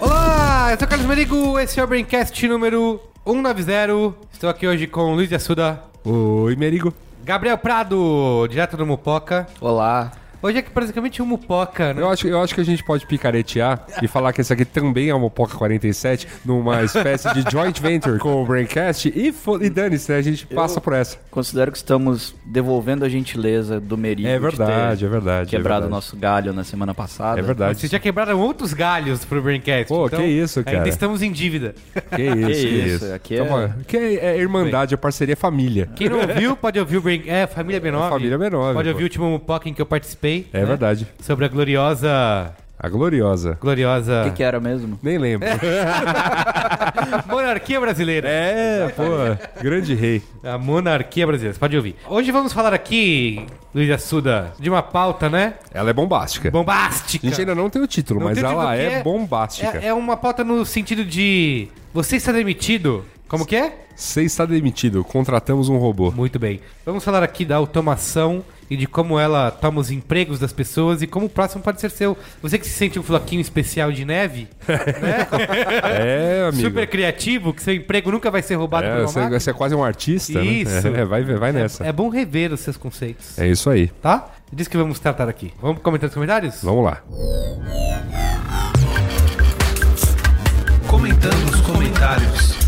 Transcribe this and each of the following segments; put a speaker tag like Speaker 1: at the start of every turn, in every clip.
Speaker 1: Olá, eu sou o Carlos Merigo, esse é o Braincast número 190. Estou aqui hoje com Luiz de Assuda. Oi, Merigo. Gabriel Prado, direto do Mupoca.
Speaker 2: Olá.
Speaker 1: Hoje é que praticamente um Mupoca, né?
Speaker 3: Eu acho, eu acho que a gente pode picaretear e falar que esse aqui também é uma Poca 47, numa espécie de joint venture com o Braincast. E, fo- e dane-se, né? a gente passa por essa.
Speaker 2: Considero que estamos devolvendo a gentileza do Merigo.
Speaker 3: É
Speaker 2: de
Speaker 3: verdade,
Speaker 2: ter
Speaker 3: é verdade.
Speaker 2: Quebrado
Speaker 3: é
Speaker 2: o
Speaker 3: verdade.
Speaker 2: nosso galho na semana passada.
Speaker 3: É
Speaker 1: Vocês
Speaker 3: verdade.
Speaker 1: já quebraram outros galhos pro Braincast. então
Speaker 3: Pô, que isso,
Speaker 1: Ainda
Speaker 3: cara.
Speaker 1: estamos em dívida.
Speaker 3: Que isso, que
Speaker 2: isso,
Speaker 3: isso.
Speaker 2: aqui
Speaker 3: Então,
Speaker 2: é-
Speaker 3: mano, que é... é irmandade, é parceria, é família.
Speaker 1: Quem não ouviu, pode ouvir o Braincast. É, Família B9.
Speaker 3: Família B9,
Speaker 1: Pode
Speaker 3: pô.
Speaker 1: ouvir o último Mupoca em que eu participei. né?
Speaker 2: né?
Speaker 3: É verdade.
Speaker 1: Sobre a gloriosa...
Speaker 3: A gloriosa.
Speaker 1: Gloriosa...
Speaker 2: O que, é? que era mesmo?
Speaker 3: Nem lembro.
Speaker 1: Monarquia brasileira.
Speaker 3: É, pô, grande rei.
Speaker 1: A monarquia brasileira, você pode ouvir. Hoje vamos falar aqui, Luiz Assuda, de uma pauta, né?
Speaker 3: Ela é bombástica.
Speaker 1: Bombástica.
Speaker 3: A gente ainda não tem o título,
Speaker 1: Não
Speaker 3: mas
Speaker 1: tem o título
Speaker 3: ela
Speaker 1: porque
Speaker 3: é bombástica.
Speaker 1: É, é uma pauta no sentido de você está demitido. Como que é?
Speaker 3: Você está demitido, contratamos um robô.
Speaker 1: Muito bem. Vamos falar aqui da automação e de como ela toma os empregos das pessoas e como o próximo pode ser seu. Você que se sente um floquinho especial de neve, né?
Speaker 3: É, amigo.
Speaker 1: Super criativo, que seu emprego nunca vai ser roubado por
Speaker 3: É,
Speaker 1: uma
Speaker 3: você,
Speaker 1: máquina.
Speaker 3: você é quase um artista,
Speaker 1: Isso.
Speaker 3: né? É, vai, vai nessa.
Speaker 1: É bom rever os seus conceitos.
Speaker 3: É isso aí.
Speaker 1: tá? Diz que vamos tratar aqui. Vamos comentar nos comentários?
Speaker 3: Vamos lá.
Speaker 4: Comentando nos comentários.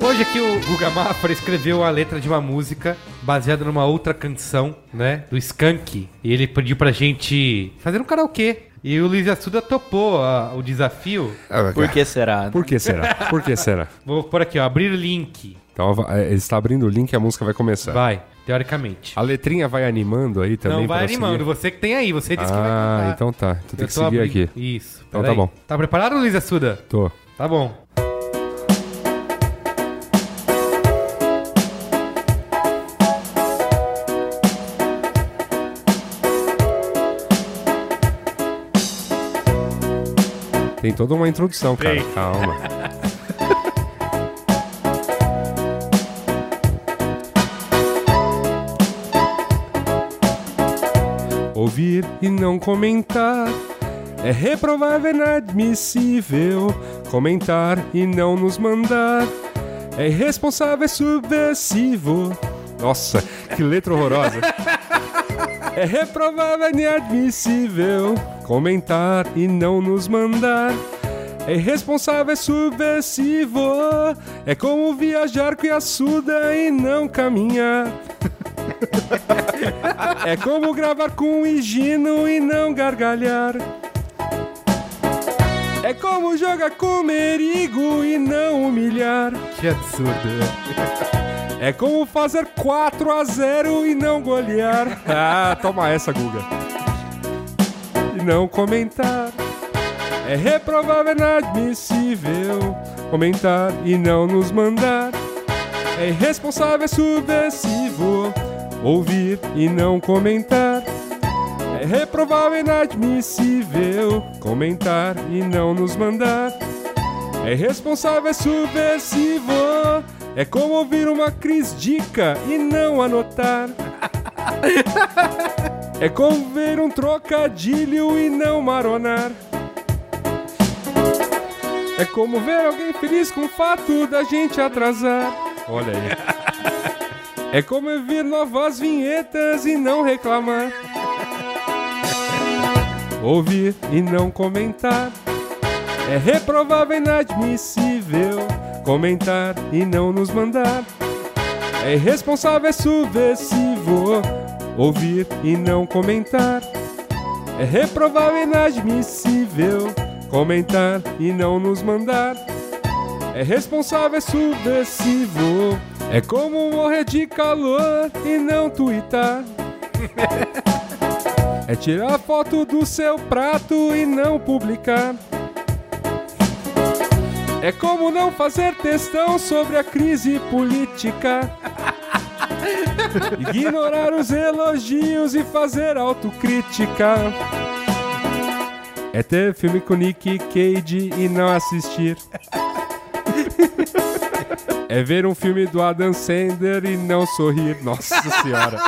Speaker 1: Hoje aqui o Guga Mafra escreveu a letra de uma música baseada numa outra canção, né? Do Skank. E ele pediu pra gente fazer um karaokê. E o Luiz Assuda topou ah, o desafio.
Speaker 2: Por que será?
Speaker 3: É
Speaker 2: né?
Speaker 3: Por que será? Por que será?
Speaker 1: Vou por aqui, ó. Abrir link.
Speaker 3: Então va- é, ele está abrindo o link e a música vai começar.
Speaker 1: Vai, teoricamente.
Speaker 3: A letrinha vai animando aí Tá. Ah, também.
Speaker 1: Não vai
Speaker 3: pra seguir?
Speaker 1: animando. Você que tem aí. Você disse que vai
Speaker 3: Ah,
Speaker 1: cantar.
Speaker 3: então tá. Tu tem
Speaker 1: Eu
Speaker 3: que
Speaker 1: tô
Speaker 3: seguir
Speaker 1: abrindo.
Speaker 3: aqui.
Speaker 1: Isso.
Speaker 3: Então tá
Speaker 1: peraí.
Speaker 3: bom.
Speaker 1: Tá preparado, Luiz Assuda?
Speaker 3: Tô.
Speaker 1: Tá bom.
Speaker 3: Tem toda uma introdução, cara. Calma. Ouvir e não comentar é reprovável, inadmissível. Comentar e não nos mandar é irresponsável, é subversivo. Nossa, que letra horrorosa. É reprovável, inadmissível comentar e não nos mandar. É irresponsável, é subversivo. É como viajar com açuda e não caminhar. é como gravar com um higino e não gargalhar. É como jogar com merigo e não humilhar.
Speaker 1: Que absurdo.
Speaker 3: É como fazer 4 a 0 e não golear. Ah, toma essa, Guga. E não comentar. É reprovável, inadmissível. Comentar e não nos mandar. É irresponsável, é subversivo. Ouvir e não comentar. É reprovável, inadmissível. Comentar e não nos mandar. É irresponsável, é subversivo. É como ouvir uma Cris dica e não anotar. É como ver um trocadilho e não maronar. É como ver alguém feliz com o fato da gente atrasar. Olha aí. É como ouvir novas vinhetas e não reclamar. Ouvir e não comentar. É reprovável, inadmissível comentar e não nos mandar. É irresponsável, é subversivo ouvir e não comentar. É reprovável, inadmissível comentar e não nos mandar. É responsável, é subversivo. É como morrer de calor e não twittar. É tirar foto do seu prato e não publicar. É como não fazer textão sobre a crise política. Ignorar os elogios e fazer autocrítica. É ter filme com Nick Cage e não assistir. É ver um filme do Adam Sandler e não sorrir. Nossa senhora.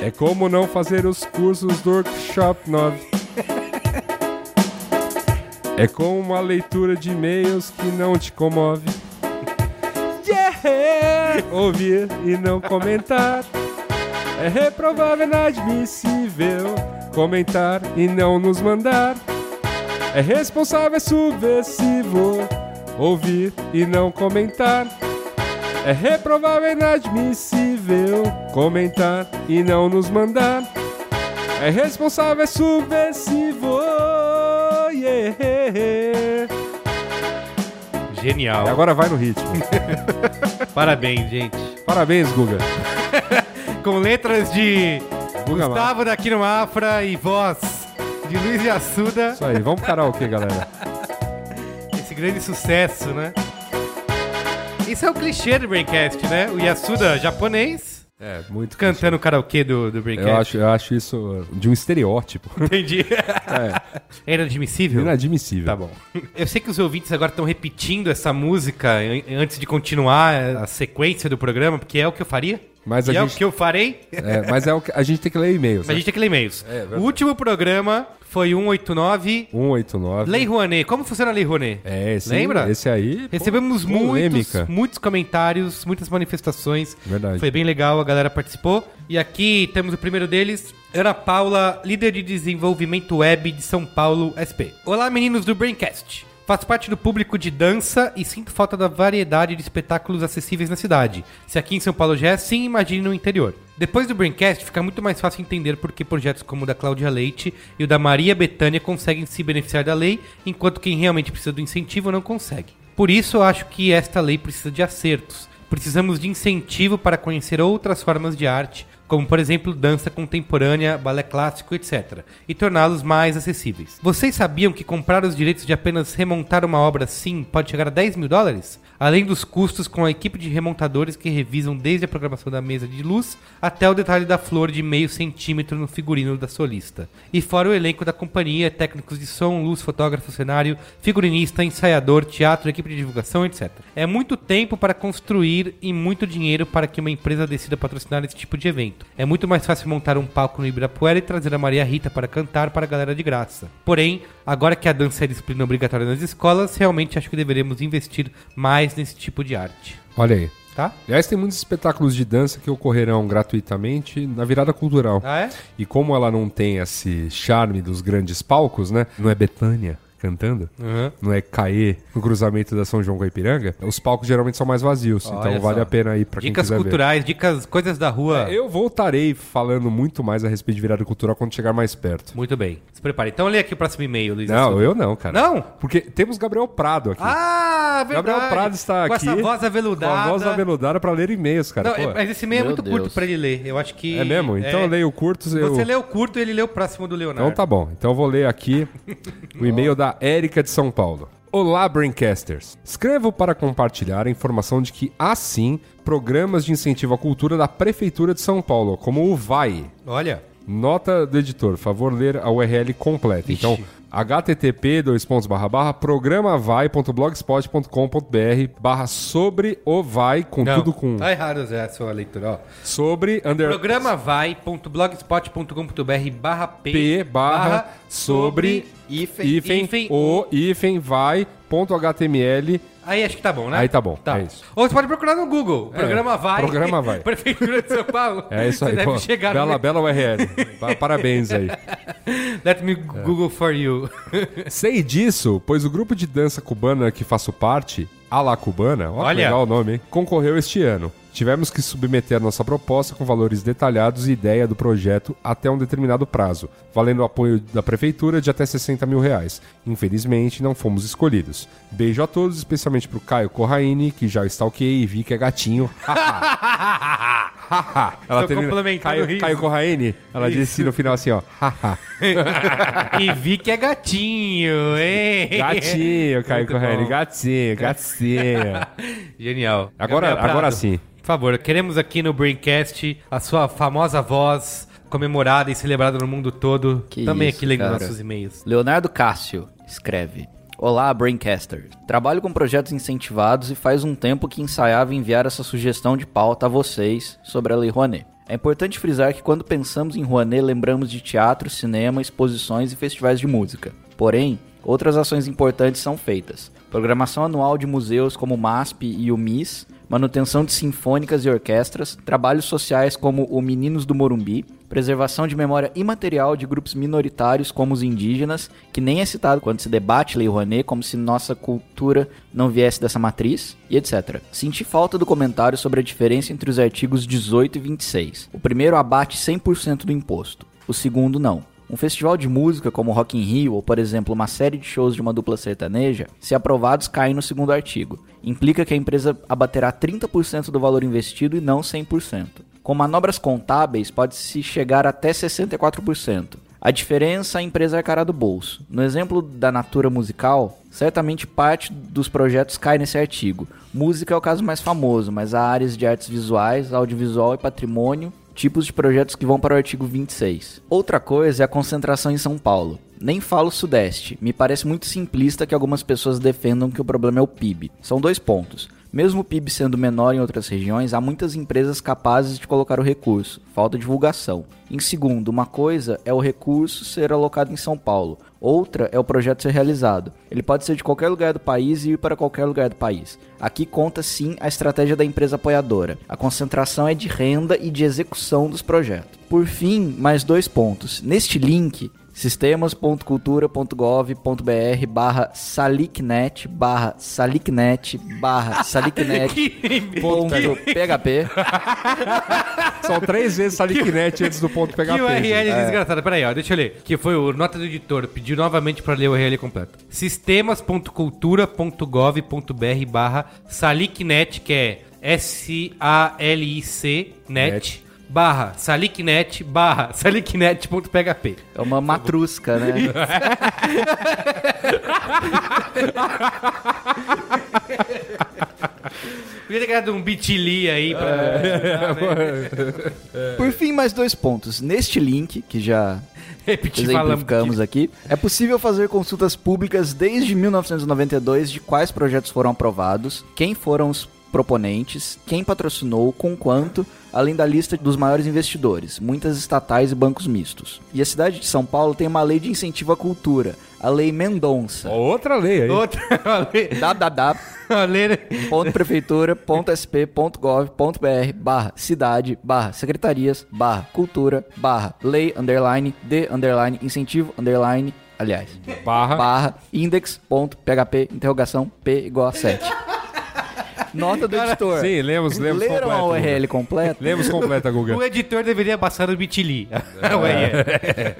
Speaker 3: É como não fazer os cursos do Workshop 9. É como uma leitura de e-mails que não te comove. Yeah! Ouvir e não comentar. É reprovável, inadmissível. Comentar e não nos mandar. É responsável, é subversivo. Ouvir e não comentar. É reprovável, inadmissível. Comentar e não nos mandar. É responsável, é subversivo. Yeah.
Speaker 1: Genial.
Speaker 3: E agora vai no ritmo.
Speaker 1: Parabéns, gente.
Speaker 3: Parabéns, Guga.
Speaker 1: Com letras de
Speaker 3: Guga Mafra.
Speaker 1: Gustavo Daquino Mafra e voz de Luiz e Assuda.
Speaker 3: Isso aí, vamos pro karaokê, galera.
Speaker 1: Esse grande sucesso, né? Isso é o clichê do Braincast, né? O Yasuda japonês
Speaker 3: É, muito
Speaker 1: cantando o karaokê do, do Braincast.
Speaker 3: Eu acho, eu acho isso de um estereótipo.
Speaker 1: Entendi.
Speaker 3: É,
Speaker 1: É inadmissível?
Speaker 3: inadmissível.
Speaker 1: Tá bom. Eu sei que os ouvintes agora estão repetindo essa música an- antes de continuar a sequência do programa, porque é o que eu faria.
Speaker 3: Mas
Speaker 1: e é
Speaker 3: a gente-
Speaker 1: o que eu farei.
Speaker 3: É, mas é o que a gente tem que ler e-mails.
Speaker 1: Mas a
Speaker 3: Né?
Speaker 1: gente tem que ler e-mails.
Speaker 3: verdade.
Speaker 1: o último programa foi 189.
Speaker 3: 189.
Speaker 1: Lei Rouanet. Como funciona a Lei Rouanet?
Speaker 3: É, esse,
Speaker 1: Lembra?
Speaker 3: Esse aí. pô,
Speaker 1: Recebemos muitos,
Speaker 3: polêmica.
Speaker 1: muitos comentários, muitas manifestações.
Speaker 3: Verdade.
Speaker 1: Foi bem legal, a galera participou. E aqui temos o primeiro deles, Ana Paula, líder de desenvolvimento web de São Paulo, SP. Olá, meninos do Braincast. Faço parte do público de dança e sinto falta da variedade de espetáculos acessíveis na cidade. Se aqui em São Paulo já é assim, imagine no interior. Depois do Braincast, fica muito mais fácil entender por que projetos como o da Cláudia Leite e o da Maria Bethânia conseguem se beneficiar da lei, enquanto quem realmente precisa do incentivo não consegue. Por isso, eu acho que esta lei precisa de acertos. Precisamos de incentivo para conhecer outras formas de arte, como por exemplo dança contemporânea, balé clássico, etc., e torná-los mais acessíveis. Vocês sabiam que comprar os direitos de apenas remontar uma obra assim pode chegar a 10 mil dólares? Além dos custos com a equipe de remontadores que revisam desde a programação da mesa de luz até o detalhe da flor de meio centímetro no figurino da solista. E fora o elenco da companhia, técnicos de som, luz, fotógrafo, cenário, figurinista, ensaiador, teatro, equipe de divulgação, etc. É muito tempo para construir e muito dinheiro para que uma empresa decida patrocinar esse tipo de evento. É muito mais fácil montar um palco no Ibirapuera e trazer a Maria Rita para cantar para a galera de graça. Porém, agora que a dança é disciplina obrigatória nas escolas, realmente acho que deveremos investir mais nesse tipo de arte.
Speaker 3: Olha aí.
Speaker 1: Tá?
Speaker 3: Aliás, tem muitos espetáculos de dança que ocorrerão gratuitamente na virada cultural.
Speaker 1: Ah, é?
Speaker 3: E como ela não tem esse charme dos grandes palcos, né? Não é Betânia cantando,
Speaker 1: Uhum.
Speaker 3: não é Caê no cruzamento da São João com a Ipiranga, os palcos geralmente são mais vazios.
Speaker 1: Olha
Speaker 3: então vale
Speaker 1: só.
Speaker 3: a pena aí pra quem
Speaker 1: Dicas
Speaker 3: quiser ver. É,
Speaker 1: culturais, dicas, coisas da rua.
Speaker 3: Eu voltarei falando muito mais a respeito de virada cultural quando chegar mais perto.
Speaker 1: Muito bem. Se prepare. Então lê aqui o próximo e-mail, Luiz.
Speaker 3: Não,
Speaker 1: Assunto.
Speaker 3: eu não, cara.
Speaker 1: é Não?
Speaker 3: Porque temos Gabriel Prado aqui.
Speaker 1: Ah, verdade.
Speaker 3: Gabriel Prado está
Speaker 1: com
Speaker 3: aqui.
Speaker 1: essa voz aveludada.
Speaker 3: Com a voz aveludada pra ler e-mails, cara.
Speaker 1: Não,
Speaker 3: Pô,
Speaker 1: é-
Speaker 3: é,
Speaker 1: mas esse e-mail é
Speaker 2: Meu
Speaker 1: muito curto
Speaker 2: Deus.
Speaker 1: pra ele ler. Eu acho que...
Speaker 3: mesmo? Então
Speaker 1: é.
Speaker 3: eu leio o curto. Eu...
Speaker 1: Você lê o curto e ele lê o próximo do Leonardo.
Speaker 3: Então tá bom. Então eu vou ler aqui o e-mail da Érica de São Paulo. Olá, Braincasters! Escrevo para compartilhar a informação de que há sim programas de incentivo à cultura da Prefeitura de São Paulo, como o VAI.
Speaker 1: Olha.
Speaker 3: Nota do editor, favor ler a URL completa. Então, http dois pontos, barra, barra, programavai.blogspot.com.br barra sobre o vai com
Speaker 1: Não,
Speaker 3: tudo com
Speaker 1: Tá errado Zé, a sua leitura, ó.
Speaker 3: sobre under
Speaker 1: Programa vai.blogspot.com.br barra P,
Speaker 3: p barra sobre
Speaker 2: Hífen.
Speaker 3: hífen
Speaker 1: hífen,
Speaker 3: o hífen vai ponto html
Speaker 1: Aí acho que tá bom, né?
Speaker 3: Aí tá bom, é isso. É,
Speaker 1: Ou você pode procurar no Google. Programa vai.
Speaker 3: Programa Vai.
Speaker 1: Prefeitura de São Paulo.
Speaker 3: é isso aí.
Speaker 1: Você deve
Speaker 3: pô.
Speaker 1: chegar né?
Speaker 3: bela,
Speaker 1: no...
Speaker 3: bela URL. Pa- Parabéns aí.
Speaker 1: Let me Google for you.
Speaker 3: Sei disso, pois o grupo de dança cubana que faço parte, a La Cubana, olha, que
Speaker 1: Olha.
Speaker 3: legal o nome, hein? concorreu este ano. Tivemos que submeter nossa proposta com valores detalhados e ideia do projeto até um determinado prazo, valendo o apoio da prefeitura de até 60 mil reais. Infelizmente, não fomos escolhidos. Beijo a todos, especialmente pro Caio Corraine, que já stalkeei e vi que é gatinho. ela
Speaker 1: Estou complementando o
Speaker 3: Caio,
Speaker 1: riso.
Speaker 3: Caio Corraine, ela
Speaker 1: Isso.
Speaker 3: disse no final assim, ó.
Speaker 1: e vi que é gatinho, hein?
Speaker 3: gatinho, Caio
Speaker 1: Muito
Speaker 3: Corraine,
Speaker 1: bom.
Speaker 3: gatinho, gatinho.
Speaker 1: Genial.
Speaker 3: Agora-
Speaker 1: Gabriel
Speaker 3: agora
Speaker 1: Prado,
Speaker 3: sim.
Speaker 1: Por favor, queremos aqui no Braincast a sua famosa voz comemorada e celebrada no mundo todo.
Speaker 2: Que
Speaker 1: Também
Speaker 2: isso,
Speaker 1: aqui lendo
Speaker 2: cara.
Speaker 1: nossos e-mails.
Speaker 2: Leonardo Cássio escreve: Olá, Braincasters. Trabalho com projetos incentivados e faz um tempo que ensaiava enviar essa sugestão de pauta a vocês sobre a Lei Rouanet. É importante frisar que quando pensamos em Rouanet, lembramos de teatro, cinema, exposições e festivais de música. Porém, outras ações importantes são feitas. Programação anual de museus como o MASP e o MIS, manutenção de sinfônicas e orquestras, trabalhos sociais como o Meninos do Morumbi, preservação de memória imaterial de grupos minoritários como os indígenas, que nem é citado quando se debate Lei Rouanet, como se nossa cultura não viesse dessa matriz, e etc. Senti falta do comentário sobre a diferença entre os artigos 18 e 26. O primeiro abate 100% do imposto, o segundo não. Um festival de música como Rock in Rio ou, por exemplo, uma série de shows de uma dupla sertaneja, se aprovados, caem no segundo artigo. Implica que a empresa abaterá 30% do valor investido e não 100%. Com manobras contábeis, pode-se chegar até 64%. A diferença a empresa arcará do bolso. No exemplo da Natura Musical, certamente parte dos projetos cai nesse artigo. Música é o caso mais famoso, mas há áreas de artes visuais, audiovisual e patrimônio tipos de projetos que vão para o artigo 26. Outra coisa é a concentração em São Paulo. Nem falo Sudeste, me parece muito simplista que algumas pessoas defendam que o problema é o PIB. São dois pontos. Mesmo o PIB sendo menor em outras regiões, há muitas empresas capazes de colocar o recurso, falta divulgação. Em segundo, uma coisa é o recurso ser alocado em São Paulo, outra é o projeto ser realizado. Ele pode ser de qualquer lugar do país e ir para qualquer lugar do país. Aqui conta sim a estratégia da empresa apoiadora. A concentração é de renda e de execução dos projetos. Por fim, mais dois pontos. Neste link, sistemas.cultura.gov.br barra salicnet barra salicnet barra salicnet ponto PHP
Speaker 3: São três vezes Saliknet antes do ponto pegar É.
Speaker 1: Que URL desgraçado. Peraí, ó, deixa eu ler. Que foi o nota do editor. Pediu novamente pra ler o URL completo. Sistemas.cultura.gov.br barra salicnet, que é S-A-L-I-C net,
Speaker 3: Net.
Speaker 1: barra salicnet barra salicnet.php.
Speaker 2: é uma matrusca, né?
Speaker 1: Podia ter criado um bitli aí pra...
Speaker 3: É.
Speaker 2: Por fim, mais dois pontos. Neste link, que já
Speaker 1: Repetir
Speaker 2: exemplificamos
Speaker 1: falando.
Speaker 2: aqui, é possível fazer consultas públicas desde 1992 de quais projetos foram aprovados, quem foram os proponentes, quem patrocinou, com quanto, além da lista dos maiores investidores, muitas estatais e bancos mistos. E a cidade de São Paulo tem uma lei de incentivo à cultura, a Lei Mendonça.
Speaker 3: Outra lei aí.
Speaker 1: Outra,
Speaker 2: www.prefeitura.sp.gov.br
Speaker 1: né?
Speaker 2: barra cidade barra secretarias barra cultura barra lei underline de underline incentivo underline aliás
Speaker 3: Barra.
Speaker 2: barra index.php interrogação p igual a 7 nota do editor
Speaker 3: Sim, lemos, lemos
Speaker 2: leram a
Speaker 3: completo,
Speaker 2: URL
Speaker 3: Guga.
Speaker 2: completa
Speaker 3: Lemos completa,
Speaker 1: o
Speaker 3: Guga.
Speaker 1: editor deveria passar o bitli. Ué, é.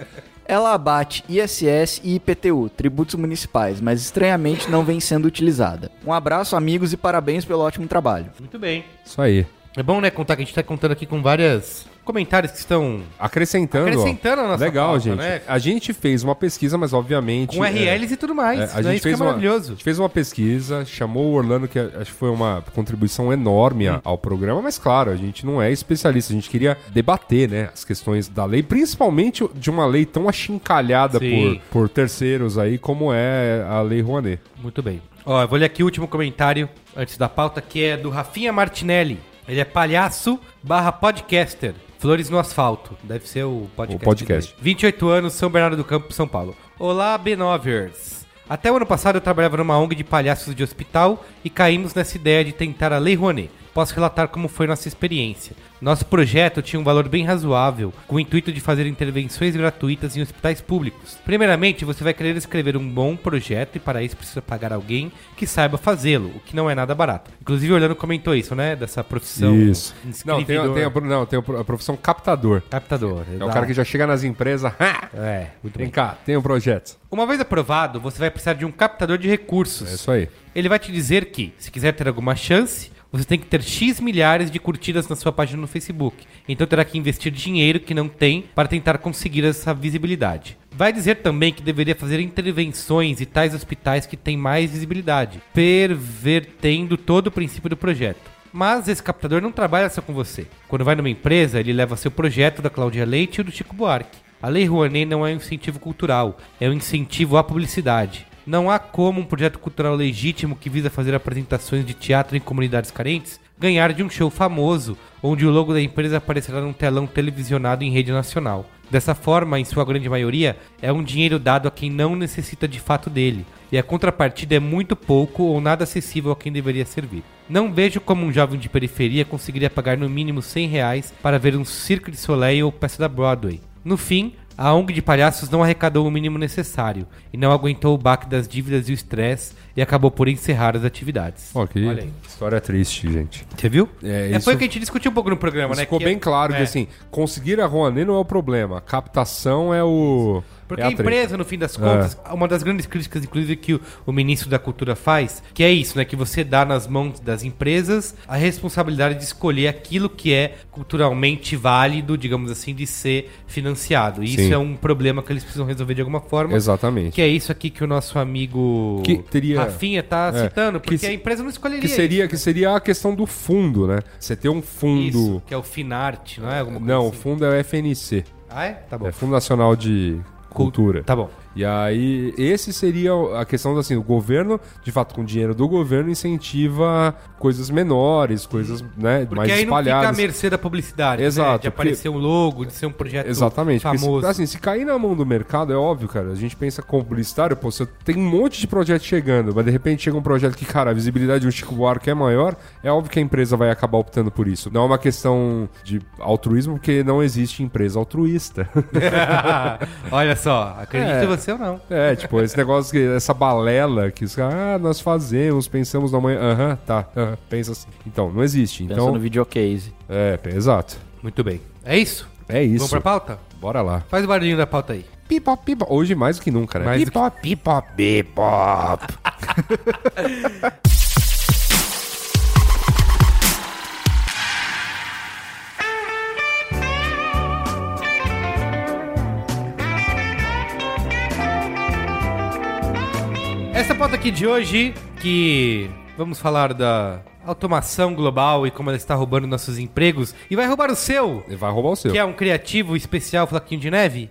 Speaker 2: Ela abate ISS e IPTU, tributos municipais, mas estranhamente não vem sendo utilizada. Um abraço, amigos, e parabéns pelo ótimo trabalho.
Speaker 1: Muito bem.
Speaker 3: Isso aí.
Speaker 1: É bom, né, contar que a gente tá contando aqui com várias comentários que estão
Speaker 3: Acrescentando.
Speaker 1: Acrescentando
Speaker 3: ó.
Speaker 1: a nossa
Speaker 3: Legal,
Speaker 1: pauta,
Speaker 3: gente.
Speaker 1: né?
Speaker 3: A gente fez uma pesquisa, mas obviamente.
Speaker 1: com
Speaker 3: é,
Speaker 1: RLs e tudo mais.
Speaker 3: é,
Speaker 1: né?
Speaker 3: a gente
Speaker 1: Isso
Speaker 3: fez
Speaker 1: que é
Speaker 3: uma,
Speaker 1: maravilhoso.
Speaker 3: A gente fez uma pesquisa, chamou o Orlando, que a- acho que foi uma contribuição enorme a-
Speaker 1: Hum.
Speaker 3: ao programa, mas claro, a gente não é especialista, a gente queria debater, né, as questões da lei, principalmente de uma lei tão achincalhada
Speaker 1: Sim.
Speaker 3: por, por terceiros aí, como é a Lei Rouanet.
Speaker 1: Muito bem. Ó, eu vou ler aqui o último comentário antes da pauta, que é do Rafinha Martinelli. Ele é palhaço barra podcaster. Flores no asfalto. Deve ser o podcast.
Speaker 3: O podcast.
Speaker 1: dele. 28 anos, São Bernardo do Campo, São Paulo. Olá, Benovers. Até o ano passado eu trabalhava numa ONG de palhaços de hospital e caímos nessa ideia de tentar a Lei Rouanet. posso relatar como foi nossa experiência. Nosso projeto tinha um valor bem razoável, com o intuito de fazer intervenções gratuitas em hospitais públicos. Primeiramente, você vai querer escrever um bom projeto e para isso precisa pagar alguém que saiba fazê-lo, o que não é nada barato. Inclusive, o Orlando comentou isso, né? Dessa profissão.
Speaker 3: Isso. Não tem, a-
Speaker 1: inscrevidor,
Speaker 3: tem a, não, tem a pro- a profissão captador.
Speaker 1: Captador.
Speaker 3: É o cara que já chega nas empresas. "Ha!
Speaker 1: É, muito
Speaker 3: Vem
Speaker 1: bem.
Speaker 3: cá, tem um projeto.
Speaker 1: Uma vez aprovado, você vai precisar de um captador de recursos.
Speaker 3: É isso aí.
Speaker 1: Ele vai te dizer que, se quiser ter alguma chance, você tem que ter X milhares de curtidas na sua página no Facebook. Então terá que investir dinheiro que não tem para tentar conseguir essa visibilidade. Vai dizer também que deveria fazer intervenções e tais hospitais que têm mais visibilidade, pervertendo todo o princípio do projeto. Mas esse captador não trabalha só com você. Quando vai numa empresa, ele leva seu projeto da Cláudia Leite e do Chico Buarque. A Lei Rouanet não é um incentivo cultural, é um incentivo à publicidade. Não há como um projeto cultural legítimo que visa fazer apresentações de teatro em comunidades carentes ganhar de um show famoso, onde o logo da empresa aparecerá num telão televisionado em rede nacional. Dessa forma, em sua grande maioria, é um dinheiro dado a quem não necessita de fato dele, e a contrapartida é muito pouco ou nada acessível a quem deveria servir. Não vejo como um jovem de periferia conseguiria pagar no mínimo 100 reais para ver um Cirque de Soleil ou peça da Broadway. No fim, a ONG de palhaços não arrecadou o mínimo necessário e não aguentou o baque das dívidas e o estresse e acabou por encerrar as atividades.
Speaker 3: Ok.
Speaker 1: Olha aí.
Speaker 3: História triste, gente.
Speaker 1: Você viu?
Speaker 3: É,
Speaker 1: foi
Speaker 3: isso-
Speaker 1: o que a gente discutiu um pouco no programa,
Speaker 3: Mas
Speaker 1: né?
Speaker 3: ficou
Speaker 1: Que-
Speaker 3: bem claro que
Speaker 1: é.
Speaker 3: assim, conseguir a Rouanet não é o problema. A captação é o.
Speaker 1: Porque
Speaker 3: é
Speaker 1: a
Speaker 3: treta. É.
Speaker 1: empresa, no fim das contas, uma das grandes críticas, inclusive, que o, o ministro da Cultura faz, que é isso, né? Que você dá nas mãos das empresas a responsabilidade de escolher aquilo que é culturalmente válido, digamos assim, de ser financiado. E
Speaker 3: Sim.
Speaker 1: isso é um problema que eles precisam resolver de alguma forma.
Speaker 3: Exatamente.
Speaker 1: Que é isso aqui que o nosso amigo
Speaker 3: Que teria-
Speaker 1: Rafinha tá
Speaker 3: é,
Speaker 1: citando,
Speaker 3: que
Speaker 1: porque
Speaker 3: se-
Speaker 1: a empresa não escolheria
Speaker 3: Que seria, que
Speaker 1: né?
Speaker 3: seria a questão do fundo, né? Você ter um
Speaker 1: isso,
Speaker 3: fundo.
Speaker 1: que é o Finarte, não é? Alguma coisa
Speaker 3: Não, o
Speaker 1: assim.
Speaker 3: fundo é o FNC.
Speaker 1: Ah, é? Tá bom.
Speaker 3: É Fundo Nacional de Cultura.
Speaker 1: Tá bom.
Speaker 3: E aí, esse seria a questão assim, o governo, de fato, com o dinheiro do governo, incentiva coisas menores, coisas né,
Speaker 1: Porque
Speaker 3: mais
Speaker 1: aí não fica à
Speaker 3: espalhadas.
Speaker 1: mercê da publicidade, né?
Speaker 3: Exato,
Speaker 1: De aparecer um logo, de ser um projeto
Speaker 3: Exatamente. porque se-
Speaker 1: famoso.
Speaker 3: assim, se cair na mão do mercado, é óbvio, cara. A gente pensa como publicitário, pô, você tem um monte de projeto chegando, mas de repente chega um projeto que, cara, a visibilidade do Chico Buarque é maior, é óbvio que a empresa vai acabar optando por isso. Não é uma questão de altruísmo, porque não existe empresa altruísta.
Speaker 1: Olha só, acredito
Speaker 3: um É.
Speaker 1: em você ou não.
Speaker 3: É, tipo, esse negócio, que- essa balela que os caras, ah, nós fazemos, pensamos na manhã, aham, tá, aham, pensa assim. Então, não existe.
Speaker 2: Pensa
Speaker 3: Então,
Speaker 2: no videocase.
Speaker 3: é, pe- exato.
Speaker 1: Muito bem. É isso?
Speaker 3: É
Speaker 1: Vamos
Speaker 3: isso.
Speaker 1: pra pauta?
Speaker 3: Bora lá.
Speaker 1: Faz o barulhinho da pauta aí.
Speaker 3: Pipop, pipop. Hoje mais do que nunca, né?
Speaker 1: Mais do que-
Speaker 3: pipop, pipop, pipop.
Speaker 1: Essa pauta aqui de hoje, que vamos falar da automação global e como ela está roubando nossos empregos e vai roubar o seu,
Speaker 3: Ele vai roubar o seu.
Speaker 1: que é um criativo especial Flaquinho de Neve,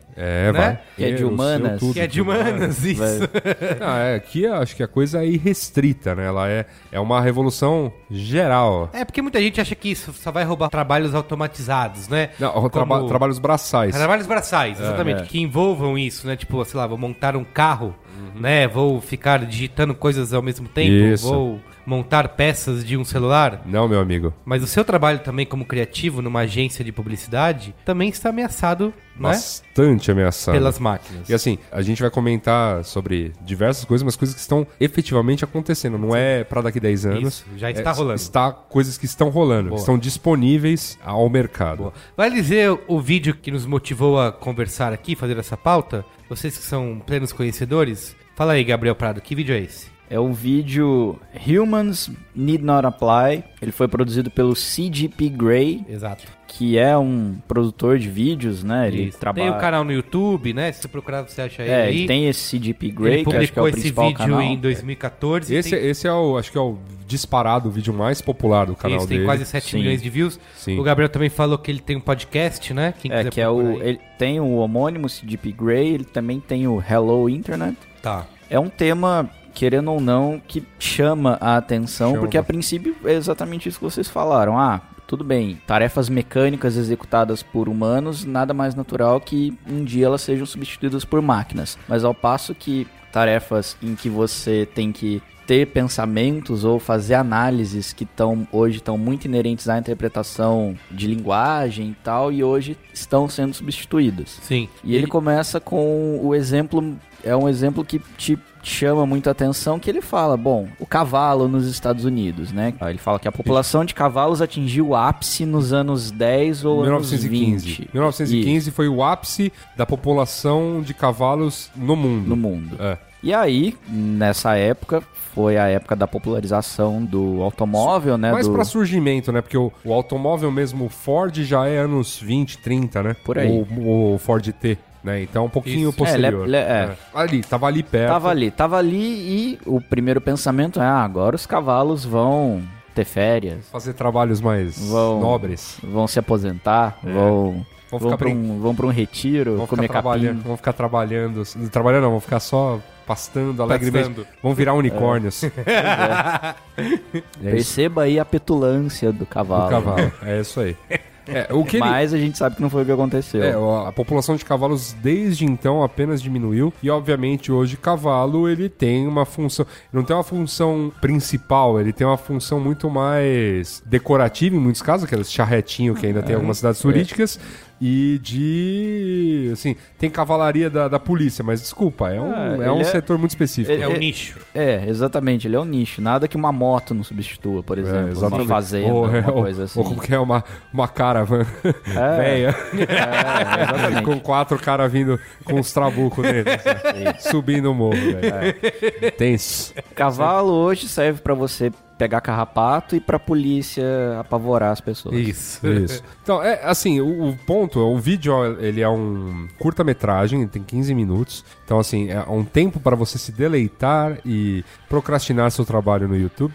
Speaker 1: né?
Speaker 3: É, vai.
Speaker 2: Que é de
Speaker 3: Ele, o seu,
Speaker 2: humanas.
Speaker 3: tudo.
Speaker 1: que é de humanas, isso.
Speaker 3: Ah, é, aqui eu acho que a coisa é irrestrita, né? Ela é, é uma revolução geral.
Speaker 1: É porque muita gente acha que isso só vai roubar trabalhos automatizados, né?
Speaker 3: Não, traba-
Speaker 1: Como-
Speaker 3: trabalhos braçais.
Speaker 1: Trabalhos
Speaker 3: Ah,
Speaker 1: braçais, exatamente,
Speaker 3: é.
Speaker 1: que envolvam isso, né? Tipo, sei lá, vou montar um carro, né? Vou ficar digitando coisas ao mesmo tempo,
Speaker 3: Uhum. Isso.
Speaker 1: vou montar peças de um celular.
Speaker 3: Não, meu amigo.
Speaker 1: Mas o seu trabalho também como criativo numa agência de publicidade também está ameaçado, né?
Speaker 3: Bastante ameaçado.
Speaker 1: Pelas máquinas.
Speaker 3: E assim, a gente vai comentar sobre diversas coisas, mas coisas que estão efetivamente acontecendo. Não é pra daqui 10 anos.
Speaker 1: Isso, já
Speaker 3: É,
Speaker 1: está rolando.
Speaker 3: Está coisas que estão rolando, que estão disponíveis ao mercado.
Speaker 1: Boa. Vai dizer o- o vídeo que nos motivou a conversar aqui, fazer essa pauta? Vocês que são plenos conhecedores, fala aí, Gabriel Prado, que vídeo é esse?
Speaker 2: É o vídeo Humans Need Not Apply. Ele foi produzido pelo CGP Grey,
Speaker 1: Exato.
Speaker 2: que é um produtor de vídeos, né? Ele
Speaker 1: Isso.
Speaker 2: trabalha.
Speaker 1: Tem o canal no YouTube, né? Se você procurar, você acha ele
Speaker 2: É,
Speaker 1: aí.
Speaker 2: ele tem esse CGP
Speaker 1: Ele
Speaker 2: Grey, que acho que é
Speaker 1: publicou
Speaker 2: o
Speaker 1: esse
Speaker 2: principal
Speaker 1: vídeo
Speaker 2: canal.
Speaker 1: em 2014.
Speaker 3: Esse,
Speaker 1: tem,
Speaker 3: esse é o, acho que é o disparado, o vídeo mais popular do canal
Speaker 1: isso, tem
Speaker 3: dele.
Speaker 1: quase 7
Speaker 2: Sim.
Speaker 1: milhões de views.
Speaker 3: Sim.
Speaker 1: O Gabriel também falou que ele tem um podcast, né? Quem
Speaker 2: É,
Speaker 1: quiser
Speaker 2: que é o.
Speaker 1: procurar aí.
Speaker 2: Ele tem o homônimo CGP Grey, ele também tem o Hello Internet.
Speaker 1: Tá.
Speaker 2: É um tema, querendo ou não, que chama a atenção,
Speaker 3: Chama.
Speaker 2: porque a princípio é exatamente isso que vocês falaram. Ah, tudo bem, tarefas mecânicas executadas por humanos, nada mais natural que um dia elas sejam substituídas por máquinas. Mas ao passo que tarefas em que você tem que ter pensamentos ou fazer análises que estão hoje estão muito inerentes à interpretação de linguagem e tal, e hoje estão sendo substituídas.
Speaker 1: Sim.
Speaker 2: E ele começa com o exemplo, é um exemplo que te chama muito a atenção que ele fala, bom, o cavalo nos Estados Unidos, né? Ele fala que a população de cavalos atingiu o ápice nos anos 10 ou anos
Speaker 3: 1915.
Speaker 2: 20.
Speaker 3: 1915 foi o ápice da população de cavalos no mundo.
Speaker 2: no mundo.
Speaker 3: É.
Speaker 2: E aí, nessa época, foi a época da popularização do automóvel, né?
Speaker 3: Mais
Speaker 2: do...
Speaker 3: pra surgimento, né? Porque o, o automóvel mesmo, o Ford, já é anos 20, 30, né?
Speaker 2: Por aí.
Speaker 3: O, o Ford T, né? Então, um pouquinho
Speaker 1: Isso.
Speaker 3: posterior.
Speaker 2: É, ele é- ele é-
Speaker 3: Ali, tava ali perto.
Speaker 2: Tava ali, tava ali e o primeiro pensamento é, ah, agora os cavalos vão ter férias,
Speaker 3: Fazer trabalhos mais
Speaker 2: Vão.
Speaker 3: nobres.
Speaker 2: vão se aposentar, vão...
Speaker 3: É. Vão
Speaker 2: Vão,
Speaker 3: ficar
Speaker 2: pra
Speaker 3: brin-
Speaker 2: um, vão pra um retiro,
Speaker 3: Vão ficar,
Speaker 2: comer
Speaker 3: trabalhando,
Speaker 2: capim.
Speaker 3: vão ficar trabalhando. Trabalhando não, vão ficar só pastando alegremente.
Speaker 1: Pastando.
Speaker 3: Vão virar unicórnios. É isso.
Speaker 2: Perceba aí a petulância do
Speaker 3: do
Speaker 2: cavalo.
Speaker 3: cavalo. É isso aí. É, o que ele-
Speaker 2: Mas a gente sabe que não foi o que aconteceu.
Speaker 3: É, ó, a população de cavalos desde então apenas diminuiu e obviamente hoje cavalo ele tem uma função, não tem uma função principal, ele tem uma função muito mais decorativa em muitos casos, aqueles charretinho que ainda tem em
Speaker 2: Uhum.
Speaker 3: algumas
Speaker 2: É.
Speaker 3: cidades turísticas e de assim, tem cavalaria da, da polícia, mas desculpa, é um,
Speaker 2: Ah,
Speaker 3: é um
Speaker 2: ele é-
Speaker 3: setor muito específico.
Speaker 1: É o nicho.
Speaker 2: É, exatamente, ele é um nicho. Nada que uma moto não substitua, por exemplo. uma fazenda,
Speaker 3: É, ou, é,
Speaker 2: uma
Speaker 3: ou-
Speaker 2: coisa assim.
Speaker 3: Ou como que é uma, uma caravana velha.
Speaker 2: É, exatamente.
Speaker 3: Com quatro caras vindo com os trabucos neles. né? Subindo o morro, né? velho. Tenso.
Speaker 2: Cavalo hoje serve pra você pegar carrapato e pra polícia apavorar as pessoas.
Speaker 1: Isso.
Speaker 3: Isso. Então, é assim, o, o ponto, o vídeo, ele é um curta-metragem, ele tem 15 minutos. Então, assim, é um tempo para você se deleitar e procrastinar seu trabalho no YouTube.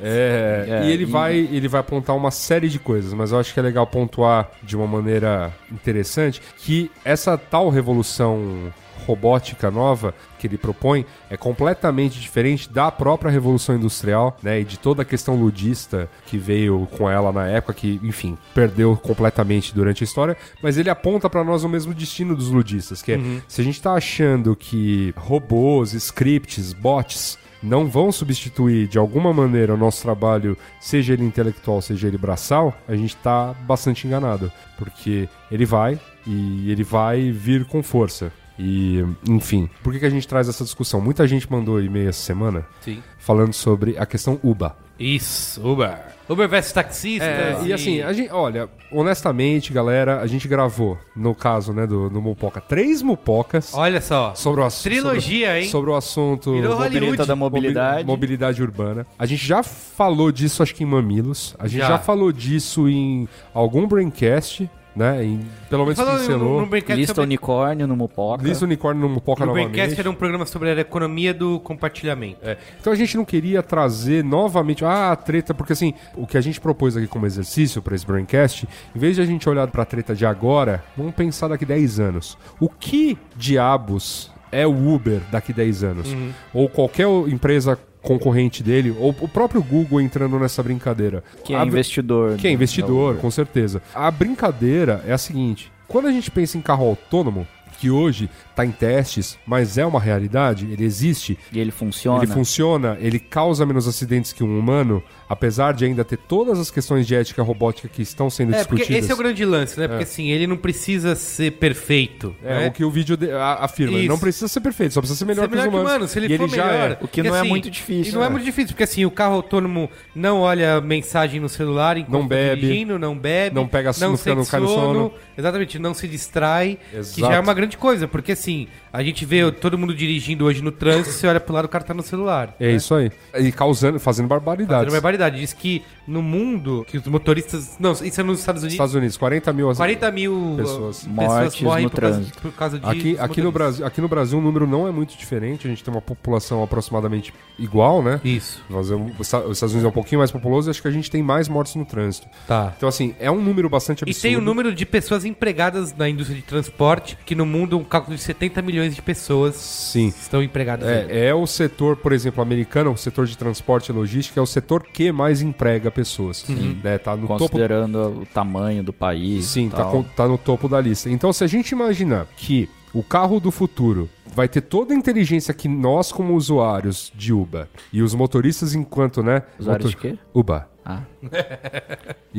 Speaker 3: É,
Speaker 2: É,
Speaker 3: e ele
Speaker 2: e-
Speaker 3: vai ele vai apontar uma série de coisas, mas eu acho que é legal pontuar de uma maneira interessante que essa tal revolução robótica nova que ele propõe é completamente diferente da própria revolução industrial, né, e de toda a questão ludista que veio com ela na época que, enfim, perdeu completamente durante a história, mas ele aponta para nós o mesmo destino dos ludistas, que é
Speaker 2: Uhum.
Speaker 3: se a gente tá achando que robôs, scripts, bots não vão substituir de alguma maneira o nosso trabalho, seja ele intelectual, seja ele braçal, a gente tá bastante enganado, porque ele vai e ele vai vir com força. E, enfim, por que, que a gente traz essa discussão? Muita gente mandou e-mail essa semana
Speaker 1: Sim.
Speaker 3: falando sobre a questão UBA.
Speaker 1: Isso, Uber. Uber versus taxista.
Speaker 3: É, e assim, a gente, olha, honestamente, galera, a gente gravou, no caso, né, do, do Mupoca, três Mupocas
Speaker 1: Olha só.
Speaker 3: sobre o assunto.
Speaker 1: Trilogia,
Speaker 3: sobre,
Speaker 1: hein?
Speaker 3: Sobre o assunto.
Speaker 1: Virou
Speaker 3: Vou-
Speaker 1: Hollywood.
Speaker 2: Treta da mobilidade.
Speaker 3: Mobi- mobilidade urbana. A gente já falou disso, acho que em Mamilos. A gente já,
Speaker 1: Já.
Speaker 3: falou disso em algum Braincast, né? Em, pelo menos
Speaker 1: Falando no,
Speaker 3: pincelou.
Speaker 1: no Braincast
Speaker 2: Lista
Speaker 1: sobre...
Speaker 2: unicórnio no Mupoca.
Speaker 3: Lista Unicórnio no Mupoca
Speaker 1: No
Speaker 3: novamente.
Speaker 1: Braincast era um programa sobre a economia do compartilhamento.
Speaker 3: É. Então a gente não queria trazer novamente ah, a treta, porque assim, o que a gente propôs aqui como exercício para esse Braincast, em vez de a gente olhar para a treta de agora, vamos pensar daqui 10 anos. O que diabos é o Uber daqui 10 anos?
Speaker 2: Uhum.
Speaker 3: Ou qualquer empresa concorrente dele, ou o próprio Google entrando nessa brincadeira.
Speaker 2: Que é
Speaker 3: A-
Speaker 2: investidor.
Speaker 3: que é
Speaker 2: do-
Speaker 3: investidor,
Speaker 2: da Uber.
Speaker 3: com certeza. A brincadeira é a seguinte: quando a gente pensa em carro autônomo, que hoje está em testes, mas é uma realidade, ele existe,
Speaker 2: E ele funciona.
Speaker 3: ele funciona, ele causa menos acidentes que um humano, apesar de ainda ter todas as questões de ética robótica que estão sendo
Speaker 1: É, porque
Speaker 3: discutidas.
Speaker 1: esse é o grande lance, né? Porque assim, ele não precisa ser perfeito.
Speaker 3: É,
Speaker 1: né?
Speaker 3: o que o vídeo de- a- afirma. Ele
Speaker 1: Isso. é
Speaker 3: não precisa ser perfeito, só precisa ser melhor
Speaker 1: Ser
Speaker 3: que os humanos.
Speaker 1: se ele
Speaker 3: e
Speaker 1: for
Speaker 3: ele já
Speaker 1: melhor.
Speaker 3: é.
Speaker 2: O que não é muito difícil,
Speaker 1: E não é
Speaker 2: né?
Speaker 1: muito difícil, porque assim, o carro autônomo não olha mensagem no celular enquanto
Speaker 3: Não
Speaker 1: tá
Speaker 3: bebe.
Speaker 1: dirigindo, não bebe,
Speaker 3: Não pega sono,
Speaker 1: não
Speaker 3: fica-
Speaker 1: sente
Speaker 3: não cai no sono.
Speaker 1: exatamente, não se distrai, que
Speaker 3: Exato.
Speaker 1: já é uma grande coisa, porque assim, a gente vê todo mundo dirigindo hoje no trânsito, você olha pro lado, o cara tá no celular.
Speaker 3: É isso aí. E causando, fazendo barbaridades.
Speaker 1: Fazendo barbaridade. Diz que no mundo, que os motoristas. Não, isso é nos Estados Unidos.
Speaker 3: Estados Unidos, 40 mil
Speaker 1: 40 mil
Speaker 3: Pessoas.
Speaker 1: pessoas,
Speaker 2: Mortes
Speaker 1: morrem
Speaker 2: no
Speaker 1: por, causa,
Speaker 2: trânsito.
Speaker 1: por causa de.
Speaker 3: Aqui,
Speaker 1: dos
Speaker 3: aqui, no
Speaker 1: motoristas.
Speaker 3: Brasil, aqui no Brasil o número não é muito diferente, a gente tem uma população aproximadamente igual, né?
Speaker 1: Isso.
Speaker 3: Fazer um- os Estados Unidos é um pouquinho mais populoso e acho que a gente tem mais mortes no trânsito.
Speaker 1: Tá.
Speaker 3: Então, assim, é um número bastante
Speaker 1: E
Speaker 3: absurdo.
Speaker 1: tem o número de pessoas empregadas na indústria de transporte, que no mundo é um cálculo de 70 milhões de pessoas
Speaker 3: Sim.
Speaker 1: estão empregadas. aí.
Speaker 3: É, é o setor, por exemplo, americano, é o setor de transporte e logística, é o setor que mais emprega pessoas. Né? Tá no topo
Speaker 2: Considerando o tamanho do país.
Speaker 3: Sim,
Speaker 2: e
Speaker 3: tá,
Speaker 2: tal.
Speaker 3: com- tá no topo da lista. Então, se a gente imaginar que o carro do futuro vai ter toda a inteligência que nós, como usuários de Uber, e os motoristas, enquanto, né?
Speaker 2: Usuários de quê?
Speaker 3: Uber.
Speaker 2: Ah.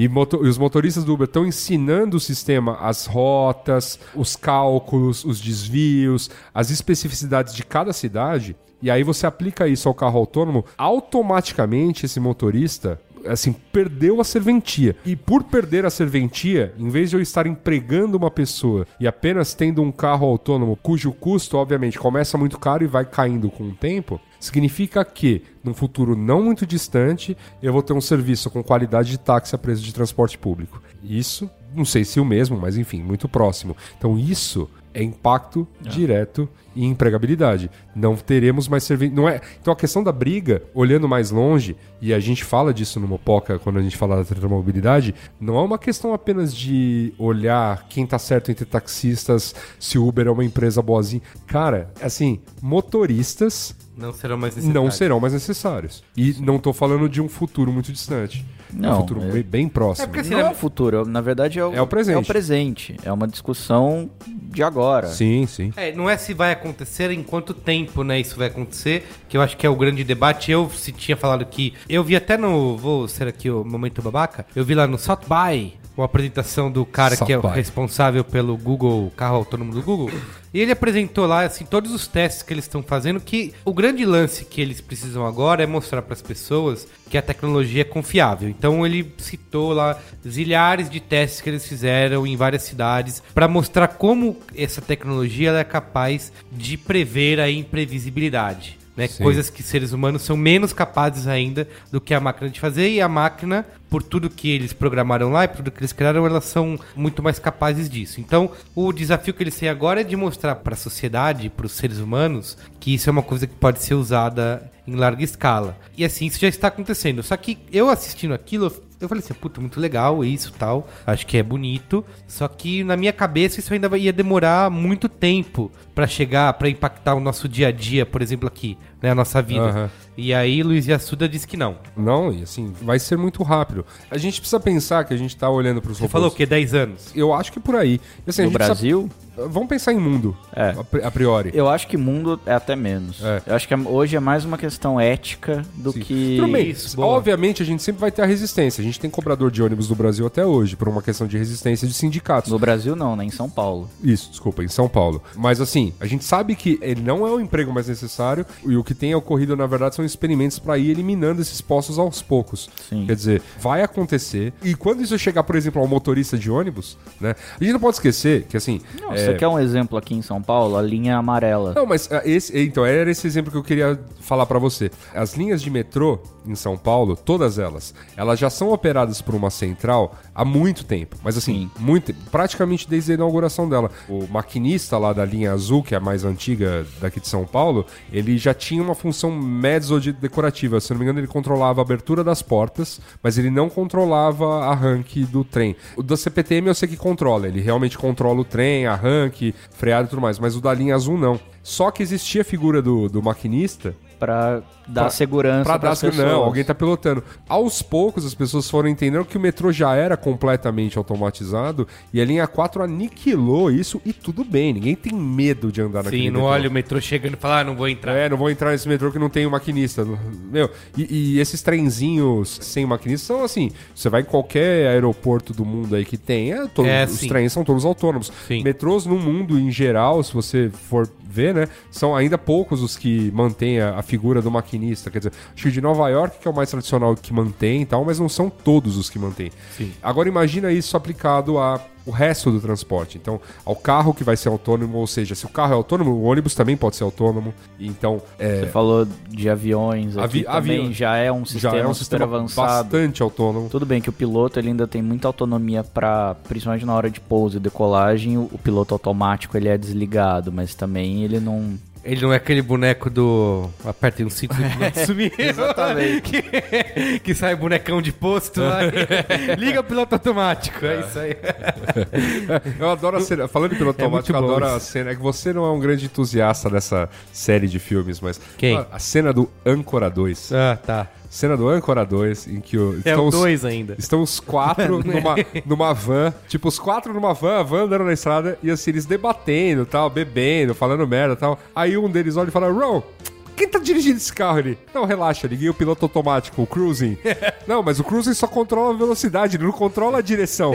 Speaker 3: E, moto- e os motoristas do Uber estão ensinando o sistema as rotas, os cálculos, os desvios, as especificidades de cada cidade. E aí você aplica isso ao carro autônomo, automaticamente esse motorista assim perdeu a serventia. E por perder a serventia, em vez de eu estar empregando uma pessoa e apenas tendo um carro autônomo cujo custo obviamente começa muito caro e vai caindo com o tempo, Significa que, num futuro não muito distante, eu vou ter um serviço com qualidade de táxi a preço de transporte público. Isso, não sei se o mesmo, mas enfim, muito próximo. Então isso é impacto direto em empregabilidade. Não teremos mais serviço. Não é. Então a questão da briga, olhando mais longe, e a gente fala disso no Mopoca quando a gente fala da transmobilidade, não é uma questão apenas de olhar quem tá certo entre taxistas, se o Uber é uma empresa boazinha. Cara, assim, motoristas
Speaker 1: Não serão mais
Speaker 3: não
Speaker 1: necessários.
Speaker 3: serão mais necessários. E não tô falando de um futuro muito distante. É
Speaker 2: Não,
Speaker 3: um futuro
Speaker 2: é-
Speaker 3: bem- bem próximo.
Speaker 1: porque assim,
Speaker 2: Não
Speaker 1: né,
Speaker 2: é o futuro, na verdade é o,
Speaker 3: É o presente.
Speaker 2: É o presente. É uma discussão de agora.
Speaker 3: Sim, sim.
Speaker 1: É, não é se vai acontecer, em quanto tempo, né, isso vai acontecer, que eu acho que é o grande debate. Eu se tinha falado que. Eu vi até no. Vou ser aqui o momento babaca. Eu vi lá no South By uma apresentação do cara
Speaker 3: South
Speaker 1: que é o
Speaker 3: By.
Speaker 1: responsável pelo Google, carro autônomo do Google. E ele apresentou lá, assim, todos os testes que eles estão fazendo, que o grande lance que eles precisam agora é mostrar para as pessoas que a tecnologia é confiável. Então ele citou lá zilhares de testes que eles fizeram em várias cidades para mostrar como essa tecnologia ela é capaz de prever a imprevisibilidade. Né?
Speaker 3: Sim.
Speaker 1: Coisas coisas que seres humanos são menos capazes ainda do que a máquina de fazer, e a máquina, por tudo que eles programaram lá e por tudo que eles criaram, elas são muito mais capazes disso. Então, o desafio que eles têm agora é de mostrar para a sociedade, para os seres humanos, que isso é uma coisa que pode ser usada em larga escala. E assim, isso já está acontecendo. Só que eu assistindo aquilo, eu eu falei assim, puta, muito legal isso tal. Acho que é bonito. Só que na minha cabeça isso ainda vai- ia demorar muito tempo pra chegar, pra impactar o nosso dia a dia, por exemplo, aqui, né? A nossa vida.
Speaker 3: Aham.
Speaker 1: E aí Luiz Yassuda disse que não.
Speaker 3: Não, e assim, vai ser muito rápido. A gente precisa pensar que a gente tá olhando pros
Speaker 1: Você falou o quê? 10 anos?
Speaker 3: Eu acho que por aí. E, assim, a
Speaker 2: No
Speaker 3: gente precisa-
Speaker 2: Brasil,
Speaker 3: Vamos pensar em mundo,
Speaker 2: É.
Speaker 3: a pri- a priori.
Speaker 2: eu acho que mundo é até menos.
Speaker 3: É.
Speaker 2: Eu acho que é- hoje é mais uma questão ética do
Speaker 3: Sim.
Speaker 2: que.
Speaker 3: Tudo bem.
Speaker 1: Isso, boa.
Speaker 3: Obviamente, a gente sempre vai ter a resistência. A gente tem cobrador de ônibus do Brasil até hoje, por uma questão de resistência de sindicatos.
Speaker 2: No Brasil não, né? Em São Paulo.
Speaker 3: Isso, desculpa, em São Paulo. Mas assim, a gente sabe que ele não é o emprego mais necessário e o que tem ocorrido, na verdade, são experimentos para ir eliminando esses postos aos poucos.
Speaker 2: Sim.
Speaker 3: Quer dizer, vai acontecer. E quando isso chegar, por exemplo, ao motorista de ônibus, né? A gente não pode esquecer que assim.
Speaker 2: Não,
Speaker 3: é,
Speaker 2: Você quer um exemplo aqui em São Paulo? A linha amarela.
Speaker 3: não, mas ah, esse, então era esse exemplo que eu queria falar pra você. As linhas de metrô em São Paulo, todas elas, elas já são operadas por uma central há muito tempo. Mas assim, muito tempo, praticamente desde a inauguração dela. O maquinista lá da linha azul, que é a mais antiga daqui de São Paulo, ele já tinha uma função mezzo de decorativa. Se não me engano, ele controlava a abertura das portas, mas ele não controlava arranque do trem. O da CPTM eu sei que controla, ele realmente controla o trem, arranque, freado e tudo mais, mas o da linha azul não. Só que existia a figura do, do maquinista
Speaker 2: Pra dar segurança
Speaker 3: pra dar
Speaker 2: pras
Speaker 3: as-
Speaker 2: pessoas.
Speaker 3: Não, alguém tá pilotando. Aos poucos as pessoas foram entendendo que o metrô já era completamente automatizado e a linha 4 aniquilou isso e tudo bem, ninguém tem medo de andar naquele
Speaker 1: Sim, não
Speaker 3: metrô.
Speaker 1: olha o metrô chegando e fala, ah, não vou entrar.
Speaker 3: É, não vou entrar nesse metrô que não tem o maquinista. Meu, e, e esses trenzinhos sem maquinista são assim: você vai em qualquer aeroporto do mundo aí que tenha, todos,
Speaker 1: É,
Speaker 3: os
Speaker 1: sim.
Speaker 3: trens são todos autônomos.
Speaker 1: Sim.
Speaker 3: Metrôs no mundo em geral, se você for ver, né, são ainda poucos os que mantêm a, a figura do maquinista. Quer dizer, acho que de Nova York que é o mais tradicional que mantém e tal, mas não são todos os que mantêm.
Speaker 1: Sim.
Speaker 3: Agora imagina isso aplicado a o resto do transporte. Então, ao carro que vai ser autônomo, ou seja, se o carro é autônomo, o ônibus também pode ser autônomo. Então, é,
Speaker 2: Você falou de aviões aqui
Speaker 3: Avi-
Speaker 2: também.
Speaker 3: avião.
Speaker 2: Já é um sistema,
Speaker 3: já é um
Speaker 2: super
Speaker 3: sistema
Speaker 2: avançado.
Speaker 3: bastante autônomo.
Speaker 2: Tudo bem que o piloto ele ainda tem muita autonomia para, principalmente na hora de pouso e decolagem, o, o piloto automático ele é desligado, mas também ele não.
Speaker 1: Ele não é aquele boneco do. Aperta em um ciclo e sumir.
Speaker 2: exatamente.
Speaker 1: que, que sai bonecão de posto lá. Liga o piloto automático. É isso aí.
Speaker 3: Eu adoro a cena. Falando em piloto
Speaker 1: É
Speaker 3: automático, eu
Speaker 1: muito bom
Speaker 3: adoro a
Speaker 1: isso.
Speaker 3: cena. É que você não é um grande entusiasta dessa série de filmes, mas.
Speaker 1: Quem?
Speaker 3: A, a cena do Âncora 2.
Speaker 1: Ah, tá.
Speaker 3: Cena do Âncora 2, em que o,
Speaker 1: É
Speaker 3: estão
Speaker 1: o
Speaker 3: os-
Speaker 1: 2 ainda.
Speaker 3: Estão os quatro numa, numa van, tipo, os quatro numa van, a van andando na estrada, e assim, eles debatendo, tal, bebendo, falando merda, tal. Aí um deles olha e fala, Ron, quem tá dirigindo esse carro ali? Não, relaxa, liguei o piloto automático, o cruising. não, mas o cruising só controla a velocidade, ele não controla a direção.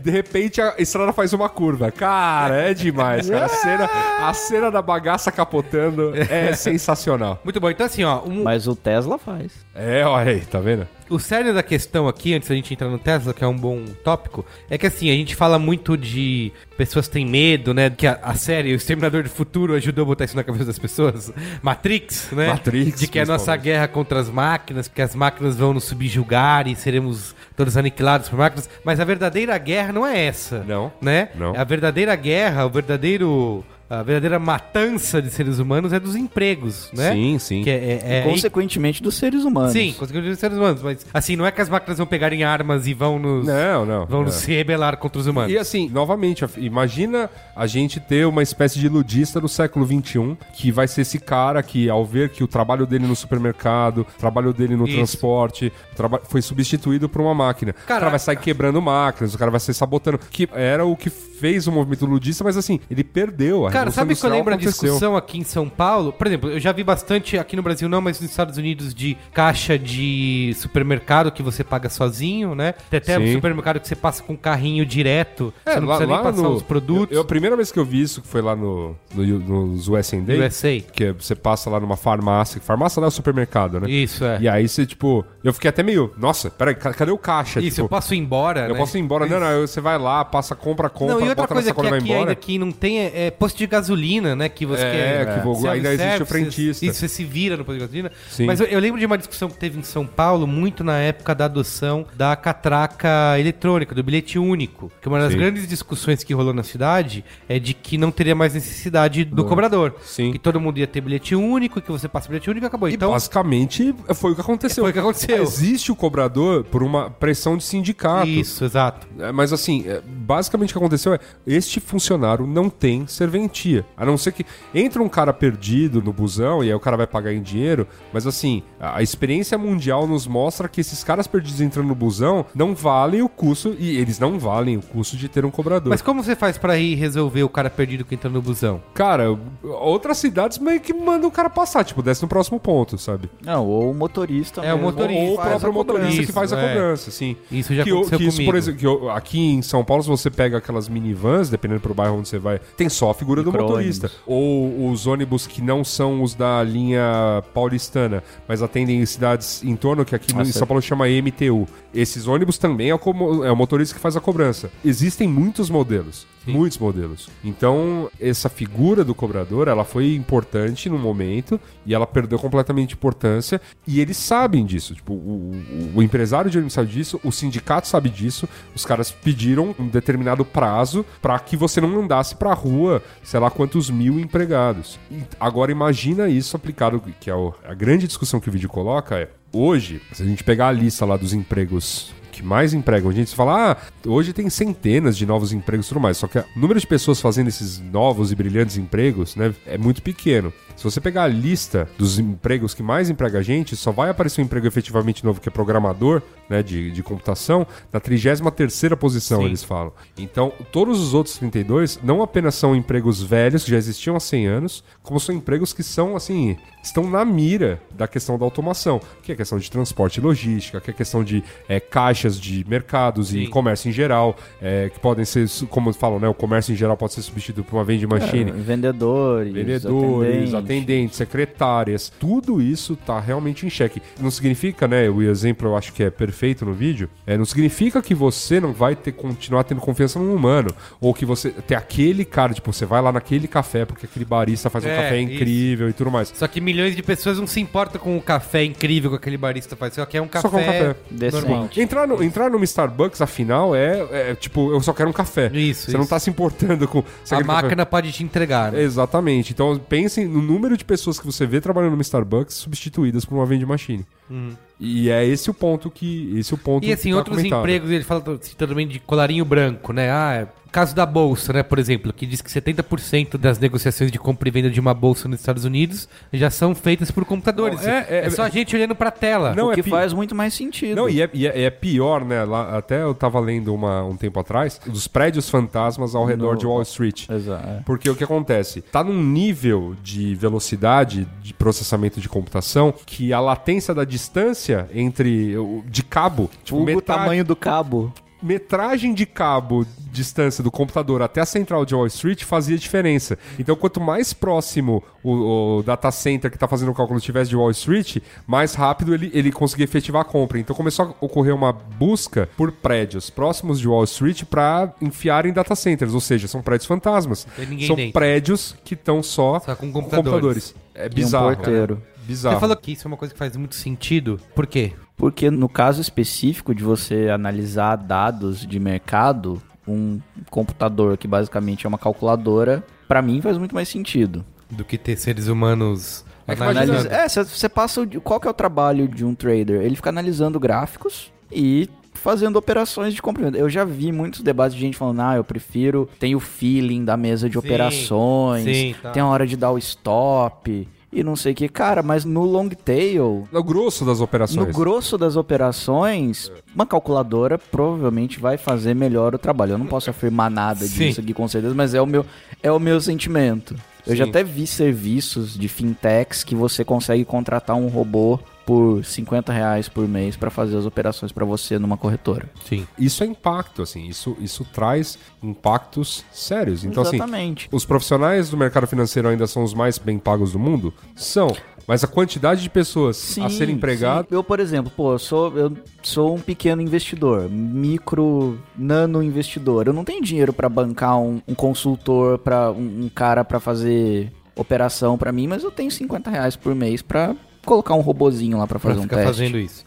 Speaker 3: De repente, a estrada faz uma curva. Cara, é demais, cara. A cena, a cena da bagaça capotando é sensacional.
Speaker 1: Muito bom, então assim, ó, um-
Speaker 2: Mas o Tesla faz.
Speaker 3: É, olha aí, tá vendo?
Speaker 1: o cerne da questão aqui, antes da gente entrar no Tesla, que é um bom tópico, é que assim, a gente fala muito de pessoas têm medo, né? Que a, a série O Exterminador do Futuro ajudou a botar isso na cabeça das pessoas. Matrix, né?
Speaker 3: Matrix,
Speaker 1: De que é a nossa
Speaker 3: principalmente.
Speaker 1: guerra contra as máquinas, porque as máquinas vão nos subjugar e seremos todos aniquilados por máquinas. Mas a verdadeira guerra não é essa.
Speaker 3: Não.
Speaker 1: Né?
Speaker 3: Não.
Speaker 1: A verdadeira guerra, o verdadeiro. A verdadeira matança de seres humanos é dos empregos, né?
Speaker 3: Sim, sim.
Speaker 1: Que é, é, é aí
Speaker 2: Consequentemente dos seres humanos.
Speaker 1: Sim, conseguiu os seres humanos, mas assim, não é que as máquinas vão pegar em armas e vão nos.
Speaker 3: Não, não.
Speaker 1: Vão
Speaker 3: não.
Speaker 1: nos se rebelar contra os humanos.
Speaker 3: E assim, novamente, af- imagina a gente ter uma espécie de ludista no século XXI, que vai ser esse cara que, ao ver que o trabalho dele no supermercado, o trabalho dele no
Speaker 1: Isso.
Speaker 3: transporte, o traba- foi substituído por uma máquina. O cara
Speaker 1: Caraca.
Speaker 3: vai sair quebrando máquinas, o cara vai sair sabotando. Que era o que fez o movimento ludista, mas assim, ele perdeu. A
Speaker 1: Cara,
Speaker 3: Revolução
Speaker 1: sabe que eu
Speaker 3: Industrial
Speaker 1: lembro a
Speaker 3: aconteceu.
Speaker 1: discussão aqui em São Paulo? Por exemplo, eu já vi bastante aqui no Brasil, não, mas nos Estados Unidos de caixa de supermercado que você paga sozinho, né? Tem até
Speaker 3: Sim. É,
Speaker 1: um supermercado que você passa com um carrinho direto, você não precisa nem passar
Speaker 3: no-
Speaker 1: os produtos.
Speaker 3: Eu, eu- a primeira vez que eu vi isso, que foi lá no, no- nos USA Day,
Speaker 1: USA.
Speaker 3: que é, você passa lá numa farmácia, farmácia lá é o supermercado, né?
Speaker 1: Isso, é.
Speaker 3: E aí você, tipo, eu fiquei até meio, nossa, peraí, ca- cadê o caixa?
Speaker 1: Isso, eu
Speaker 3: tipo,
Speaker 1: posso ir embora,
Speaker 3: eu
Speaker 1: né?
Speaker 3: posso ir embora. Não, não, você vai lá, passa, compra, compra,
Speaker 1: Não, e outra
Speaker 3: bota na
Speaker 1: coisa que
Speaker 3: sacola e vai
Speaker 1: aqui
Speaker 3: embora.
Speaker 1: ainda que não tem é, é posto de gasolina, né? Que você
Speaker 3: É,
Speaker 1: quer,
Speaker 3: que vou- ainda existe o frentista.
Speaker 1: Isso, você se vira no posto de gasolina.
Speaker 3: Sim.
Speaker 1: Mas eu, eu lembro de uma discussão que teve em São Paulo, muito na época da adoção da catraca eletrônica, do bilhete único. Que uma das
Speaker 3: Sim.
Speaker 1: grandes discussões que rolou na cidade é de que não teria mais necessidade do cobrador.
Speaker 3: É. Sim.
Speaker 1: Que todo mundo ia ter bilhete único, que você passa o bilhete único e acabou.
Speaker 3: E
Speaker 1: então,
Speaker 3: basicamente foi o que aconteceu.
Speaker 1: Foi o que aconteceu.
Speaker 3: Existe o cobrador por uma pressão de sindicato.
Speaker 1: isso, exato.
Speaker 3: É, Mas assim, é, basicamente o que aconteceu é: este funcionário não tem serventia. A não ser que entra um cara perdido no busão e aí o cara vai pagar em dinheiro. Mas assim, a a experiência mundial nos mostra que esses caras perdidos entrando no busão não valem o custo, e eles não valem o custo de ter um cobrador.
Speaker 1: Mas como você faz pra ir resolver o cara perdido que entra no busão?
Speaker 3: Cara, outras cidades meio que mandam o cara passar, tipo, desce no próximo ponto, sabe?
Speaker 2: Não, ou o motorista.
Speaker 1: É, o
Speaker 2: mesmo.
Speaker 1: motorista.
Speaker 3: Ou o
Speaker 1: faz
Speaker 3: próprio
Speaker 1: a cobrança.
Speaker 3: motorista que
Speaker 1: Isso,
Speaker 3: faz a
Speaker 1: é.
Speaker 3: cobrança, sim.
Speaker 1: Isso já
Speaker 3: que, o-
Speaker 1: aconteceu
Speaker 3: que isso, por
Speaker 1: comigo.
Speaker 3: exemplo, que o- aqui em São Paulo, se você pega aquelas minivans, dependendo pro bairro onde você vai, tem só a figura do
Speaker 2: Micro-ônibus.
Speaker 3: motorista. Ou os ônibus que não são os da linha paulistana, mas atendem em cidades em torno, que aqui no-
Speaker 2: Ah,
Speaker 3: em
Speaker 2: certo.
Speaker 3: São Paulo chama MTU. Esses ônibus também é o, como- é o motorista que faz a cobrança. Existem muitos modelos. Muitos modelos. Então, essa figura do cobrador, ela foi importante no momento e ela perdeu completamente importância. E eles sabem disso. Tipo, o, o- o empresário de ônibus sabe disso, o sindicato sabe disso. Os caras pediram um determinado prazo para que você não mandasse pra rua, sei lá quantos mil empregados. E agora, imagina isso aplicado, que é o- a grande discussão que o vídeo coloca é. Hoje, se a gente pegar a lista lá dos empregos que mais empregam gente, você fala, ah, hoje tem centenas de novos empregos e tudo mais. Só que o número de pessoas fazendo esses novos e brilhantes empregos, né, é muito pequeno. Se você pegar a lista dos empregos que mais emprega gente, só vai aparecer um emprego efetivamente novo, que é programador, né, de, de computação, na 33ª posição, eles falam. Então, todos os outros 32 não apenas são empregos velhos, que já existiam há 100 anos, como são empregos que são, assim, estão na mira da questão da automação, que é a questão de transporte e logística, que é a questão de eh, caixas de mercados e comércio em geral, eh, que podem ser, su- como falam, né, o comércio em geral pode ser substituído por uma vending machine.
Speaker 1: É.
Speaker 2: Vendedores.
Speaker 3: Vendedores,
Speaker 2: atendentes.
Speaker 3: atendentes, secretárias, tudo isso tá realmente em xeque. Não significa, né? O exemplo eu acho que é perfeito no vídeo. É, não significa que você não vai ter continuar tendo confiança num humano. Ou que você ter aquele cara, tipo, você vai lá naquele café porque aquele barista faz um
Speaker 1: É,
Speaker 3: café
Speaker 1: isso.
Speaker 3: incrível e tudo mais.
Speaker 1: Só que milhões de pessoas não se importam com o café incrível que aquele barista faz. Só quer um café.
Speaker 3: Só com café.
Speaker 2: Decente.
Speaker 1: normal.
Speaker 3: Entrar, no, entrar numa Starbucks, afinal, é, é, tipo, eu só quero um café.
Speaker 1: Isso,
Speaker 3: Você
Speaker 1: isso.
Speaker 3: não tá se importando com. se
Speaker 1: A
Speaker 3: aquele café-
Speaker 1: máquina pode te entregar. né?
Speaker 3: Exatamente. Então pensem no número de pessoas que você vê trabalhando numa Starbucks substituídas por uma vending machine.
Speaker 2: Uhum.
Speaker 3: E é esse o ponto que. Esse é o ponto
Speaker 1: E assim,
Speaker 3: que tá
Speaker 1: outros
Speaker 3: comentado.
Speaker 1: assim empregos, ele fala cita também de colarinho branco, né? Ah, é- o caso da bolsa, né, por exemplo, que diz que 70% das negociações de compra e venda de uma bolsa nos Estados Unidos já são feitas por computadores.
Speaker 3: Não, é-
Speaker 1: é,
Speaker 3: é-
Speaker 1: só a gente olhando pra tela.
Speaker 3: Não,
Speaker 2: né? o
Speaker 3: é
Speaker 2: que
Speaker 3: pi-
Speaker 2: faz muito mais sentido.
Speaker 3: Não, e é, e é- é pior, né? Lá, até eu tava lendo uma, um tempo atrás dos prédios fantasmas ao redor de Wall Street.
Speaker 2: Exato, é.
Speaker 3: Porque o que acontece? Tá num nível de velocidade de processamento de computação que a latência da distância entre o de cabo, tipo,
Speaker 2: Vulgo o
Speaker 3: metade-
Speaker 2: tamanho do cabo.
Speaker 3: metragem de cabo, distância do computador até a central de Wall Street fazia diferença. Então, quanto mais próximo o, o data center que está fazendo o cálculo tivesse de Wall Street, mais rápido ele, ele conseguia efetivar a compra. Então, começou a ocorrer uma busca por prédios próximos de Wall Street para enfiar em data centers, ou seja, são prédios fantasmas.
Speaker 1: tem ninguém
Speaker 3: são
Speaker 1: dentro.
Speaker 3: prédios que estão só,
Speaker 1: Só com computadores.
Speaker 3: É bizarro.
Speaker 2: um porteiro.
Speaker 3: cara. Bizarro.
Speaker 1: Você falou que isso é uma coisa que faz muito sentido. Por quê?
Speaker 2: Porque no caso específico de você analisar dados de mercado, um computador que basicamente é uma calculadora, pra mim faz muito mais sentido.
Speaker 1: Do que ter seres humanos
Speaker 3: É que
Speaker 1: analisando.
Speaker 3: imagina-
Speaker 2: Analisa- É, você- você passa. o di- Qual que é o trabalho de um trader? Ele fica analisando gráficos e fazendo operações de compra. e venda. Eu já vi muitos debates de gente falando, ah, eu prefiro, tem o feeling da mesa de
Speaker 1: Sim,
Speaker 2: operações,
Speaker 1: sim, tá.
Speaker 2: tem a hora de dar o stop e não sei o que. Cara, mas no long tail,
Speaker 3: É o grosso das
Speaker 2: no
Speaker 3: operações. É.
Speaker 2: grosso das operações, uma calculadora provavelmente vai fazer melhor o trabalho. Eu não posso afirmar nada
Speaker 1: Sim.
Speaker 2: disso aqui com certeza, mas é o meu, é o meu sentimento. Eu já
Speaker 3: Sim.
Speaker 2: até vi serviços de fintechs que você consegue contratar um robô por 50 reais por mês pra fazer as operações pra você numa corretora.
Speaker 1: Sim.
Speaker 3: Isso é impacto, assim, isso, isso traz impactos sérios. Então, assim,
Speaker 2: Exatamente.
Speaker 3: Os profissionais do mercado financeiro ainda são os mais bem pagos do mundo? São. Mas a quantidade de pessoas a serem empregadas.
Speaker 2: sim. Eu, por exemplo, pô, eu sou, eu sou um pequeno investidor, micro, nano investidor. Eu não tenho dinheiro pra bancar um, um consultor, para um, um cara pra fazer operação pra mim, mas eu tenho 50 reais por mês pra colocar um robozinho lá pra
Speaker 1: Pra
Speaker 2: fazer um
Speaker 1: ficar
Speaker 2: teste.
Speaker 1: fazendo isso.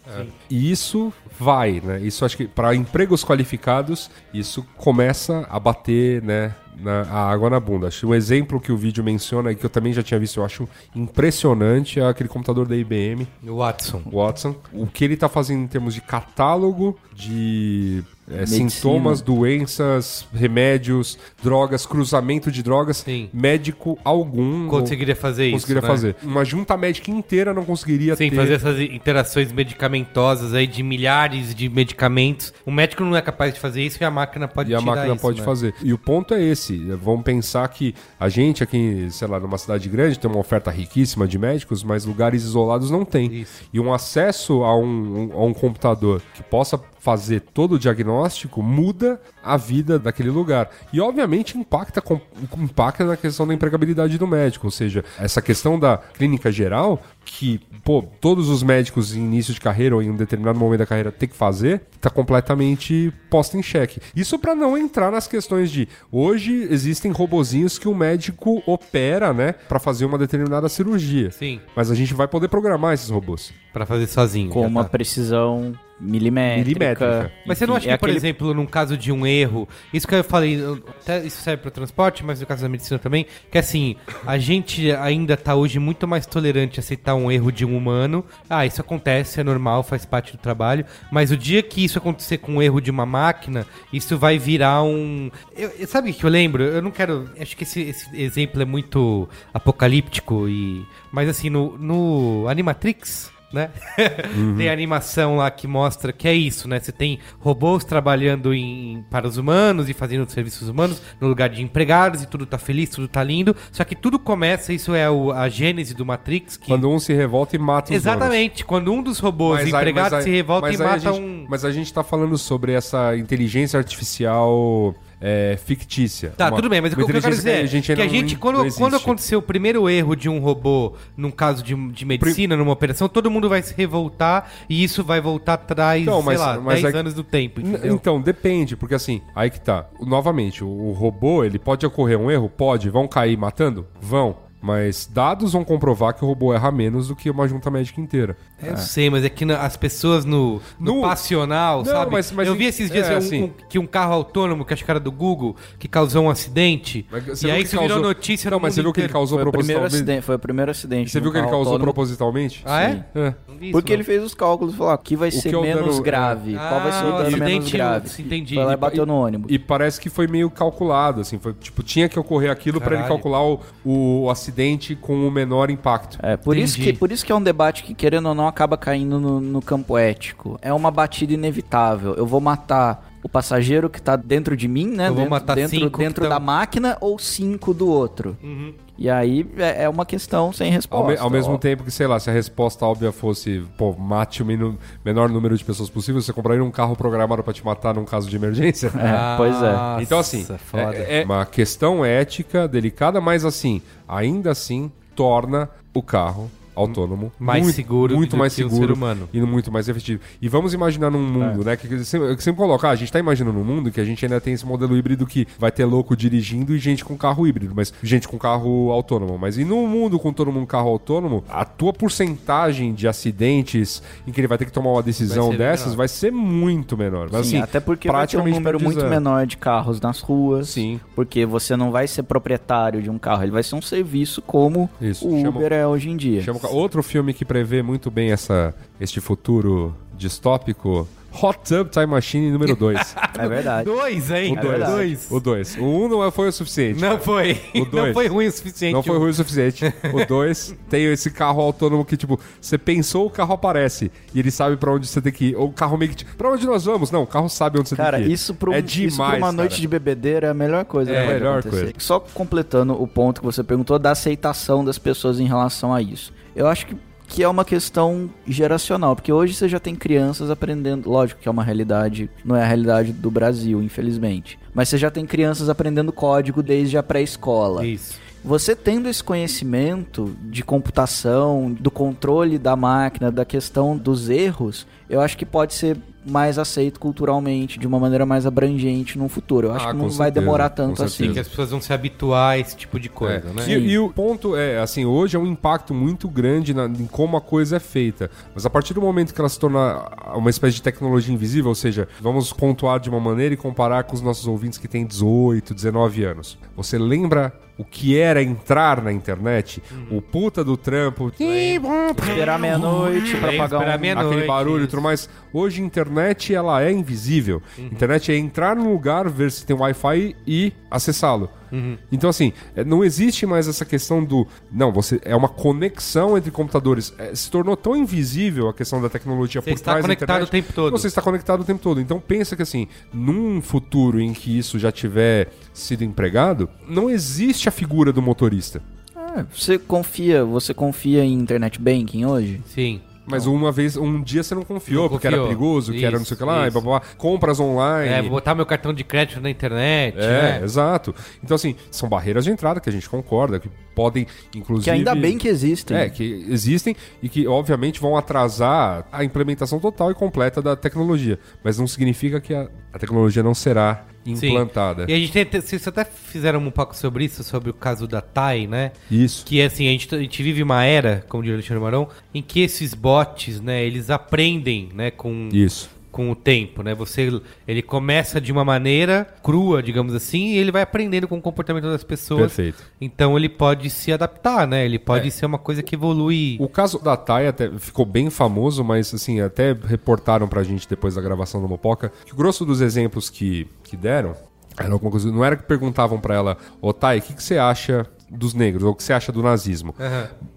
Speaker 3: E isso vai, né? Isso acho que para empregos qualificados, isso começa a bater, né? Na, a água na bunda. Acho que um exemplo que o vídeo menciona e que eu também já tinha visto, eu acho impressionante, é aquele computador da IBM,
Speaker 1: É. O Watson.
Speaker 3: Watson. O que ele tá fazendo em termos de catálogo de é,
Speaker 2: Medicina.
Speaker 3: sintomas, doenças, remédios, drogas, cruzamento de drogas.
Speaker 1: Sim.
Speaker 3: Médico algum
Speaker 1: Conseguiria fazer
Speaker 3: não
Speaker 1: isso.
Speaker 3: conseguiria
Speaker 1: né?
Speaker 3: fazer. Uma junta médica inteira não conseguiria
Speaker 1: Sim,
Speaker 3: ter.
Speaker 1: fazer essas interações medicamentosas aí de milhares de medicamentos. O médico não é capaz de fazer isso e a máquina pode
Speaker 3: E a
Speaker 1: tirar
Speaker 3: máquina
Speaker 1: isso,
Speaker 3: pode
Speaker 1: né?
Speaker 3: fazer. E o ponto é esse. Vamos pensar que a gente aqui, sei lá, numa cidade grande, tem uma oferta riquíssima de médicos, mas lugares isolados não tem.
Speaker 1: Isso.
Speaker 3: E um acesso a um, um- a um computador que possa fazer todo o diagnóstico muda a vida daquele lugar. E, obviamente, impacta, com- impacta na questão da empregabilidade do médico. Ou seja, essa questão da clínica geral, que, pô, todos os médicos em início de carreira ou em um determinado momento da carreira tem que fazer, tá completamente posta em xeque. Isso para não entrar nas questões de hoje existem robozinhos que o médico opera, né, para fazer uma determinada cirurgia.
Speaker 1: Sim,
Speaker 3: Mas a gente vai poder programar esses robôs.
Speaker 1: pra fazer sozinho.
Speaker 2: Com
Speaker 1: já
Speaker 2: uma
Speaker 1: tá.
Speaker 2: precisão milimétrica.
Speaker 3: Milimétrica.
Speaker 1: Mas você não acha
Speaker 2: Enfim, é
Speaker 1: que, por
Speaker 2: aquele-
Speaker 1: exemplo, num caso de um erro, isso que eu falei, eu- até isso serve para transporte, mas no caso da medicina também, que assim, a gente ainda tá hoje muito mais tolerante a aceitar um erro de um humano. Ah, isso acontece, é normal, faz parte do trabalho. Mas o dia que isso acontecer com um erro de uma máquina, isso vai virar um. Eu- eu- sabe o que eu lembro? Eu não quero. Acho que esse, esse exemplo é muito apocalíptico e. Mas assim, no, no Animatrix né? tem a animação lá que mostra que é isso, né? Você tem robôs trabalhando em, para os humanos e fazendo os serviços humanos no lugar de empregados e tudo tá feliz, tudo tá lindo. Só que tudo começa, isso é o- a gênese do Matrix. Que,
Speaker 3: Quando um se revolta e mata os donos.
Speaker 1: exatamente, quando um dos robôs
Speaker 3: aí-
Speaker 1: empregados
Speaker 3: aí-
Speaker 1: se revolta e
Speaker 3: mas aí a
Speaker 1: mata
Speaker 3: gente-
Speaker 1: um.
Speaker 3: Mas a gente tá falando sobre essa inteligência artificial é, fictícia.
Speaker 1: Tá,
Speaker 3: Uma-
Speaker 1: tudo bem, mas o
Speaker 3: uma
Speaker 1: que eu quero
Speaker 3: inteligência
Speaker 1: dizer é
Speaker 3: a gente
Speaker 1: que
Speaker 3: ainda
Speaker 1: a
Speaker 3: não-
Speaker 1: gente,
Speaker 3: não
Speaker 1: quando,
Speaker 3: existe.
Speaker 1: quando aconteceu o primeiro erro de um robô num caso de, de medicina, numa operação, todo mundo vai se revoltar e isso vai voltar atrás,
Speaker 3: Então, mas-
Speaker 1: sei lá,
Speaker 3: mas
Speaker 1: 10
Speaker 3: é-
Speaker 1: anos do tempo,
Speaker 3: N-
Speaker 1: entendeu?
Speaker 3: Então, depende, porque assim, aí que tá. Novamente, o, o robô, ele pode ocorrer um erro? Pode. Vão cair matando? Vão. Mas dados vão comprovar que o robô erra menos do que uma junta médica inteira.
Speaker 1: Eu sei, mas é que na- as pessoas no, no,
Speaker 3: No-
Speaker 1: passional,
Speaker 3: Não,
Speaker 1: sabe?
Speaker 3: mas- mas
Speaker 1: eu
Speaker 3: em-
Speaker 1: vi esses dias
Speaker 3: é,
Speaker 1: um-
Speaker 3: assim.
Speaker 1: um- que um carro autônomo, que acho que era do Google, que causou um acidente.
Speaker 3: Mas você
Speaker 1: e
Speaker 3: viu
Speaker 1: aí
Speaker 3: que
Speaker 1: isso
Speaker 3: causou-
Speaker 1: virou notícia
Speaker 3: Não,
Speaker 1: no
Speaker 3: mas você
Speaker 1: mundo
Speaker 3: viu que ele
Speaker 1: inteiro.
Speaker 3: causou
Speaker 2: Foi o, primeiro
Speaker 3: propositalmente?
Speaker 2: acidente, foi o primeiro acidente.
Speaker 3: Você
Speaker 2: num
Speaker 3: viu que ele
Speaker 2: carro
Speaker 3: causou
Speaker 2: autônomo,
Speaker 3: propositalmente?
Speaker 1: Ah, é?
Speaker 2: Sim.
Speaker 3: É.
Speaker 2: Porque ele fez os cálculos, falou ó, que vai ser
Speaker 3: que é o
Speaker 2: menos
Speaker 3: dano-
Speaker 2: grave, qual vai ser o
Speaker 1: Ah,
Speaker 2: dano menos
Speaker 1: acidente,
Speaker 2: grave.
Speaker 1: entendi.
Speaker 2: Foi lá e
Speaker 1: Ele-
Speaker 2: bateu no ônibus.
Speaker 3: E parece que foi meio calculado, assim, foi tipo, tinha que ocorrer aquilo pra ele
Speaker 1: Caralho.
Speaker 3: calcular o, o acidente com o menor impacto.
Speaker 2: É, por isso,
Speaker 1: Entendi.
Speaker 2: que, por isso que é um debate que, querendo ou não, acaba caindo no, no campo ético. É uma batida inevitável. Eu vou matar o passageiro que tá dentro de mim, né?
Speaker 1: Eu vou
Speaker 2: dentro
Speaker 1: matar
Speaker 2: dentro,
Speaker 1: cinco que
Speaker 2: dentro
Speaker 1: tão-
Speaker 2: da máquina ou cinco do outro. E aí é, é uma questão sem
Speaker 3: Ao,
Speaker 2: resposta.
Speaker 3: me- ao mesmo
Speaker 2: ó.
Speaker 3: tempo que, sei lá, se a resposta óbvia fosse, pô, mate o minu- menor número de pessoas possível, você compraria um carro programado pra te matar num caso de emergência.
Speaker 2: É, pois é.
Speaker 3: Então, assim,
Speaker 1: Nossa, foda.
Speaker 3: é, é uma questão ética delicada, mas, assim, ainda assim, torna o carro autônomo
Speaker 1: Mais
Speaker 3: muito,
Speaker 1: seguro
Speaker 3: muito
Speaker 1: do
Speaker 3: mais
Speaker 1: que o
Speaker 3: seguro
Speaker 1: ser humano. É.
Speaker 3: e muito mais efetivo. E vamos imaginar num mundo, né? Que, que sempre, que sempre coloca, ah, a gente tá imaginando num mundo que a gente ainda tem esse modelo híbrido que vai ter louco dirigindo e gente com carro híbrido, mas gente com carro autônomo. Mas e num mundo com todo mundo carro autônomo, a tua porcentagem de acidentes em que ele vai ter que tomar uma decisão
Speaker 1: ser
Speaker 3: dessas
Speaker 1: menor.
Speaker 3: vai ser muito menor. Mas,
Speaker 2: Sim,
Speaker 3: assim,
Speaker 2: até porque vai ter um número muito
Speaker 3: praticamente
Speaker 2: menor de carros nas ruas.
Speaker 3: Sim.
Speaker 2: Porque você não vai ser proprietário de um carro, ele vai ser um serviço como
Speaker 3: Isso,
Speaker 2: o
Speaker 3: chama-
Speaker 2: Uber é hoje em dia.
Speaker 3: Chama- outro filme que prevê muito bem essa, este futuro distópico, Hot Tub Time Machine número 2.
Speaker 2: É verdade.
Speaker 1: Dois, hein?
Speaker 3: o
Speaker 2: É
Speaker 3: 2.
Speaker 2: verdade.
Speaker 3: o 2. O 1 um não foi o suficiente.
Speaker 1: Não foi.
Speaker 3: O
Speaker 1: Não
Speaker 3: dois.
Speaker 1: foi ruim o suficiente.
Speaker 3: Não foi ruim o suficiente. O 2 tem esse carro autônomo que, tipo, você pensou, o carro aparece. E ele sabe pra onde você tem que ir. Ou o carro meio que. Te... Pra onde nós vamos? Não, o carro sabe onde você
Speaker 2: Cara,
Speaker 3: tem que ir.
Speaker 2: isso pra, um-
Speaker 3: É
Speaker 2: isso pra
Speaker 3: demais,
Speaker 2: uma
Speaker 3: cara.
Speaker 2: noite de bebedeira é a melhor coisa.
Speaker 3: É
Speaker 2: que
Speaker 3: a
Speaker 2: pode
Speaker 3: melhor
Speaker 2: acontecer.
Speaker 3: coisa.
Speaker 2: Só completando o ponto que você perguntou da aceitação das pessoas em relação a isso. Eu acho que, que é uma questão geracional, porque hoje você já tem crianças aprendendo. Lógico que é uma realidade, não é a realidade do Brasil, infelizmente. Mas você já tem crianças aprendendo código desde a pré-escola.
Speaker 1: Isso.
Speaker 2: Você tendo esse conhecimento de computação, do controle da máquina, da questão dos erros, eu acho que pode ser mais aceito culturalmente, de uma maneira mais abrangente no futuro. Eu acho
Speaker 3: Ah,
Speaker 2: que
Speaker 3: com
Speaker 2: não vai
Speaker 3: certeza,
Speaker 2: demorar
Speaker 3: com
Speaker 2: tanto assim.
Speaker 3: certeza.
Speaker 1: Que as pessoas vão se habituar a esse tipo de coisa,
Speaker 3: É.
Speaker 1: né?
Speaker 3: E, e o ponto é, assim, hoje é um impacto muito grande na- em como a coisa é feita. Mas a partir do momento que ela se torna uma espécie de tecnologia invisível, ou seja, vamos pontuar de uma maneira e comparar com os nossos ouvintes que têm 18, 19 anos. Você lembra o que era entrar na internet?
Speaker 1: Uhum.
Speaker 3: O puta do trampo. Ih, bom,
Speaker 2: Esperar meia-noite pra
Speaker 1: Tem que
Speaker 2: pagar
Speaker 1: É, esperar
Speaker 2: um...
Speaker 1: meia-noite.
Speaker 3: aquele barulho e
Speaker 1: isso. Uhum.
Speaker 3: tudo mais. Hoje a internet ela é invisível. Internet é entrar num lugar, ver se tem Wi-Fi e acessá-lo.
Speaker 1: Uhum.
Speaker 3: Então, assim, é, não existe mais essa questão do. Não, você é uma conexão entre computadores. É, se tornou tão invisível a questão da tecnologia
Speaker 1: Você
Speaker 3: por
Speaker 1: está
Speaker 3: trás da
Speaker 1: conectado
Speaker 3: internet.
Speaker 1: o tempo todo.
Speaker 3: Você está conectado o tempo todo. Então pensa que assim, num futuro em que isso já tiver sido empregado, não existe a figura do motorista.
Speaker 2: Ah, Você confia, você confia em internet banking hoje?
Speaker 1: Sim.
Speaker 3: Mas uma vez, um dia você não confiou,
Speaker 1: Não
Speaker 3: porque era
Speaker 1: confiou.
Speaker 3: perigoso, que era não
Speaker 1: Isso,
Speaker 3: sei o que lá, e
Speaker 1: isso.
Speaker 3: blá, blá, blá. compras online.
Speaker 1: É, vou botar meu cartão de crédito na internet,
Speaker 3: É,
Speaker 1: né?
Speaker 3: exato. Então, assim, são barreiras de entrada que a gente concorda, que podem, inclusive.
Speaker 2: Que ainda bem que né? existem.
Speaker 3: É, que existem e que, obviamente, vão atrasar a implementação total e completa da tecnologia. Mas não significa que a, a tecnologia não será
Speaker 1: Sim.
Speaker 3: implantada.
Speaker 1: E a gente tem, vocês até fizeram um pouco sobre isso, sobre o caso da Thay, né?
Speaker 3: Isso.
Speaker 1: Que assim, a gente, a gente vive uma era, como diz o Alexandre Marão, em que esses bots, né, eles aprendem, né, com,
Speaker 3: Isso.
Speaker 1: com o tempo, né? Você, ele começa de uma maneira crua, digamos assim, e ele vai aprendendo com o comportamento das pessoas.
Speaker 3: Perfeito. É.
Speaker 1: Então ele pode se adaptar, né? Ele pode ser uma coisa que evolui.
Speaker 3: O caso da Thay até ficou bem famoso, mas assim, até reportaram pra gente depois da gravação do Mopoca que o grosso dos exemplos que, que deram era alguma coisa. Não era que perguntavam pra ela, ô Thay, o que, que você acha dos negros? Ou o que você acha do nazismo?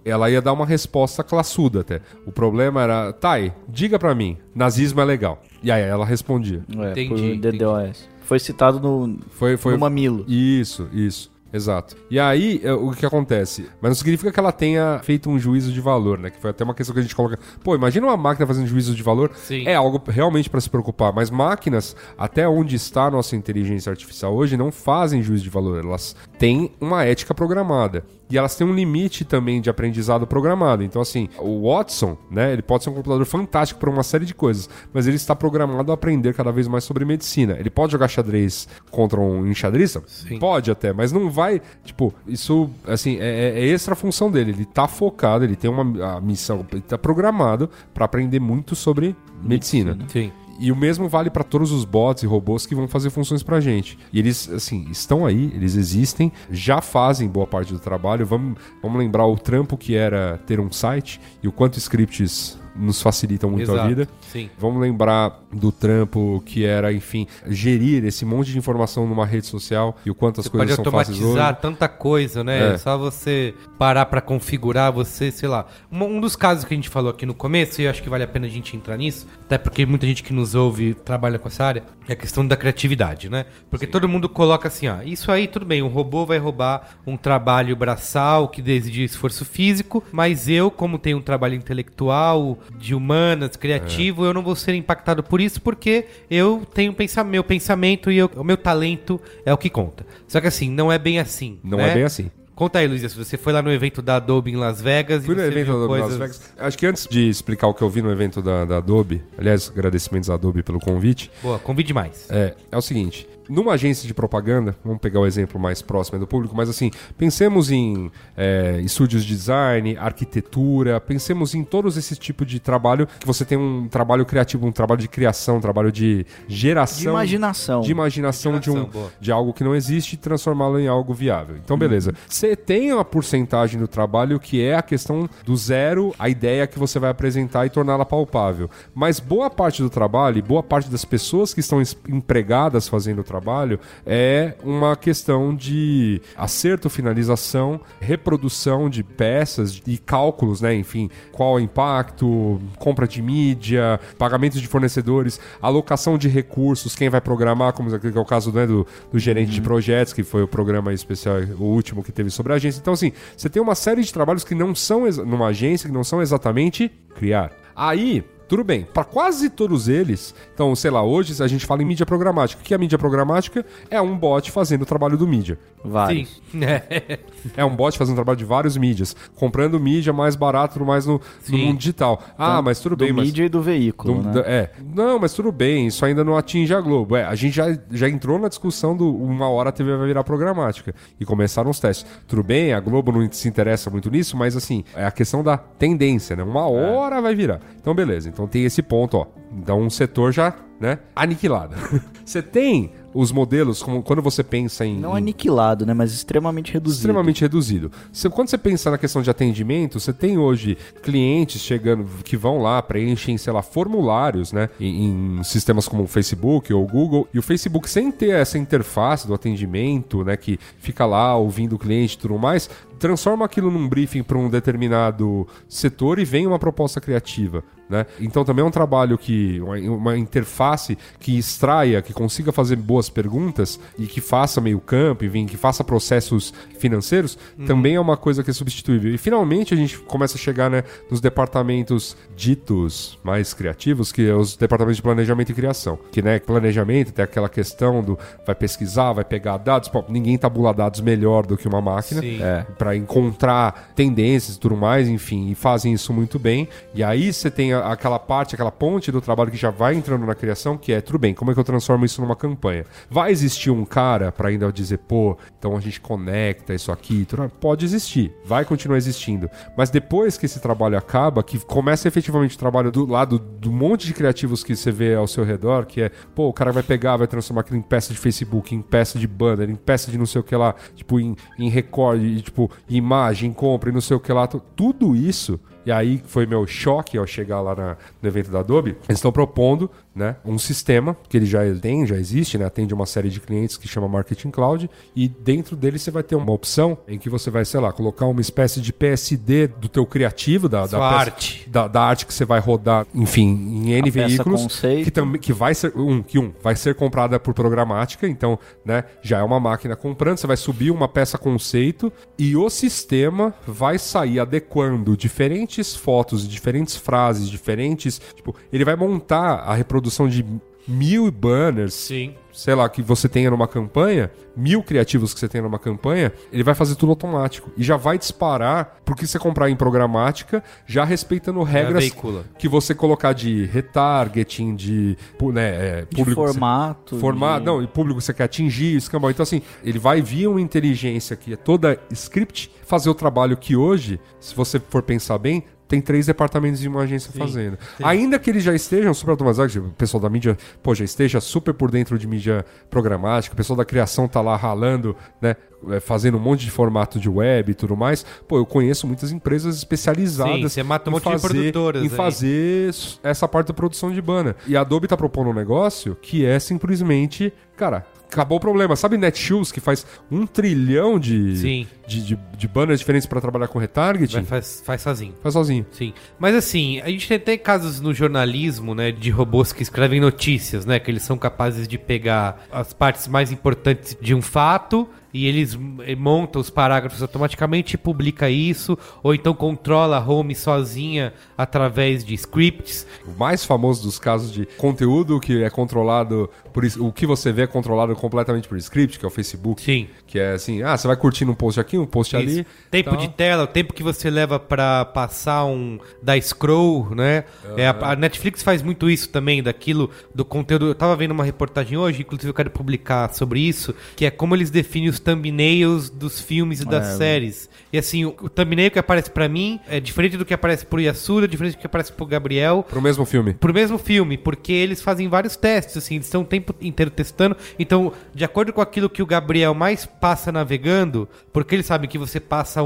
Speaker 3: Ela ia dar uma resposta classuda até. O problema era, Thay, diga pra mim, nazismo é legal. E aí ela respondia.
Speaker 2: É,
Speaker 1: Entendi,
Speaker 2: por
Speaker 1: entendi.
Speaker 2: DDoS. Foi citado no,
Speaker 3: Foi, foi...
Speaker 2: no mamilo.
Speaker 3: Isso, isso. Exato. E aí, é, o que acontece? Mas não significa que ela tenha feito um juízo de valor, né? Que foi até uma questão que a gente coloca. Pô, imagina uma máquina fazendo juízo de valor.
Speaker 1: Sim.
Speaker 3: É algo realmente pra se preocupar. Mas máquinas, até onde está a nossa inteligência artificial hoje, não fazem juízo de valor. Elas têm uma ética programada. E elas têm um limite também de aprendizado programado. Então, assim, o Watson, né, ele pode ser um computador fantástico para uma série de coisas, mas ele está programado a aprender cada vez mais sobre medicina. Ele pode jogar xadrez contra um enxadrista? Sim. Pode até, mas não vai. Tipo, isso, assim, é, é extra função dele. Ele tá focado, ele tem uma a missão, ele tá programado para aprender muito sobre medicina.
Speaker 1: Sim.
Speaker 3: E o mesmo vale para todos os bots e robôs que vão fazer funções pra gente. E eles, assim, estão aí, eles existem, já fazem boa parte do trabalho. Vamos, vamos lembrar o trampo que era ter um site e o quanto scripts nos facilitam muito a
Speaker 1: Exato,
Speaker 3: vida.
Speaker 1: sim.
Speaker 3: Vamos lembrar do trampo que era, enfim, gerir esse monte de informação numa rede social e o quanto as
Speaker 1: Você pode
Speaker 3: coisas são fáceis hoje.
Speaker 1: automatizar tanta coisa, né?
Speaker 3: É.
Speaker 1: Só você parar pra configurar, você, sei lá. Um, um dos casos que a gente falou aqui no começo, e eu acho que vale a pena a gente entrar nisso, até porque muita gente que nos ouve trabalha com essa área, é a questão da criatividade, né? Porque todo mundo coloca assim, ó, isso aí tudo bem, um robô vai roubar um trabalho braçal que exige esforço físico, mas eu, como tenho um trabalho intelectual, de humanas, criativo, eu não vou ser impactado por isso porque eu tenho um pensa meu pensamento e eu- o meu talento é o que conta. Só que assim, não é bem assim.
Speaker 3: Não
Speaker 1: né?
Speaker 3: é bem assim.
Speaker 1: Conta aí, Luiz, se você foi lá no evento da Adobe em Las Vegas
Speaker 3: Fui
Speaker 1: e
Speaker 3: no
Speaker 1: você
Speaker 3: evento da
Speaker 1: viu
Speaker 3: Adobe
Speaker 1: tipo coisas...
Speaker 3: Las Vegas. Acho que antes de explicar o que eu vi no evento da, da Adobe, aliás, agradecimentos à Adobe pelo convite,
Speaker 1: Boa, convide mais.
Speaker 3: é, é o seguinte: numa agência de propaganda, vamos pegar o exemplo mais próximo aí do público, mas assim, pensemos em é, estúdios de design, arquitetura, pensemos em todos esses tipos de trabalho que você tem um trabalho criativo, um trabalho de criação, um trabalho de geração.
Speaker 2: De imaginação.
Speaker 3: De imaginação, de, um,
Speaker 1: Imaginação, boa. Uhum.
Speaker 3: de algo que não existe e transformá-lo em algo viável. Então, beleza. Você tem uma porcentagem do trabalho que é a questão do zero, a ideia que você vai apresentar e torná-la palpável. Mas boa parte do trabalho e boa parte das pessoas que estão es- empregadas fazendo o trabalho é uma questão de acerto, finalização, reprodução de peças e cálculos, né? Enfim, qual é o impacto, compra de mídia, pagamento de fornecedores, alocação de recursos, quem vai programar, como que é o caso né, do, do gerente
Speaker 2: Uhum.
Speaker 3: de projetos, que foi o programa especial, o último que teve sobre a agência. Então, assim, você tem uma série de trabalhos que não são exa- numa agência, que não são exatamente criar. Aí. Tudo bem, para quase todos eles, então, sei lá, hoje a gente fala em mídia programática. O que é mídia programática? É um bot fazendo o trabalho do mídia.
Speaker 2: Vários.
Speaker 1: É.
Speaker 3: É um bot fazendo trabalho de vários mídias, comprando mídia mais barato, mais no, no mundo digital. Ah, mas tudo
Speaker 2: Então, Do
Speaker 3: bem, mas.
Speaker 2: mídia e do veículo,
Speaker 3: do-
Speaker 2: né?
Speaker 3: da- É. Não, mas tudo bem, isso ainda não atinge a Globo. É, a gente já, já entrou na discussão do uma hora a TV vai virar programática. E começaram os testes. Tudo bem, a Globo não se interessa muito nisso, mas assim, é a questão da tendência, né? Uma
Speaker 2: É.
Speaker 3: hora vai virar. Então, beleza. Então tem esse ponto, ó. Então um setor já, né, aniquilado. Você tem os modelos, como quando você pensa em.
Speaker 2: Não
Speaker 3: em
Speaker 2: aniquilado, né? Mas extremamente reduzido.
Speaker 3: extremamente reduzido. Você- quando você pensa na questão de atendimento, você tem hoje clientes chegando que vão lá, preenchem, sei lá, formulários, né? Em, em sistemas como o Facebook ou o Google. E o Facebook, sem ter essa interface do atendimento, né? Que fica lá ouvindo o cliente e tudo mais, transforma aquilo num briefing para um determinado setor e vem uma proposta criativa. Né? Então também é um trabalho que uma, uma interface que extraia, que consiga fazer boas perguntas e que faça meio campo, enfim, que faça processos financeiros, também é uma coisa que é substituível. E finalmente a gente começa a chegar né, nos departamentos ditos mais criativos, que é os departamentos de planejamento e criação. Que né, planejamento tem aquela questão do vai pesquisar, vai pegar dados, pô, ninguém tabula dados melhor do que uma máquina
Speaker 1: Sim.
Speaker 3: para É. encontrar tendências e tudo mais, enfim, e fazem isso muito bem. E aí você tem a- aquela parte, aquela ponte do trabalho que já vai entrando na criação, que é tudo bem, como é que eu transformo isso numa campanha? Vai existir um cara para ainda dizer, pô, então a gente conecta isso aqui, e tudo? pode existir, vai continuar existindo. Mas depois que esse trabalho acaba, que começa efetivamente o trabalho do lado do monte de criativos que você vê ao seu redor, que é, pô, o cara vai pegar, vai transformar aquilo em peça de Facebook, em peça de banner, em peça de não sei o que lá, tipo, em, em recorde, e, tipo, imagem, compra e não sei o que lá. tu- Tudo isso. E aí foi meu choque ao chegar lá na- no evento da Adobe. Eles estão propondo né, um sistema que ele já tem, já existe, né, atende uma série de clientes que chama Marketing Cloud. E dentro dele você vai ter uma opção em que você vai, sei lá, colocar uma espécie de PSD do teu criativo, da, da
Speaker 1: Sua
Speaker 3: peça-
Speaker 1: arte.
Speaker 3: da, da arte que você vai rodar, enfim, em N
Speaker 2: peça
Speaker 3: veículos.
Speaker 2: conceito.
Speaker 3: Que, também que vai ser. Um, que um, vai ser comprada por programática, então, né, já é uma máquina comprando, você vai subir uma peça conceito e o sistema vai sair adequando diferentes fotos, diferentes frases, diferentes. Tipo, ele vai montar a reprodução de mil banners,
Speaker 1: Sim.
Speaker 3: sei lá, que você tenha numa campanha, mil criativos que você tenha numa campanha, ele vai fazer tudo automático. E já vai disparar pro que você comprar em programática, já respeitando regras
Speaker 1: veicula.
Speaker 3: que você colocar de retargeting, de, pu- né, é,
Speaker 2: De
Speaker 3: público. que você-
Speaker 2: formato.
Speaker 3: Formar,
Speaker 2: de-
Speaker 3: não, e público que você quer atingir, escambau. Então, assim, ele vai via uma inteligência que é toda script fazer o trabalho que hoje, se você for pensar bem, tem três departamentos de uma agência fazendo. Ainda que eles já estejam super automatizados, tipo, o pessoal da mídia, pô, já esteja super por dentro de mídia programática, o pessoal da criação tá lá ralando, né? é, Fazendo um monte de formato de web e tudo mais. Pô, eu conheço muitas empresas especializadas.
Speaker 1: Sim, você mata um
Speaker 3: em
Speaker 1: monte de
Speaker 3: fazer-
Speaker 1: produtoras
Speaker 3: Em
Speaker 1: aí.
Speaker 3: fazer fazer s- essa parte da produção de banner. E a Adobe tá propondo um negócio que é simplesmente, cara, acabou o problema. Sabe Netshoes que faz um trilhão de,
Speaker 1: Sim.
Speaker 3: de, de, de banners diferentes pra trabalhar com retargeting?
Speaker 1: Vai, faz, faz sozinho.
Speaker 3: Faz sozinho.
Speaker 1: Sim. Mas assim, a gente tem até casos no jornalismo, né, de robôs que escrevem notícias, né, que eles são capazes de pegar as partes mais importantes de um fato e eles eh, montam os parágrafos automaticamente e publica isso, ou então controla a home sozinha através de scripts.
Speaker 3: O mais famoso dos casos de conteúdo que é controlado por is- o que você vê é controlado completamente por script, que é o Facebook.
Speaker 1: Sim.
Speaker 3: Que é assim, ah, você vai curtindo um post aqui, um post ali. então-
Speaker 1: Isso. Tempo
Speaker 3: tal.
Speaker 1: de tela, o tempo que você leva pra passar um da scroll, né? É, a, a Netflix faz muito isso também, daquilo do conteúdo. Eu tava vendo uma reportagem hoje, inclusive eu quero publicar sobre isso, que é como eles definem os thumbnails dos filmes e
Speaker 3: É,
Speaker 1: das séries. E assim, o, o thumbnail que aparece pra mim é diferente do que aparece pro Yasuda, diferente do que aparece pro Gabriel,
Speaker 3: Pro mesmo filme.
Speaker 1: pro mesmo filme, porque eles fazem vários testes, assim, eles estão o tempo inteiro testando. Então, de acordo com aquilo que o Gabriel mais passa navegando, porque ele sabe que você passa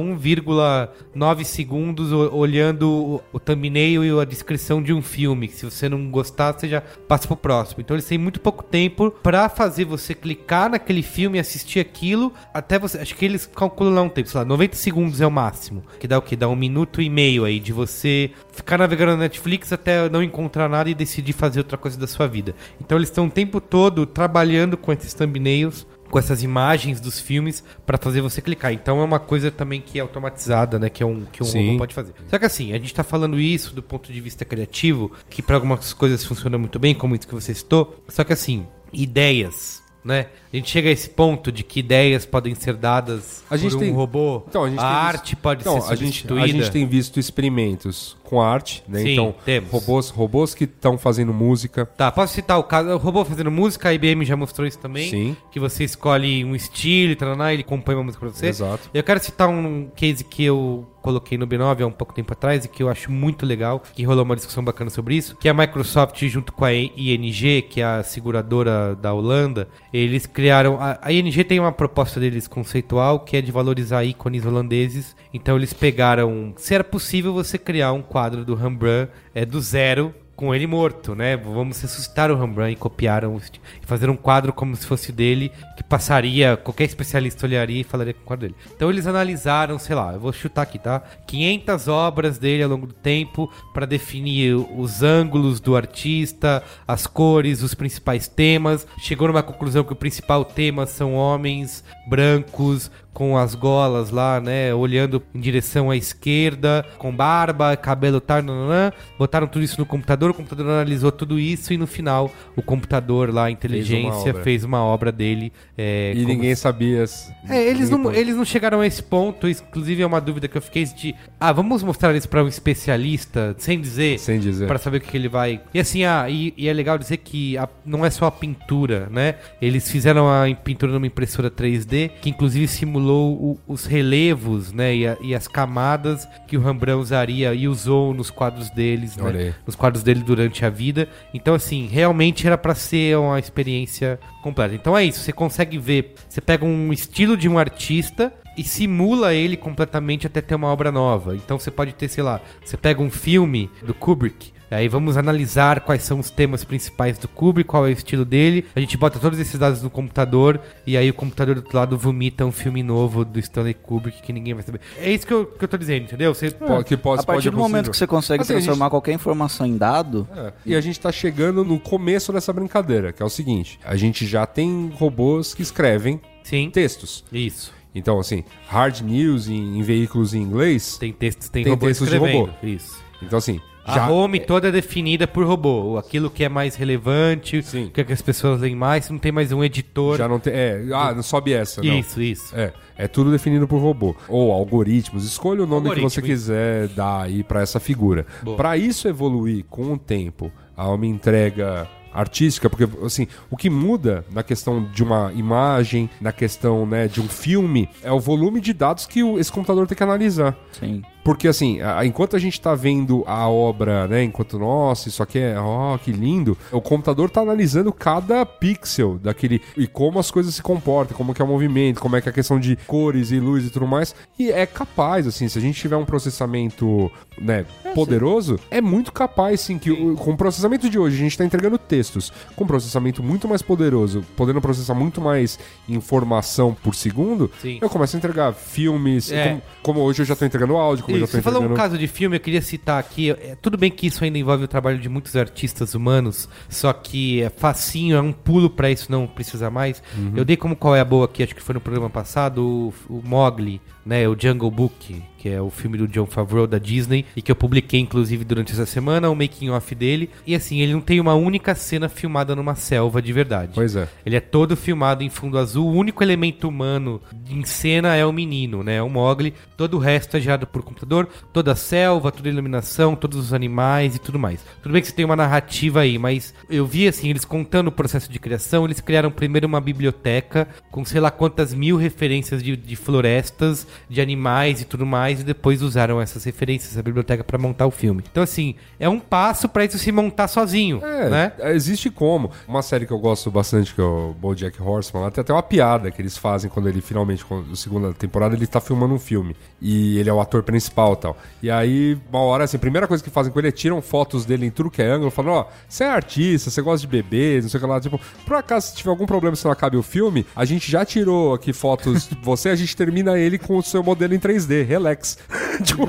Speaker 1: 1,9 segundos o- olhando o, o thumbnail e a descrição de um filme. Se você não gostar, você já passa pro próximo. Então, eles têm muito pouco tempo pra fazer você clicar naquele filme, assistir aquilo, até você. Acho que eles calculam lá um tempo, sei lá, 90 segundos é o máximo. Que dá o quê? Dá um minuto e meio aí de você ficar navegando na Netflix até não encontrar nada e decidir fazer outra coisa da sua vida. Então eles estão o tempo todo trabalhando com esses thumbnails, com essas imagens dos filmes pra fazer você clicar. Então é uma coisa também que é automatizada, né, que é um que um
Speaker 3: Sim.
Speaker 1: robô pode fazer. Só que assim, a gente tá falando isso do ponto de vista criativo, que pra algumas coisas funciona muito bem, como isso que você citou. Só que assim, ideias né? A gente chega a esse ponto de que ideias podem ser dadas
Speaker 3: A gente
Speaker 1: por um
Speaker 3: tem-
Speaker 1: robô,
Speaker 3: Então, a gente tem visto-
Speaker 1: arte pode
Speaker 3: Então,
Speaker 1: ser
Speaker 3: a gente,
Speaker 1: substituída.
Speaker 3: a gente tem visto experimentos com arte, né?
Speaker 1: Sim,
Speaker 3: então,
Speaker 1: temos.
Speaker 3: robôs, robôs que estão fazendo música.
Speaker 1: Tá, posso citar o caso, o robô fazendo música, a IBM já mostrou isso também.
Speaker 3: Sim.
Speaker 1: Que você escolhe um estilo, e taraná, ele compõe uma música pra você.
Speaker 3: Exato.
Speaker 1: Eu quero citar um case que eu coloquei no B9 há um pouco tempo atrás e que eu acho muito legal, que rolou uma discussão bacana sobre isso, que a Microsoft junto com a ING, que é a seguradora da Holanda, eles criaram... A, a ING tem uma proposta deles conceitual, que é de valorizar ícones holandeses. Então eles pegaram... Se era possível você criar um quadro do Rembrandt é, do zero com ele morto, né? Vamos ressuscitar o Rembrandt e copiaram o esti- e fazer um quadro como se fosse dele, que passaria, qualquer especialista olharia e falaria com o quadro dele. Então eles analisaram, sei lá, eu vou chutar aqui, tá? 500 obras dele ao longo do tempo para definir os ângulos do artista, as cores, os principais temas. Chegou numa conclusão que o principal tema são homens brancos com as golas lá, né? Olhando em direção à esquerda, com barba, cabelo tal, nananã. Botaram tudo isso no computador, o computador analisou tudo isso e no final o computador lá, a inteligência,
Speaker 3: obra.
Speaker 1: fez uma obra dele. é,
Speaker 3: e
Speaker 1: como
Speaker 3: ninguém sabia.
Speaker 1: é, eles não, eles não chegaram a esse ponto, inclusive é uma dúvida que eu fiquei de, ah, vamos mostrar isso pra um especialista, sem dizer,
Speaker 3: Sem dizer.
Speaker 1: Pra saber o que que ele vai. E assim, ah, e, e é legal dizer que a- não é só a pintura, né? Eles fizeram a em- pintura numa impressora 3D, que inclusive simulou o- os relevos, né, e, a- e as camadas que o Rembrandt usaria e usou nos quadros deles,
Speaker 3: Olha aí.
Speaker 1: né? nos quadros dele durante a vida. Então, assim, realmente era pra ser uma experiência completa. Então é isso, você consegue ver, você pega um estilo de um artista e simula ele completamente até ter uma obra nova. Então você pode ter, sei lá, você pega um filme do Kubrick. Aí vamos analisar quais são os temas principais do Kubrick, qual é o estilo dele. A gente bota todos esses dados no computador e aí o computador do outro lado vomita um filme novo do Stanley Kubrick que ninguém vai saber. É isso que eu, que eu tô dizendo, entendeu? Você
Speaker 3: Pô, que pode,
Speaker 2: A partir
Speaker 3: pode
Speaker 2: do
Speaker 3: é
Speaker 2: momento
Speaker 3: possível.
Speaker 2: que você consegue
Speaker 3: Assim, a gente-
Speaker 2: transformar qualquer informação em dado,
Speaker 3: É, E a gente tá chegando no começo dessa brincadeira, que é o seguinte: a gente já tem robôs que escrevem
Speaker 1: Sim.
Speaker 3: textos.
Speaker 1: Isso.
Speaker 3: Então, assim, hard news em, em veículos em inglês.
Speaker 1: Tem textos, tem,
Speaker 3: Tem
Speaker 1: robôs
Speaker 3: textos de
Speaker 1: escrevendo.
Speaker 3: robô.
Speaker 1: Isso.
Speaker 3: Então, assim,
Speaker 1: A home toda é definida por robô. Aquilo que é mais relevante,
Speaker 3: Sim.
Speaker 1: o que, é que as pessoas leem mais, não tem mais um editor.
Speaker 3: Já não tem. É, ah, não sobe essa, não.
Speaker 1: Isso, isso.
Speaker 3: É, é tudo definido por robô. Ou algoritmos. Escolha o nome
Speaker 1: Algoritmo,
Speaker 3: que você
Speaker 1: isso.
Speaker 3: quiser dar aí pra essa figura. Pra isso evoluir com o tempo a uma entrega artística, porque assim, o que muda na questão de uma imagem, na questão, né, de um filme, é o volume de dados que o- esse computador tem que analisar.
Speaker 2: Sim.
Speaker 3: Porque assim, a- enquanto a gente tá vendo a obra, né? Enquanto, nossa, isso aqui é, ó, que lindo. O computador tá analisando cada pixel daquele. E como as coisas se comportam, como que é o movimento, como é que é a questão de cores e luz e tudo mais. E é capaz, assim, se a gente tiver um processamento, né, poderoso, é muito capaz, sim, que o- com o processamento de hoje a gente tá entregando textos. Com um processamento muito mais poderoso, podendo processar muito mais informação por segundo,
Speaker 1: Sim.
Speaker 3: eu começo a entregar filmes.
Speaker 1: É.
Speaker 3: como- como hoje eu já tô entregando áudio, como eu já
Speaker 1: Isso,
Speaker 3: tô
Speaker 1: você falou um
Speaker 3: entregando-
Speaker 1: caso de filme, eu queria citar aqui. é, tudo bem que isso ainda envolve o trabalho de muitos artistas humanos, só que é facinho, é um pulo pra isso não precisar mais. Eu dei como qual é a boa aqui, acho que foi no programa passado, o, o Mogli, né, o Jungle Book, que é o filme do John Favreau da Disney, e que eu publiquei inclusive durante essa semana, o making off dele. E assim, ele não tem uma única cena filmada numa selva de verdade.
Speaker 3: Pois é.
Speaker 1: Ele é todo filmado em fundo azul. O único elemento humano em cena é o menino, né? É o Mogli. Todo o resto é gerado por computador. Toda a selva, toda a iluminação, todos os animais e tudo mais. Tudo bem que você tem uma narrativa aí, mas eu vi assim, eles contando o processo de criação. Eles criaram primeiro uma biblioteca com sei lá quantas mil referências de, de florestas, de animais e tudo mais. E depois usaram essas referências, essa biblioteca, pra montar o filme. Então, assim, é um passo pra isso se montar sozinho,
Speaker 3: É,
Speaker 1: né?
Speaker 3: existe como. Uma série que eu gosto bastante, que é o BoJack Horseman, lá tem até uma piada que eles fazem quando ele finalmente, quando, na segunda temporada, ele tá filmando um filme. E ele é o ator principal e tal. E aí, uma hora, assim, a primeira coisa que fazem com ele é tiram fotos dele em tudo que é ângulo, falando, ó, você é artista, você gosta de beber, não sei o que lá. Tipo, por acaso, se tiver algum problema, se não acabe o filme, a gente já tirou aqui fotos de você, a gente termina ele com o seu modelo em 3D, relax. tipo,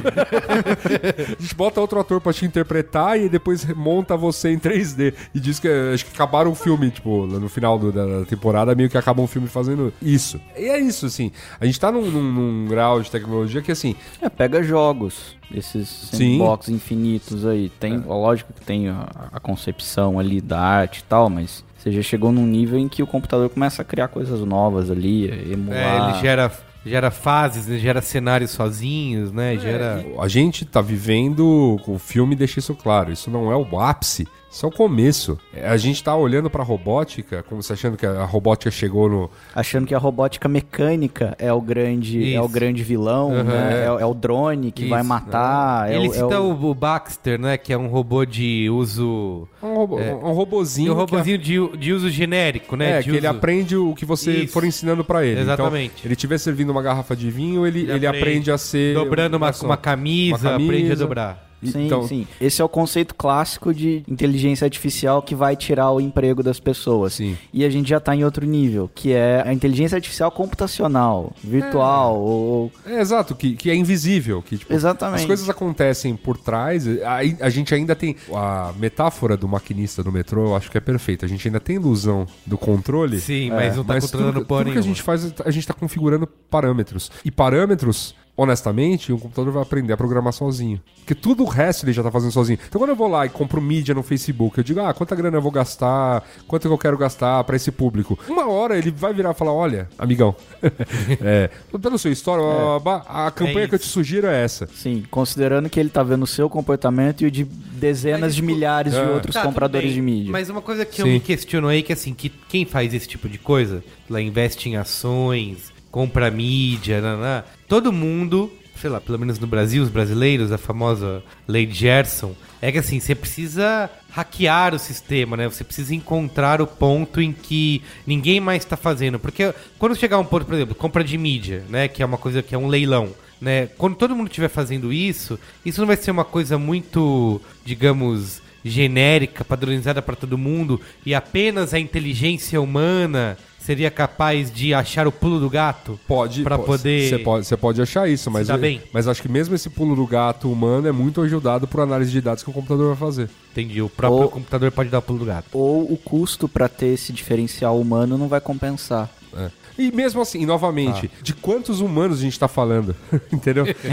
Speaker 3: a gente bota outro ator pra te interpretar e depois monta você em 3D. E diz que eh, acho que acabaram o filme, tipo, lá no final do- da da temporada, meio que acabam o filme fazendo isso. E é isso, assim. A gente tá num, num- num grau de tecnologia que, assim,
Speaker 2: É, pega jogos, esses sandbox infinitos aí. Tem,
Speaker 1: É.
Speaker 2: Lógico que tem a, a concepção ali da arte e tal, mas você já chegou num nível em que o computador começa a criar coisas novas ali, emular.
Speaker 1: É, ele gera, gera fases, né? gera cenários sozinhos, né?
Speaker 3: É,
Speaker 1: gera.
Speaker 3: a gente tá vivendo. O filme deixa isso claro. Isso não é o ápice. Isso é o começo. A gente tá olhando pra robótica, como se achando que a robótica chegou no,
Speaker 2: Achando que a robótica mecânica é o grande, é o
Speaker 1: Isso.
Speaker 2: grande vilão, né? É, é o drone que
Speaker 1: Isso,
Speaker 2: vai matar. É,
Speaker 1: Ele
Speaker 2: o, é
Speaker 1: cita
Speaker 2: o-
Speaker 1: o... o Baxter, né? Que é um robô de uso.
Speaker 3: um, robô, um robozinho.
Speaker 1: um
Speaker 3: que a-
Speaker 1: robôzinho de, de uso genérico, né?
Speaker 3: É,
Speaker 1: de
Speaker 3: que
Speaker 1: uso...
Speaker 3: ele aprende o que você
Speaker 1: Isso.
Speaker 3: for ensinando pra ele.
Speaker 1: Exatamente.
Speaker 3: Então, ele tiver servindo uma garrafa de vinho, ele, ele, aprende, a ser.
Speaker 1: Dobrando uma,
Speaker 3: garçom.
Speaker 1: uma, camisa,
Speaker 3: Uma camisa.
Speaker 1: aprende a dobrar.
Speaker 2: Sim,
Speaker 3: então-
Speaker 2: sim. Esse é o conceito clássico de inteligência artificial que vai tirar o emprego das pessoas.
Speaker 3: Sim.
Speaker 2: E a gente já tá em outro nível, que é a inteligência artificial computacional, virtual,
Speaker 1: Ah.
Speaker 2: ou...
Speaker 3: É, exato, que, que é invisível. Que, tipo,
Speaker 2: Exatamente.
Speaker 3: As coisas acontecem por trás. A, a gente ainda tem. A metáfora do maquinista do metrô, eu acho que é perfeita. A gente ainda tem ilusão do controle. É,
Speaker 1: Sim, mas não tá controlando
Speaker 3: tudo,
Speaker 1: porra
Speaker 3: tudo que a
Speaker 1: nenhuma.
Speaker 3: gente faz, a gente tá configurando parâmetros. E parâmetros, honestamente, o computador vai aprender a programar sozinho. Porque tudo o resto ele já tá fazendo sozinho. Então quando eu vou lá e compro mídia no Facebook, eu digo, ah, quanta grana eu vou gastar, quanto que eu quero gastar pra esse público. Uma hora ele vai virar e falar, olha, amigão, é, pelo seu história,
Speaker 1: É
Speaker 3: a campanha que eu te sugiro é essa.
Speaker 2: Sim, considerando que ele tá vendo o seu comportamento e o de dezenas
Speaker 1: Mas,
Speaker 2: de
Speaker 1: tipo,
Speaker 2: milhares de
Speaker 3: é.
Speaker 2: outros
Speaker 1: Tá, tudo
Speaker 2: compradores
Speaker 1: bem,
Speaker 2: de mídia.
Speaker 1: Mas uma coisa que eu
Speaker 3: Sim.
Speaker 1: me questiono aí, que assim, que quem faz esse tipo de coisa, lá investe em ações, compra mídia, naná, todo mundo, sei lá, pelo menos no Brasil, os brasileiros, a famosa lei de Gerson, é que assim, você precisa hackear o sistema, né? Você precisa encontrar o ponto em que ninguém mais está fazendo. Porque quando chegar um ponto, por exemplo, compra de mídia, né? Que é uma coisa que é um leilão né? Quando todo mundo estiver fazendo isso, isso não vai ser uma coisa muito, digamos, genérica, padronizada para todo mundo e apenas a inteligência humana seria capaz de achar o pulo do gato
Speaker 3: Pode,
Speaker 1: para
Speaker 3: po-
Speaker 1: poder
Speaker 3: Você pode, você pode achar isso, mas,
Speaker 1: dar bem.
Speaker 3: mas acho que mesmo esse pulo do gato humano é muito ajudado por análise de dados que o computador vai fazer.
Speaker 1: entendi o próprio
Speaker 2: Ou-
Speaker 1: computador pode dar o pulo do gato
Speaker 2: Ou o custo pra ter esse diferencial humano não vai compensar.
Speaker 3: É. E mesmo assim, novamente, de quantos humanos a gente tá falando? Entendeu?
Speaker 2: é,
Speaker 3: Porque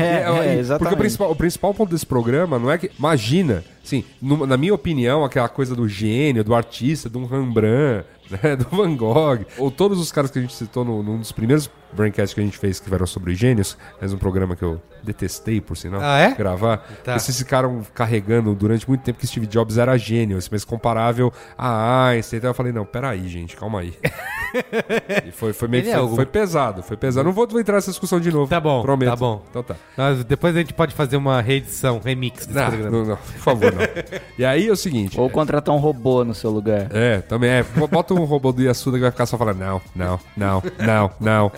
Speaker 2: exatamente.
Speaker 3: o principal, o principal ponto desse programa não é que. Imagina, assim, numa- na minha opinião, aquela coisa do gênio, do artista, do Rembrandt, né, do Van Gogh, ou todos os caras que a gente citou no, num dos primeiros braincasts que a gente fez, que eram sobre gênios, mas um programa que eu detestei, por sinal,
Speaker 1: Ah, é?
Speaker 3: gravar.
Speaker 1: Tá.
Speaker 3: Esses ficaram carregando durante muito tempo que Steve Jobs era gênio, assim, mas comparável a Einstein. Então eu falei, não, peraí, gente, calma aí. e foi, foi meio que
Speaker 1: Ele é
Speaker 3: foi,
Speaker 1: o-
Speaker 3: foi pesado, foi pesado. Não vou vou entrar nessa discussão de novo.
Speaker 1: Tá bom,
Speaker 3: prometo.
Speaker 1: tá bom.
Speaker 3: Então tá.
Speaker 1: Nós- depois a gente pode fazer uma reedição, remix desse
Speaker 3: Não,
Speaker 1: programa.
Speaker 3: não, não, por favor, não. E aí é o seguinte.
Speaker 2: Ou contratar um robô no seu lugar.
Speaker 3: É, também é. bo- Bota um robô do Yasuda que vai ficar só falando não, não, não, não, não.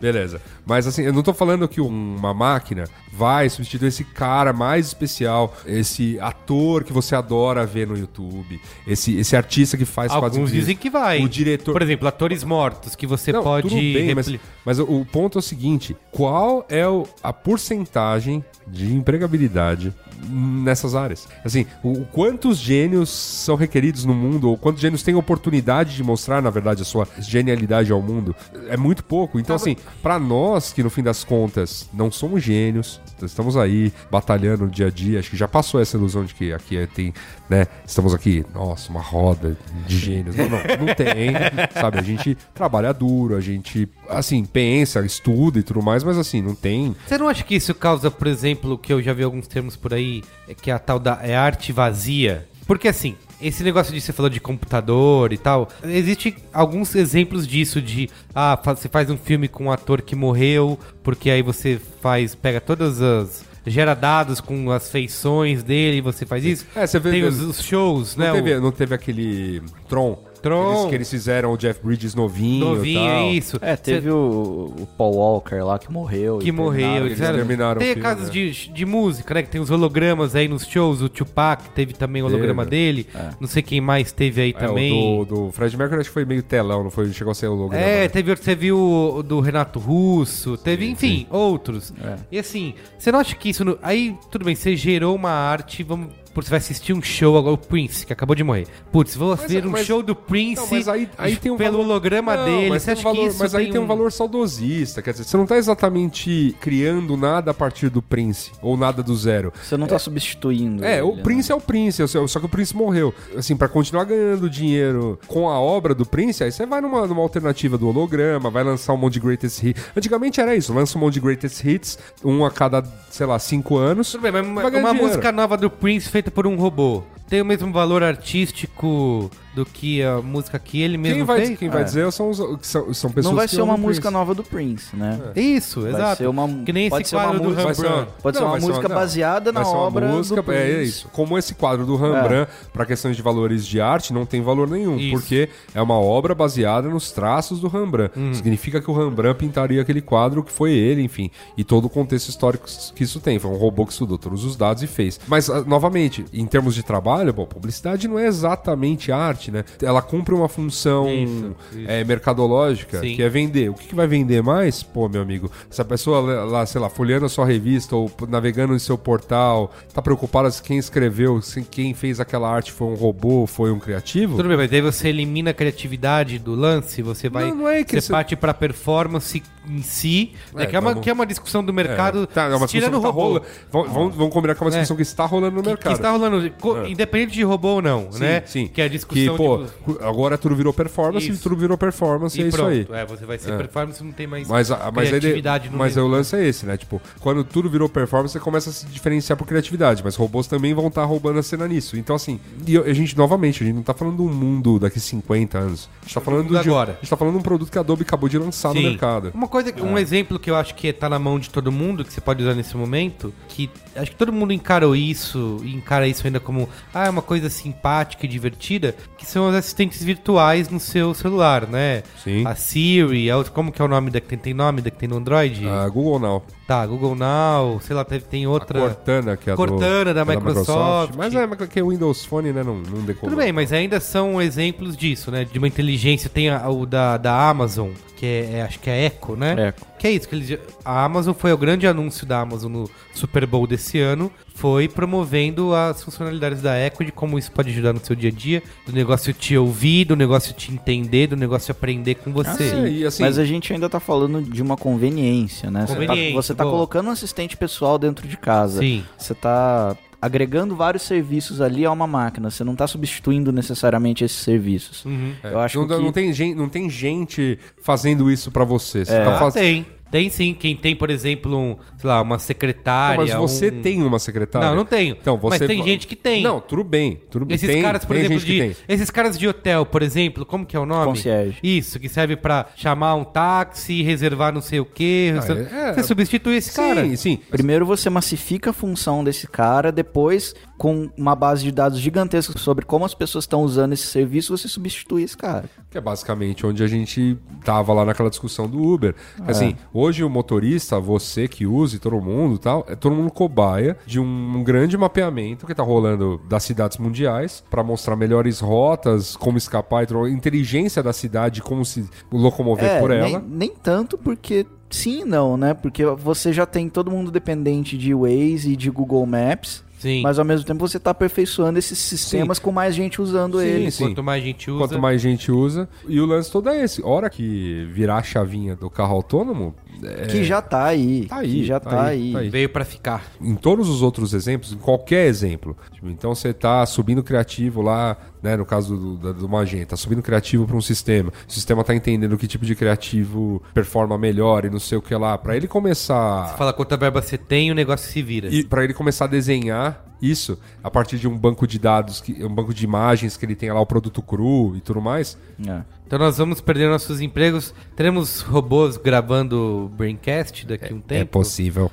Speaker 3: Beleza. Mas assim, eu não tô falando que um, uma máquina vai substituir esse cara mais especial, esse ator que você adora ver no YouTube, esse, esse artista que faz
Speaker 1: Alguns
Speaker 3: quadrinhos,
Speaker 1: dizem que vai.
Speaker 3: O diretor.
Speaker 1: Por exemplo, atores mortos que você
Speaker 3: Não,
Speaker 1: pode.
Speaker 3: tudo bem, mas,
Speaker 1: repli-
Speaker 3: mas o- o ponto é o seguinte: qual é o- a porcentagem de empregabilidade nessas áreas? Assim, o, o quantos gênios são requeridos no mundo, ou quantos gênios têm oportunidade de mostrar, na verdade, a sua genialidade ao mundo? É muito pouco. Então, assim, pra nós que no fim das contas não somos gênios, estamos aí batalhando no dia a dia, acho que já passou essa ilusão de que aqui é- tem, né, estamos aqui, nossa, uma roda de gênios. Não, não, não tem, sabe? A gente trabalha duro, a gente, assim, pensa, estuda e tudo mais, mas assim, não tem.
Speaker 1: Você não acha que isso causa, por exemplo, que eu já vi alguns termos por aí, é que é a tal da é arte vazia? Porque assim, esse negócio de você falou de computador e tal, existe alguns exemplos disso de ah, fa- você faz um filme com um ator que morreu, porque aí você faz, pega todas as gera dados com as feições dele, você faz isso.
Speaker 3: É, você vê-
Speaker 1: tem os, os shows,
Speaker 3: Não,
Speaker 1: né?
Speaker 3: teve,
Speaker 1: o
Speaker 3: não teve aquele Tron.
Speaker 1: Tron.
Speaker 3: Que eles, que eles fizeram o Jeff Bridges novinho.
Speaker 1: novinho,
Speaker 3: e tal.
Speaker 1: isso.
Speaker 2: É, teve o, o Paul Walker lá que morreu.
Speaker 1: que
Speaker 2: e
Speaker 1: morreu,
Speaker 3: eles
Speaker 1: etc.
Speaker 3: terminaram o
Speaker 1: Tem
Speaker 3: filme,
Speaker 1: casos
Speaker 3: né?
Speaker 1: de, de música, né? Que tem os hologramas aí nos shows. O Tupac teve também o holograma
Speaker 3: Teve.
Speaker 1: dele. Não sei quem mais teve aí
Speaker 3: É,
Speaker 1: também.
Speaker 3: o do, do Fred Mercury acho que foi meio telão, não foi? Chegou a ser o logo.
Speaker 1: É, teve, você viu o o do Renato Russo, teve, enfim, outros.
Speaker 3: É.
Speaker 1: E assim, você não acha que isso. não- Aí, tudo bem, você gerou uma arte, vamos. Pô, você vai assistir um show agora, o Prince, que acabou de morrer. Putz, vou assistir um
Speaker 3: mas-
Speaker 1: show do Prince
Speaker 3: Não, mas aí, aí tem um
Speaker 1: pelo
Speaker 3: valor-
Speaker 1: holograma
Speaker 3: Não,
Speaker 1: dele.
Speaker 3: Mas,
Speaker 1: Você
Speaker 3: tem um
Speaker 1: acha
Speaker 3: valor-
Speaker 1: que isso
Speaker 3: mas aí tem um... valor saudosista. Quer dizer, você não tá exatamente criando nada a partir do Prince, ou nada do zero.
Speaker 2: Você não tá substituindo.
Speaker 3: É, o
Speaker 2: ele, né?
Speaker 3: Prince é o Prince, só só que o Prince morreu. Assim, pra continuar ganhando dinheiro com a obra do Prince, aí você vai numa, numa alternativa do holograma, vai lançar um monte de greatest hits. Antigamente era isso, lança um monte de greatest hits, um a cada, sei lá, cinco anos.
Speaker 1: Tudo bem, mas uma,
Speaker 3: vai ganhar
Speaker 1: uma
Speaker 3: dinheiro.
Speaker 1: música nova do Prince feita por um robô tem o mesmo valor artístico do que a música que ele mesmo
Speaker 3: Quem vai,
Speaker 1: fez?
Speaker 3: quem vai
Speaker 2: É.
Speaker 3: dizer são, os- que são, são pessoas
Speaker 2: Não vai
Speaker 3: que
Speaker 2: ser uma
Speaker 3: amam o
Speaker 2: música
Speaker 3: Prince.
Speaker 2: nova do Prince, né?
Speaker 3: É.
Speaker 1: Isso,
Speaker 2: Vai
Speaker 1: exato.
Speaker 2: ser uma-
Speaker 1: que nem
Speaker 2: pode
Speaker 1: esse
Speaker 2: ser uma
Speaker 1: quadro do
Speaker 2: música-
Speaker 3: Vai ser uma-
Speaker 1: Rembrandt.
Speaker 2: Pode ser uma
Speaker 3: vai
Speaker 2: música baseada na
Speaker 3: vai ser uma
Speaker 2: obra
Speaker 3: música,
Speaker 2: do
Speaker 3: é
Speaker 2: Prince. É.
Speaker 3: isso. Como esse quadro do Rembrandt, para questões de valores de arte, não tem valor nenhum,
Speaker 1: Isso.
Speaker 3: porque é uma obra baseada nos traços do Rembrandt.
Speaker 1: Uhum.
Speaker 3: Significa que o Rembrandt pintaria aquele quadro que foi ele, enfim, e todo o contexto histórico que isso tem. Foi um robô que estudou todos os dados e fez. Mas ah, novamente, em termos de trabalho, bom, publicidade não é exatamente arte, né? Ela cumpre uma função
Speaker 1: Isso, isso.
Speaker 3: é, mercadológica,
Speaker 1: Sim.
Speaker 3: que é vender. O que, que vai vender mais? Pô, meu amigo, se a pessoa lá, sei lá, folheando a sua revista ou navegando em seu portal, tá preocupada se quem escreveu, se quem fez aquela arte foi um robô, foi um criativo?
Speaker 1: Tudo bem, mas aí você elimina a criatividade do lance, você vai.
Speaker 3: Não, não é que
Speaker 1: você
Speaker 3: isso-
Speaker 1: parte pra performance em si, né,
Speaker 3: É,
Speaker 1: que, é uma,
Speaker 3: vamos-
Speaker 1: que é uma discussão do mercado.
Speaker 3: tá, é uma discussão
Speaker 1: tirando
Speaker 3: que
Speaker 1: o
Speaker 3: tá
Speaker 1: robô. Ah.
Speaker 3: rolando. Vamos, vamos- vamos combinar que é uma discussão que está rolando no
Speaker 1: que, que
Speaker 3: mercado. É.
Speaker 1: está rolando, co- independente de robô ou não,
Speaker 3: Sim,
Speaker 1: né?
Speaker 3: sim.
Speaker 1: Que é a discussão
Speaker 3: Que, pô,
Speaker 1: tipo,
Speaker 3: agora tudo virou performance,
Speaker 1: Isso.
Speaker 3: tudo virou performance, é
Speaker 1: pronto.
Speaker 3: isso aí.
Speaker 1: É, você vai ser performance, não tem mais
Speaker 3: Mas, a- mas, aí de-
Speaker 1: criatividade no
Speaker 3: mas
Speaker 1: meio.
Speaker 3: o lance é esse, né? Tipo, quando tudo virou performance, você começa a se diferenciar por criatividade. Mas robôs também vão estar roubando a cena nisso. Então, assim, e eu- a gente, novamente, a gente não tá falando de um mundo daqui 50 anos. A gente tá falando
Speaker 1: mundo
Speaker 3: de.
Speaker 1: agora.
Speaker 3: A gente tá falando de um produto que a Adobe acabou de lançar
Speaker 1: Sim.
Speaker 3: no mercado.
Speaker 1: Uma coisa, um exemplo que eu acho que tá na mão de todo mundo, que você pode usar nesse momento, que acho que todo mundo encarou isso e encara isso ainda como ah, é uma coisa simpática e divertida, que são os assistentes virtuais no seu celular, né?
Speaker 3: Sim.
Speaker 1: A Siri, a outra- como que é o nome da que tem, tem nome da que tem no Android?
Speaker 3: A Google Now.
Speaker 1: Tá, Google Now, sei lá, teve- tem
Speaker 3: Ah. A
Speaker 1: outra.
Speaker 3: Cortana, que é a do-
Speaker 1: Cortana da
Speaker 3: que é
Speaker 1: Microsoft.
Speaker 3: Mas é mas que é o Windows Phone, né? Não, não decolou.
Speaker 1: Tudo bem, mas ainda são exemplos disso, né? De uma inteligência. Tem a- o da, da Amazon, que é, é- acho que é Echo, né?
Speaker 2: Treco.
Speaker 1: Que é isso, que eles, a Amazon foi o grande anúncio da Amazon no Super Bowl desse ano, foi promovendo as funcionalidades da Echo, de como isso pode ajudar no seu dia a dia, do negócio te ouvir, do negócio te entender, do negócio aprender com você.
Speaker 3: É, e assim,
Speaker 2: Mas a gente ainda tá falando de uma conveniência, né? Você tá-
Speaker 1: Conveniência,
Speaker 2: Você tá,
Speaker 1: boa.
Speaker 2: colocando um assistente pessoal dentro de casa.
Speaker 1: Sim.
Speaker 2: Você tá agregando vários serviços ali a uma máquina. Você não tá substituindo necessariamente esses serviços.
Speaker 1: Uhum.
Speaker 2: Eu acho
Speaker 3: É. não,
Speaker 2: que...
Speaker 3: não tem gente, não tem gente fazendo isso pra você.
Speaker 2: É.
Speaker 3: Você
Speaker 1: Ah,
Speaker 3: tá fazendo.
Speaker 1: tem. Tem sim. Quem tem, por exemplo, um, sei lá, uma secretária.
Speaker 3: Mas você
Speaker 1: um-
Speaker 3: tem uma secretária?
Speaker 1: Não, não tenho.
Speaker 3: Então, você
Speaker 1: Mas tem gente que tem.
Speaker 3: Não, tudo bem. Tudo bem.
Speaker 1: Esses
Speaker 3: Tem-
Speaker 1: caras, por
Speaker 3: tem
Speaker 1: exemplo,
Speaker 3: gente que
Speaker 1: de,
Speaker 3: tem.
Speaker 1: esses caras de hotel, por exemplo, como que é o nome?
Speaker 2: Concierge.
Speaker 1: Isso, que serve pra chamar um táxi, reservar não sei o quê. você,
Speaker 3: é-
Speaker 1: você substitui esse cara.
Speaker 3: Sim, sim.
Speaker 2: Primeiro você massifica a função desse cara, depois, com uma base de dados gigantesca sobre como as pessoas estão usando esse serviço, você substitui esse cara.
Speaker 3: Que é basicamente onde a gente tava lá naquela discussão do Uber.
Speaker 1: É.
Speaker 3: Assim, hoje o motorista, você que usa e todo mundo e tal, é todo mundo cobaia de um grande mapeamento que tá rolando das cidades mundiais para mostrar melhores rotas, como escapar, e tudo- inteligência da cidade, como se locomover
Speaker 1: É,
Speaker 3: por
Speaker 2: É, nem,
Speaker 3: ela.
Speaker 2: nem tanto porque sim e não, né? Porque você já tem todo mundo dependente de Waze e de Google Maps.
Speaker 1: Sim.
Speaker 2: Mas ao mesmo tempo você tá aperfeiçoando esses sistemas com mais gente usando
Speaker 3: Sim,
Speaker 2: eles.
Speaker 3: sim.
Speaker 1: Quanto mais gente usa.
Speaker 3: Quanto mais gente usa. E o lance todo é esse. Hora que virar a chavinha do carro autônomo, é,
Speaker 2: Que já tá aí.
Speaker 3: Tá aí,
Speaker 2: Que já
Speaker 3: tá
Speaker 2: tá,
Speaker 3: aí,
Speaker 2: aí.
Speaker 3: tá aí.
Speaker 1: Veio pra ficar.
Speaker 3: em todos os outros exemplos, em qualquer exemplo. Tipo, então você tá subindo criativo lá, né, no caso do, da- do Magenta, tá subindo criativo para um sistema. O sistema tá entendendo que tipo de criativo performa melhor e não sei o que lá, para ele começar
Speaker 1: Fala quanta verba você tem e o negócio se vira.
Speaker 3: e para ele começar a desenhar isso a partir de um banco de dados, que, um banco de imagens que ele tem lá o produto cru e tudo mais.
Speaker 2: É.
Speaker 1: Então nós vamos perder nossos empregos. Teremos robôs gravando o Braincast daqui a um tempo.
Speaker 3: É possível.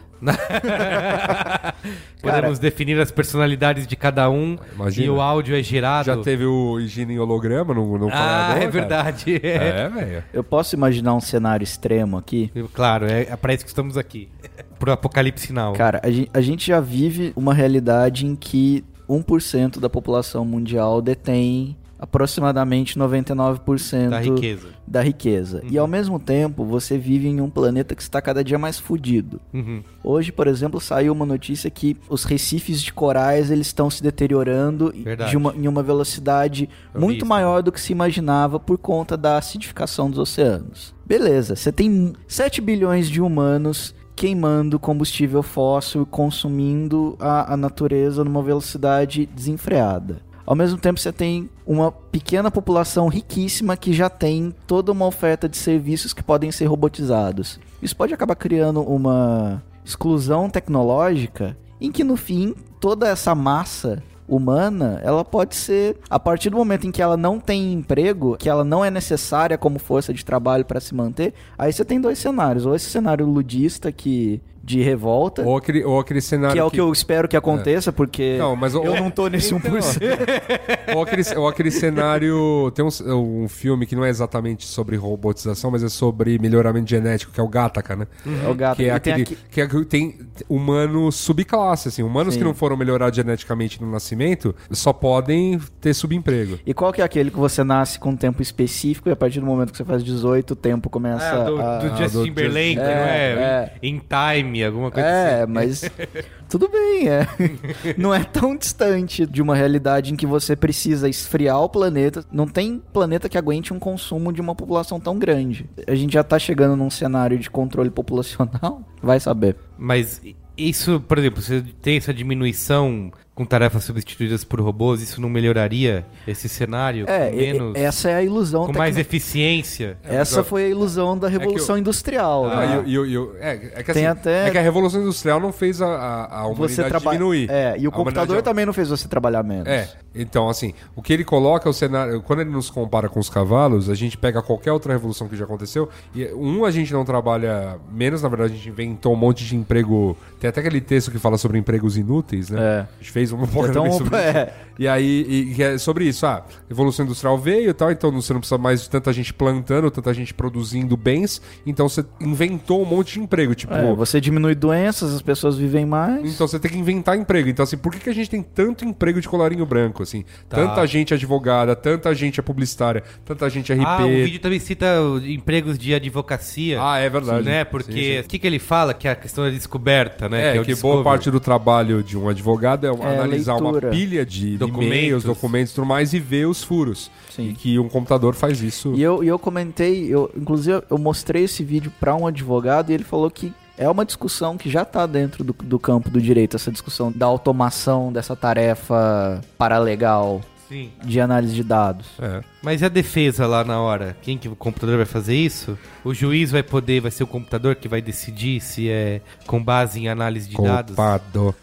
Speaker 1: Podemos definir as personalidades de cada um
Speaker 3: Imagina.
Speaker 1: e o áudio é gerado.
Speaker 3: Já teve o higiene em holograma no, no
Speaker 1: Ah, é
Speaker 3: cara.
Speaker 1: verdade.
Speaker 3: É, velho.
Speaker 2: Eu posso imaginar um cenário extremo aqui?
Speaker 1: Eu- Claro, é, é pra isso que estamos aqui. Pro Apocalipse Sinal.
Speaker 2: Cara, a gente, a gente já vive uma realidade em que 1% da população mundial detém aproximadamente 99%
Speaker 1: Da riqueza.
Speaker 2: da riqueza. E ao
Speaker 3: Uhum.
Speaker 2: mesmo tempo, você vive em um planeta que está cada dia mais fudido.
Speaker 1: Uhum.
Speaker 2: Hoje, por exemplo, saiu uma notícia que os recifes de corais eles estão se deteriorando e-
Speaker 1: Verdade.
Speaker 2: de uma, em uma velocidade
Speaker 1: Eu vi
Speaker 2: muito
Speaker 1: isso
Speaker 2: maior do que se imaginava por conta da acidificação dos oceanos. Beleza, você tem 7 bilhões de humanos queimando combustível fóssil, consumindo a, a natureza numa velocidade desenfreada. Ao mesmo tempo, você tem uma pequena população riquíssima que já tem toda uma oferta de serviços que podem ser robotizados. Isso pode acabar criando uma exclusão tecnológica em que, no fim, toda essa massa humana, ela pode ser, a partir do momento em que ela não tem emprego, que ela não é necessária como força de trabalho para se manter, aí você tem dois cenários, ou esse cenário ludista que de revolta,
Speaker 3: Ou aquele, ou aquele cenário
Speaker 2: que é o que eu espero que aconteça, porque
Speaker 3: Não, mas o-
Speaker 2: eu não tô nesse
Speaker 3: Então,
Speaker 2: 1%.
Speaker 3: ou, aquele, ou aquele cenário. Tem um, um filme que não é exatamente sobre robotização, mas é sobre melhoramento genético, que é o Gataca, né?
Speaker 2: É o gato.
Speaker 3: Que é
Speaker 2: E tem
Speaker 3: aquele.
Speaker 2: aqui-
Speaker 3: Que é que tem humanos subclasse, assim. Humanos
Speaker 2: Sim.
Speaker 3: que não foram melhorados geneticamente no nascimento só podem ter subemprego.
Speaker 2: E qual que é aquele que você nasce com um tempo específico e a partir do momento que você faz 18, o tempo começa
Speaker 1: Ah, do,
Speaker 2: a...
Speaker 1: do
Speaker 3: ah,
Speaker 1: Justin
Speaker 3: do
Speaker 1: Timberlake,
Speaker 3: Justin-
Speaker 1: não é?
Speaker 2: É,
Speaker 1: In Time, alguma coisa
Speaker 2: É,
Speaker 1: assim.
Speaker 2: mas tudo bem, é. Não é tão distante de uma realidade em que você precisa esfriar o planeta. Não tem planeta que aguente um consumo de uma população tão grande. A gente já tá chegando num cenário de controle populacional, vai saber.
Speaker 1: Mas isso, por exemplo, você tem essa diminuição com tarefas substituídas por robôs, isso não melhoraria esse cenário?
Speaker 2: É,
Speaker 1: com
Speaker 2: e-
Speaker 1: menos,
Speaker 2: essa é a ilusão
Speaker 1: com
Speaker 2: tecno-
Speaker 1: mais eficiência?
Speaker 2: Essa foi É a ilusão da
Speaker 3: É eu-
Speaker 2: revolução industrial,
Speaker 3: Ah,
Speaker 2: né?
Speaker 3: e o- e o- e o- é, é que
Speaker 2: Tem
Speaker 3: assim,
Speaker 2: até-
Speaker 3: é que a Revolução Industrial não fez a, a, a humanidade
Speaker 2: Você trabalha.
Speaker 3: diminuir.
Speaker 2: É, e o
Speaker 3: A
Speaker 2: computador
Speaker 3: humanidade-
Speaker 2: também não fez você trabalhar menos.
Speaker 3: É, então assim, o que ele coloca é o cenário. Quando ele nos compara com os cavalos, a gente pega qualquer outra revolução que já aconteceu. E um, a gente não trabalha menos, na verdade, a gente inventou um monte de emprego. Tem até aquele texto que fala sobre empregos inúteis, né?
Speaker 2: É.
Speaker 3: A gente fez fez uma porra
Speaker 2: Então,
Speaker 3: sobre isso.
Speaker 2: é.
Speaker 3: E aí, e- e é sobre isso, ah, evolução industrial veio e tal, então você não precisa mais de tanta gente plantando, tanta gente produzindo bens, então você inventou um monte de emprego, tipo...
Speaker 2: É, você diminui doenças, as pessoas vivem mais.
Speaker 3: Então você tem que inventar emprego. Então, assim, por que, que a gente tem tanto emprego de colarinho branco, assim?
Speaker 1: Tá.
Speaker 3: Tanta gente é advogada, tanta gente é publicitária, tanta gente é RP.
Speaker 1: Ah, o vídeo também cita o- empregos de advocacia.
Speaker 3: Ah, é verdade.
Speaker 1: Né?
Speaker 3: Sim,
Speaker 1: Porque
Speaker 3: sim.
Speaker 1: o que, que ele fala? Que é a questão da descoberta, né?
Speaker 3: É,
Speaker 1: o
Speaker 3: que boa
Speaker 1: discovery.
Speaker 3: parte do trabalho de um advogado é, analisar
Speaker 2: leitura.
Speaker 3: uma pilha de
Speaker 1: Documentos.
Speaker 3: documentos, documentos e tudo mais e ver os furos.
Speaker 2: Sim.
Speaker 3: E que um computador faz isso.
Speaker 2: E eu, e eu comentei, eu, inclusive eu mostrei esse vídeo pra um advogado e ele falou que é uma discussão que já tá dentro do, do campo do direito, essa discussão da automação dessa tarefa paralegal
Speaker 1: Sim.
Speaker 2: de análise de dados.
Speaker 3: É.
Speaker 1: Mas e a defesa lá na hora? Quem que o computador vai fazer isso? O juiz vai poder, vai ser o computador que vai decidir se é com base em análise de dados?
Speaker 3: Culpado.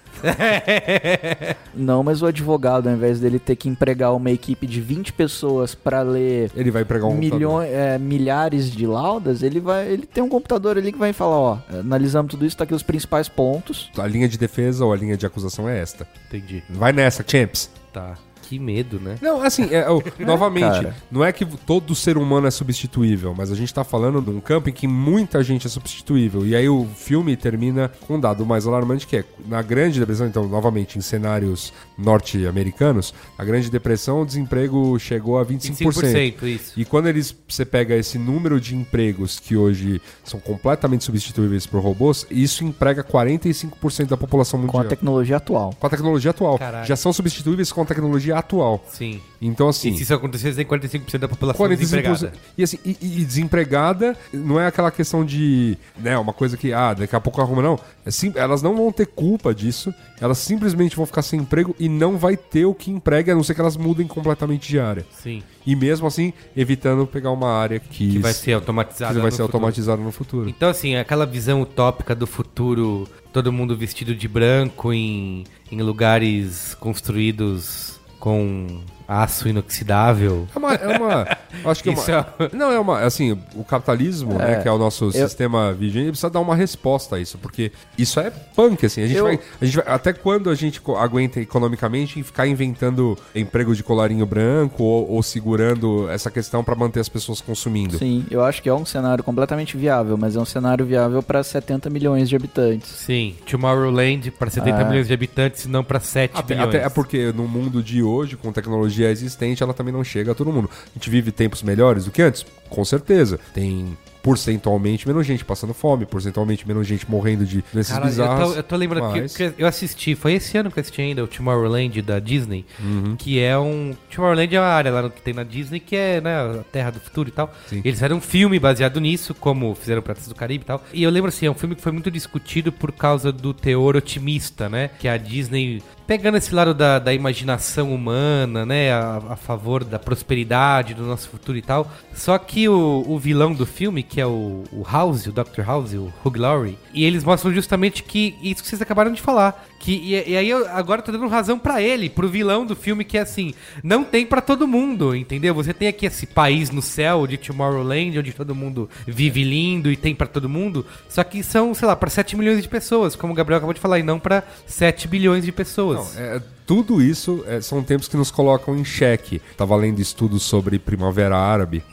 Speaker 2: Não, mas o advogado, ao invés dele ter que empregar uma equipe de 20 pessoas pra ler
Speaker 3: Ele vai pregar um computador.
Speaker 2: milhões, é, milhares de laudas, ele vai, ele tem um computador ali que vai falar, ó, analisamos tudo isso, tá aqui os principais pontos.
Speaker 3: A linha de defesa ou a linha de acusação é esta.
Speaker 1: Entendi.
Speaker 3: Vai nessa, champs.
Speaker 1: Tá. Que medo, né?
Speaker 3: Não, assim, é, eu- novamente,
Speaker 2: cara.
Speaker 3: não é que todo ser humano é substituível, mas a gente tá falando de um campo em que muita gente é substituível. E aí o filme termina com um dado mais alarmante que é, na Grande Depressão, então, novamente, em cenários norte-americanos, a Grande Depressão, o desemprego chegou a 25%.
Speaker 1: 25%, isso.
Speaker 3: E quando eles, você pega esse número de empregos que hoje são completamente substituíveis por robôs, isso emprega 45% da população
Speaker 2: Com a
Speaker 3: mundial.
Speaker 2: tecnologia atual.
Speaker 3: Com a tecnologia atual.
Speaker 1: Caralho.
Speaker 3: Já são substituíveis com a tecnologia atual.
Speaker 1: Sim.
Speaker 3: Então, assim.
Speaker 1: E se isso acontecer, tem 45% da população
Speaker 3: 45%.
Speaker 1: desempregada.
Speaker 3: E, assim, e, e desempregada não é aquela questão de. né, uma coisa que, ah, daqui a pouco arruma, não. É sim, elas não vão ter culpa disso. Elas simplesmente vão ficar sem emprego e não vai ter o que emprega, a não ser que elas mudem completamente de área.
Speaker 1: Sim.
Speaker 3: E mesmo assim, evitando pegar uma área que,
Speaker 1: Que vai ser
Speaker 3: que
Speaker 1: automatizada.
Speaker 3: vai
Speaker 1: no
Speaker 3: ser
Speaker 1: futuro.
Speaker 3: automatizada no futuro.
Speaker 1: Então, assim, aquela visão utópica do futuro, todo mundo vestido de branco em, em lugares construídos com aço inoxidável.
Speaker 3: É uma. É uma acho que é uma-
Speaker 1: Isso é-
Speaker 3: Não, é uma. Assim, o capitalismo, né, que é o nosso sistema vigente, ele precisa dar uma resposta a isso, porque isso é punk, assim. A gente,
Speaker 2: Eu-
Speaker 3: vai, a gente vai- Até quando a gente co- aguenta economicamente e ficar inventando emprego de colarinho branco ou, ou segurando essa questão pra manter as pessoas consumindo?
Speaker 2: Sim, eu acho que é um cenário completamente viável, mas é um cenário viável para 70 milhões de habitantes.
Speaker 1: Sim, Tomorrowland para 70 milhões de habitantes, e não para 7
Speaker 3: É. Até,
Speaker 1: bilhões.
Speaker 3: até é porque no mundo de hoje, com tecnologia existente, ela também não chega a todo mundo. A gente vive tempos melhores do que antes? Com certeza. Tem porcentualmente menos gente passando fome, porcentualmente menos gente morrendo de doenças
Speaker 1: Caralho, eu,
Speaker 3: bizarras.
Speaker 1: tô, eu tô lembrando
Speaker 3: mas-
Speaker 1: que, que eu assisti, foi esse ano que eu assisti ainda o Tomorrowland da Disney,
Speaker 3: Uhum.
Speaker 1: que é um. Tomorrowland é uma área lá no- que tem na Disney que é né, a terra do futuro e tal.
Speaker 3: Sim.
Speaker 1: Eles fizeram um filme baseado nisso, como fizeram Piratas do Caribe e tal. E eu lembro assim, é um filme que foi muito discutido por causa do teor otimista, né? Que a Disney, pegando esse lado da, da imaginação humana, né? A, a favor da prosperidade, do nosso futuro e tal. Só que o, o vilão do filme, que é o, o House, o Dr. House, o Hugh Laurie, e eles mostram justamente que isso que vocês acabaram de falar. Que, e, e aí eu agora tô tá dando razão pra ele, pro vilão do filme, que é assim, não tem pra todo mundo, entendeu? Você tem aqui esse país no céu de Tomorrowland, onde todo mundo vive lindo e tem pra todo mundo, só que são, sei lá, pra 7 milhões de pessoas, como o Gabriel acabou de falar, e não pra 7 bilhões de pessoas.
Speaker 3: Não, é, tudo isso é, são tempos que nos colocam em xeque. Tava lendo estudos sobre Primavera Árabe.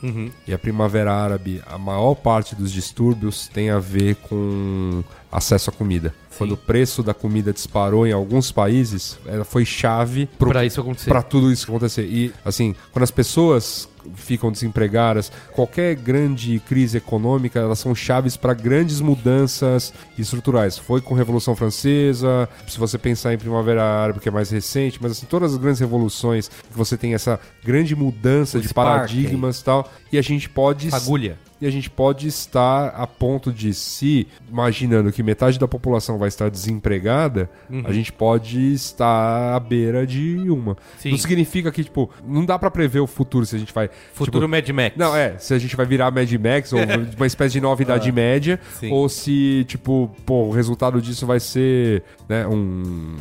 Speaker 3: E a Primavera Árabe, a maior parte dos distúrbios tem a ver com acesso à comida. Quando o preço da comida disparou em alguns países, ela foi chave pro-
Speaker 1: Pra isso acontecer.
Speaker 3: pra tudo isso acontecer. E, assim, quando as pessoas ficam desempregadas, qualquer grande crise econômica, elas são chaves para grandes mudanças estruturais. Foi com a Revolução Francesa, se você pensar em Primavera Árabe, que é mais recente, mas assim, todas as grandes revoluções, que você tem essa grande mudança de
Speaker 1: Spark,
Speaker 3: paradigmas e tal, e a gente pode...
Speaker 1: Agulha.
Speaker 3: E a gente pode estar a ponto de se, imaginando que metade da população vai estar desempregada, a
Speaker 1: Uhum.
Speaker 3: gente pode estar à beira de uma.
Speaker 1: Sim.
Speaker 3: Não significa que, tipo, não dá pra prever o futuro se a gente vai.
Speaker 1: Futuro
Speaker 3: tipo,
Speaker 1: Mad Max.
Speaker 3: Não, é, se a gente vai virar Mad Max ou uma espécie de nova idade média,
Speaker 1: Ah, Sim.
Speaker 3: ou se, tipo, pô, o resultado disso vai ser né, um,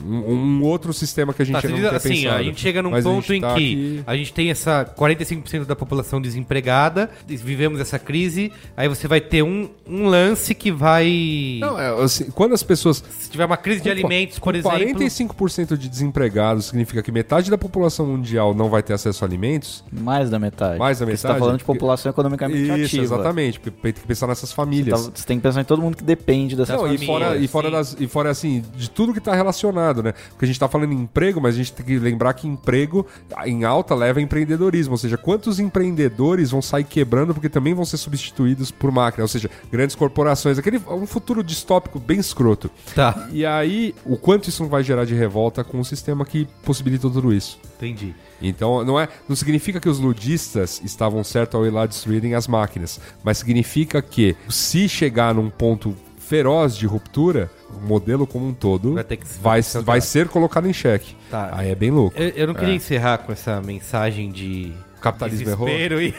Speaker 3: um, um outro sistema que a gente
Speaker 1: Tá,
Speaker 3: ainda
Speaker 1: você
Speaker 3: não
Speaker 1: diz
Speaker 3: tem
Speaker 1: assim,
Speaker 3: pensado.
Speaker 1: a gente chega num
Speaker 3: Mas a gente
Speaker 1: ponto em
Speaker 3: tá
Speaker 1: que
Speaker 3: aqui-
Speaker 1: a gente tem essa 45% da população desempregada, vivemos essa reprise, aí você vai ter um, um lance que vai.
Speaker 3: Não, é, assim, quando as pessoas.
Speaker 1: se tiver uma crise de alimentos, por exemplo.
Speaker 3: 45% de desempregados significa que metade da população mundial não vai ter acesso a alimentos.
Speaker 2: assim, Mais da metade.
Speaker 3: Mais da
Speaker 2: Porque Você tá
Speaker 3: metade?
Speaker 2: falando de
Speaker 3: Porque-
Speaker 2: população economicamente
Speaker 3: Isso,
Speaker 2: ativa.
Speaker 3: exatamente. Porque tem que pensar nessas
Speaker 2: Tá-
Speaker 3: famílias.
Speaker 2: É Você tá tem que pensar em todo mundo que depende dessa
Speaker 3: Não, e
Speaker 1: famílias,
Speaker 3: fora, e, fora
Speaker 1: sim.
Speaker 3: das, e fora assim, de tudo que tá relacionado, né? Porque a gente tá falando em emprego, mas a gente tem que lembrar que emprego em alta leva a empreendedorismo. Ou seja, quantos empreendedores vão sair quebrando porque também vão ser substituídos por máquina? Ou seja, grandes corporações. Aquele, um futuro distópico bem escroto.
Speaker 1: Tá,
Speaker 3: E aí, o quanto isso não vai gerar de revolta com o sistema que possibilitou tudo isso?
Speaker 1: entendi.
Speaker 3: Então, não, é, não significa que os ludistas estavam certos ao ir lá destruírem as máquinas, mas significa que se chegar num ponto feroz de ruptura, o modelo como um todo
Speaker 1: Vai ter que se-
Speaker 3: vai,
Speaker 1: ser
Speaker 3: vai ser colocado em xeque.
Speaker 1: Tá.
Speaker 3: Aí é bem louco.
Speaker 1: Eu, eu não queria encerrar com essa mensagem de.
Speaker 3: Capitalismo errou?
Speaker 1: desespero E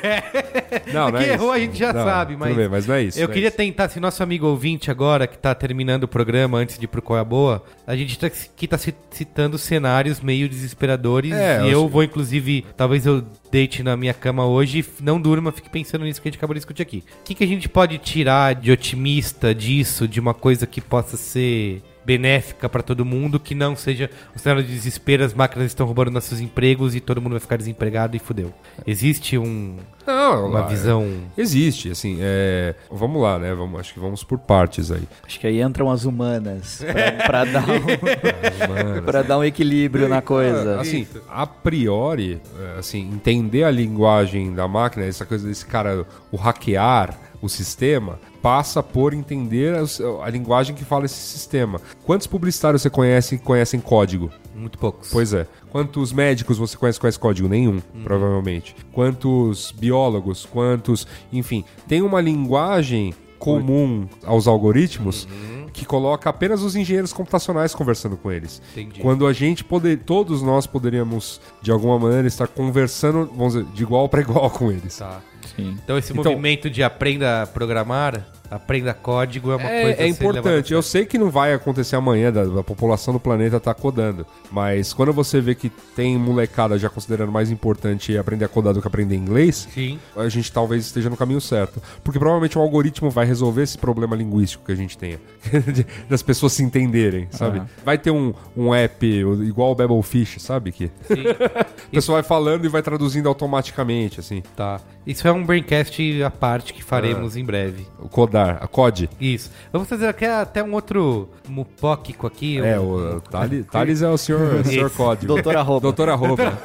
Speaker 3: Não,
Speaker 1: É
Speaker 3: não
Speaker 1: que
Speaker 3: é
Speaker 1: errou
Speaker 3: isso.
Speaker 1: a gente já
Speaker 3: Não,
Speaker 1: sabe,
Speaker 3: tudo
Speaker 1: mas.
Speaker 3: bem, mas não é isso,
Speaker 1: Eu
Speaker 3: não é
Speaker 1: queria
Speaker 3: isso.
Speaker 1: tentar, se nosso amigo ouvinte agora, que tá terminando o programa antes de ir pro Qual é a Boa, a gente tá, que tá ci- citando cenários meio desesperadores. e
Speaker 3: É, eu
Speaker 1: eu,
Speaker 3: sei.
Speaker 1: vou, inclusive, talvez eu deite na minha cama hoje e f- não durma, fique pensando nisso que a gente acabou de discutir aqui. O que, que a gente pode tirar de otimista disso, de uma coisa que possa ser benéfica pra todo mundo, que não seja o cenário de desespero, as máquinas estão roubando nossos empregos e todo mundo vai ficar desempregado e fudeu. Existe um,
Speaker 3: Não,
Speaker 1: uma
Speaker 3: lá,
Speaker 1: visão.
Speaker 3: é- Existe, assim, é, vamos lá, né? Vamos, acho que vamos por partes aí.
Speaker 2: Acho que aí entram as humanas pra, pra dar, um,
Speaker 3: Mano,
Speaker 2: pra dar um equilíbrio na coisa.
Speaker 3: assim, a priori, é, assim, entender a linguagem da máquina, essa coisa desse cara, o hackear o sistema, passa por entender as- a, linguagem que fala esse sistema. Quantos publicitários você conhece que conhecem código?
Speaker 1: Muito poucos.
Speaker 3: Pois é. Quantos médicos você conhece que conhece código? Nenhum, provavelmente. Quantos biólogos? Quantos. Enfim, tem uma linguagem comum aos algoritmos que coloca apenas os engenheiros computacionais conversando com eles.
Speaker 1: Entendi.
Speaker 3: Quando a gente poder, todos nós poderíamos de alguma maneira estar conversando, vamos dizer, de igual para igual com eles.
Speaker 1: Tá.
Speaker 2: Sim.
Speaker 1: Então esse
Speaker 3: Então-
Speaker 1: movimento de aprenda a programar, aprenda código é uma
Speaker 3: É,
Speaker 1: coisa
Speaker 3: é
Speaker 1: a ser levada-
Speaker 3: importante. Eu sei que não vai acontecer amanhã, da, da população do planeta tá codando. Mas quando você vê que tem molecada já considerando mais importante aprender a codar do que aprender inglês,
Speaker 1: Sim.
Speaker 3: a gente talvez esteja no caminho certo. Porque provavelmente o algoritmo vai resolver esse problema linguístico que a gente tenha. de- das pessoas se entenderem, sabe? Vai ter um, um app igual o Babelfish, sabe? Que a pessoa vai falando e vai traduzindo automaticamente, assim.
Speaker 1: Tá. Isso é um braincast à parte que
Speaker 3: Ah.
Speaker 1: faremos em breve.
Speaker 3: O codar, a COD.
Speaker 1: Isso. Vamos fazer aqui até um outro mupóquico aqui.
Speaker 3: É,
Speaker 1: um...
Speaker 3: o Thales, Thales é o senhor, o senhor
Speaker 1: Esse.
Speaker 3: COD.
Speaker 2: Doutor Arroba.
Speaker 3: Doutor Arroba.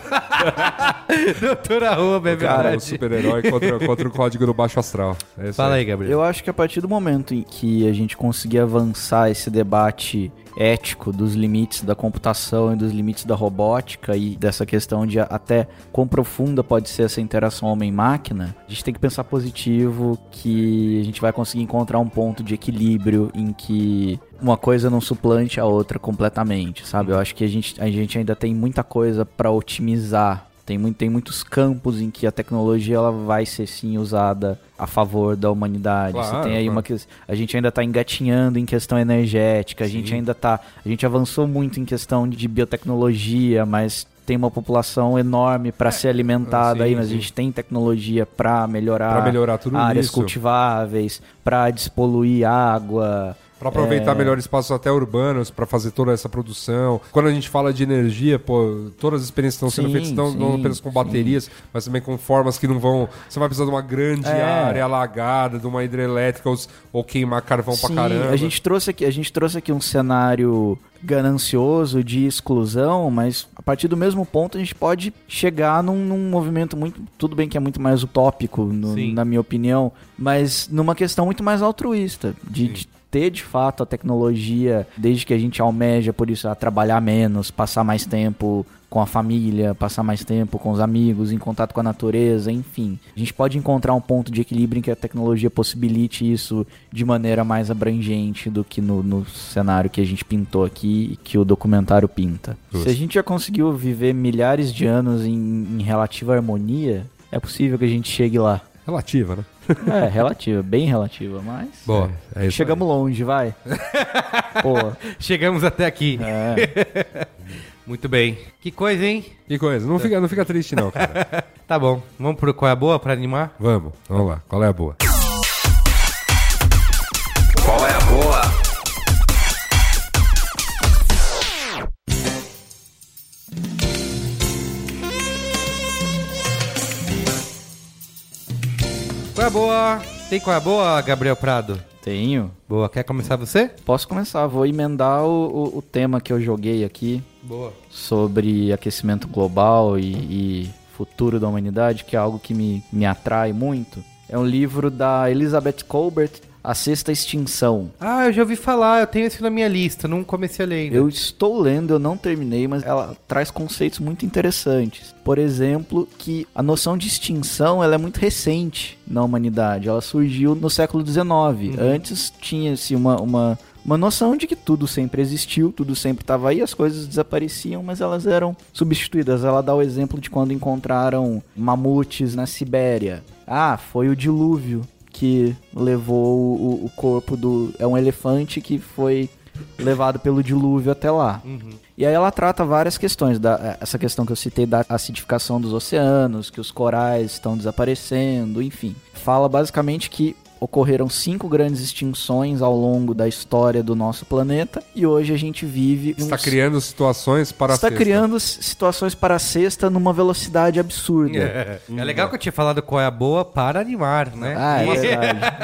Speaker 1: Doutor Arroba, é
Speaker 3: Cara, é um
Speaker 1: verdade.
Speaker 3: super-herói contra, contra o código do baixo astral. É isso
Speaker 1: Fala aí, Gabriel.
Speaker 2: Eu acho que a partir do momento em que a gente conseguir avançar esse debate ético dos limites da computação e dos limites da robótica e dessa questão de até quão profunda pode ser essa interação homem-máquina, a gente tem que pensar positivo que a gente vai conseguir encontrar um ponto de equilíbrio em que uma coisa não suplante a outra completamente, sabe? Eu acho que a gente, a gente ainda tem muita coisa pra otimizar tem, muito, tem muitos campos em que a tecnologia ela vai ser sim usada a favor da humanidade.
Speaker 3: Claro,
Speaker 2: Você tem aí
Speaker 3: claro.
Speaker 2: uma que a gente ainda está engatinhando em questão energética, a gente ainda tá, a gente avançou muito em questão de biotecnologia, mas tem uma população enorme para ser alimentada
Speaker 3: É, sim,
Speaker 2: aí, mas
Speaker 3: sim.
Speaker 2: a gente tem tecnologia para melhorar,
Speaker 3: Pra melhorar tudo
Speaker 2: áreas
Speaker 3: isso.
Speaker 2: cultiváveis, para despoluir água,
Speaker 3: Pra
Speaker 2: é.
Speaker 3: aproveitar melhor espaços até urbanos, pra fazer toda essa produção. Quando a gente fala de energia, pô, todas as experiências que estão sendo
Speaker 2: Sim,
Speaker 3: feitas não, não
Speaker 2: sim,
Speaker 3: apenas com
Speaker 2: sim.
Speaker 3: baterias, mas também com formas que não vão. Você vai precisar de uma grande
Speaker 2: É.
Speaker 3: área alagada, de uma hidrelétrica ou, s- ou queimar carvão pra caramba.
Speaker 2: A gente trouxe aqui, a gente trouxe aqui um cenário ganancioso de exclusão, mas a partir do mesmo ponto a gente pode chegar num, num movimento muito, tudo bem que é muito mais utópico, no-
Speaker 1: Sim.
Speaker 2: na minha opinião, mas numa questão muito mais altruísta de, de ter de fato a tecnologia, desde que a gente almeja por isso a trabalhar menos, passar mais tempo com a família, passar mais tempo com os amigos, em contato com a natureza, enfim. A gente pode encontrar um ponto de equilíbrio em que a tecnologia possibilite isso de maneira mais abrangente do que no, no cenário que a gente pintou aqui e que o documentário pinta. Se a gente já conseguiu viver milhares de anos em, em relativa harmonia, é possível que a gente chegue lá.
Speaker 3: Relativa, né?
Speaker 2: É, relativa, bem relativa, mas.
Speaker 1: Boa.
Speaker 3: É isso
Speaker 2: Chegamos longe, vai. Pô,
Speaker 1: Chegamos até aqui.
Speaker 2: é.
Speaker 1: Muito bem. Que coisa, hein?
Speaker 3: aí. Que coisa, não fica, não fica triste, não, cara.
Speaker 1: Tá bom. Vamos pro Qual é a Boa pra animar?
Speaker 3: vamos, vamos lá. Qual é a boa?
Speaker 1: Qual é a boa? Tem qual é a boa, Gabriel Prado?
Speaker 2: Tenho.
Speaker 1: Boa, quer começar você?
Speaker 2: Posso começar, vou emendar o, o- o tema que eu joguei aqui
Speaker 1: Boa.
Speaker 2: sobre aquecimento global e, e futuro da humanidade, que é algo que me, me atrai muito. É um livro da Elizabeth Colbert, A Sexta Extinção.
Speaker 1: Ah, eu já ouvi falar, eu tenho esse na minha lista, não comecei a ler ainda.
Speaker 2: Eu estou lendo, eu não terminei, mas ela traz conceitos muito interessantes. Por exemplo, que a noção de extinção ela é muito recente na humanidade. Ela surgiu no século XIX. Antes tinha-se uma, uma, uma noção de que tudo sempre existiu, tudo sempre estava aí, as coisas desapareciam, mas elas eram substituídas. Ela dá o exemplo de quando encontraram mamutes na Sibéria. Ah, foi o dilúvio que levou o, o corpo do. É um elefante que foi levado pelo dilúvio até lá.
Speaker 3: Uhum.
Speaker 2: E aí ela trata várias questões, da, eh, essa questão que eu citei da acidificação dos oceanos, que os corais estão desaparecendo, enfim. Fala basicamente que ocorreram cinco grandes extinções ao longo da história do nosso planeta e hoje a gente vive
Speaker 3: Está
Speaker 2: uns-
Speaker 3: criando situações para
Speaker 2: está
Speaker 3: a sexta.
Speaker 2: criando s- situações para a sexta numa velocidade absurda.
Speaker 1: É. É legal que eu tinha falado qual é a boa para animar, né?
Speaker 2: Ah, é
Speaker 1: E-
Speaker 2: verdade.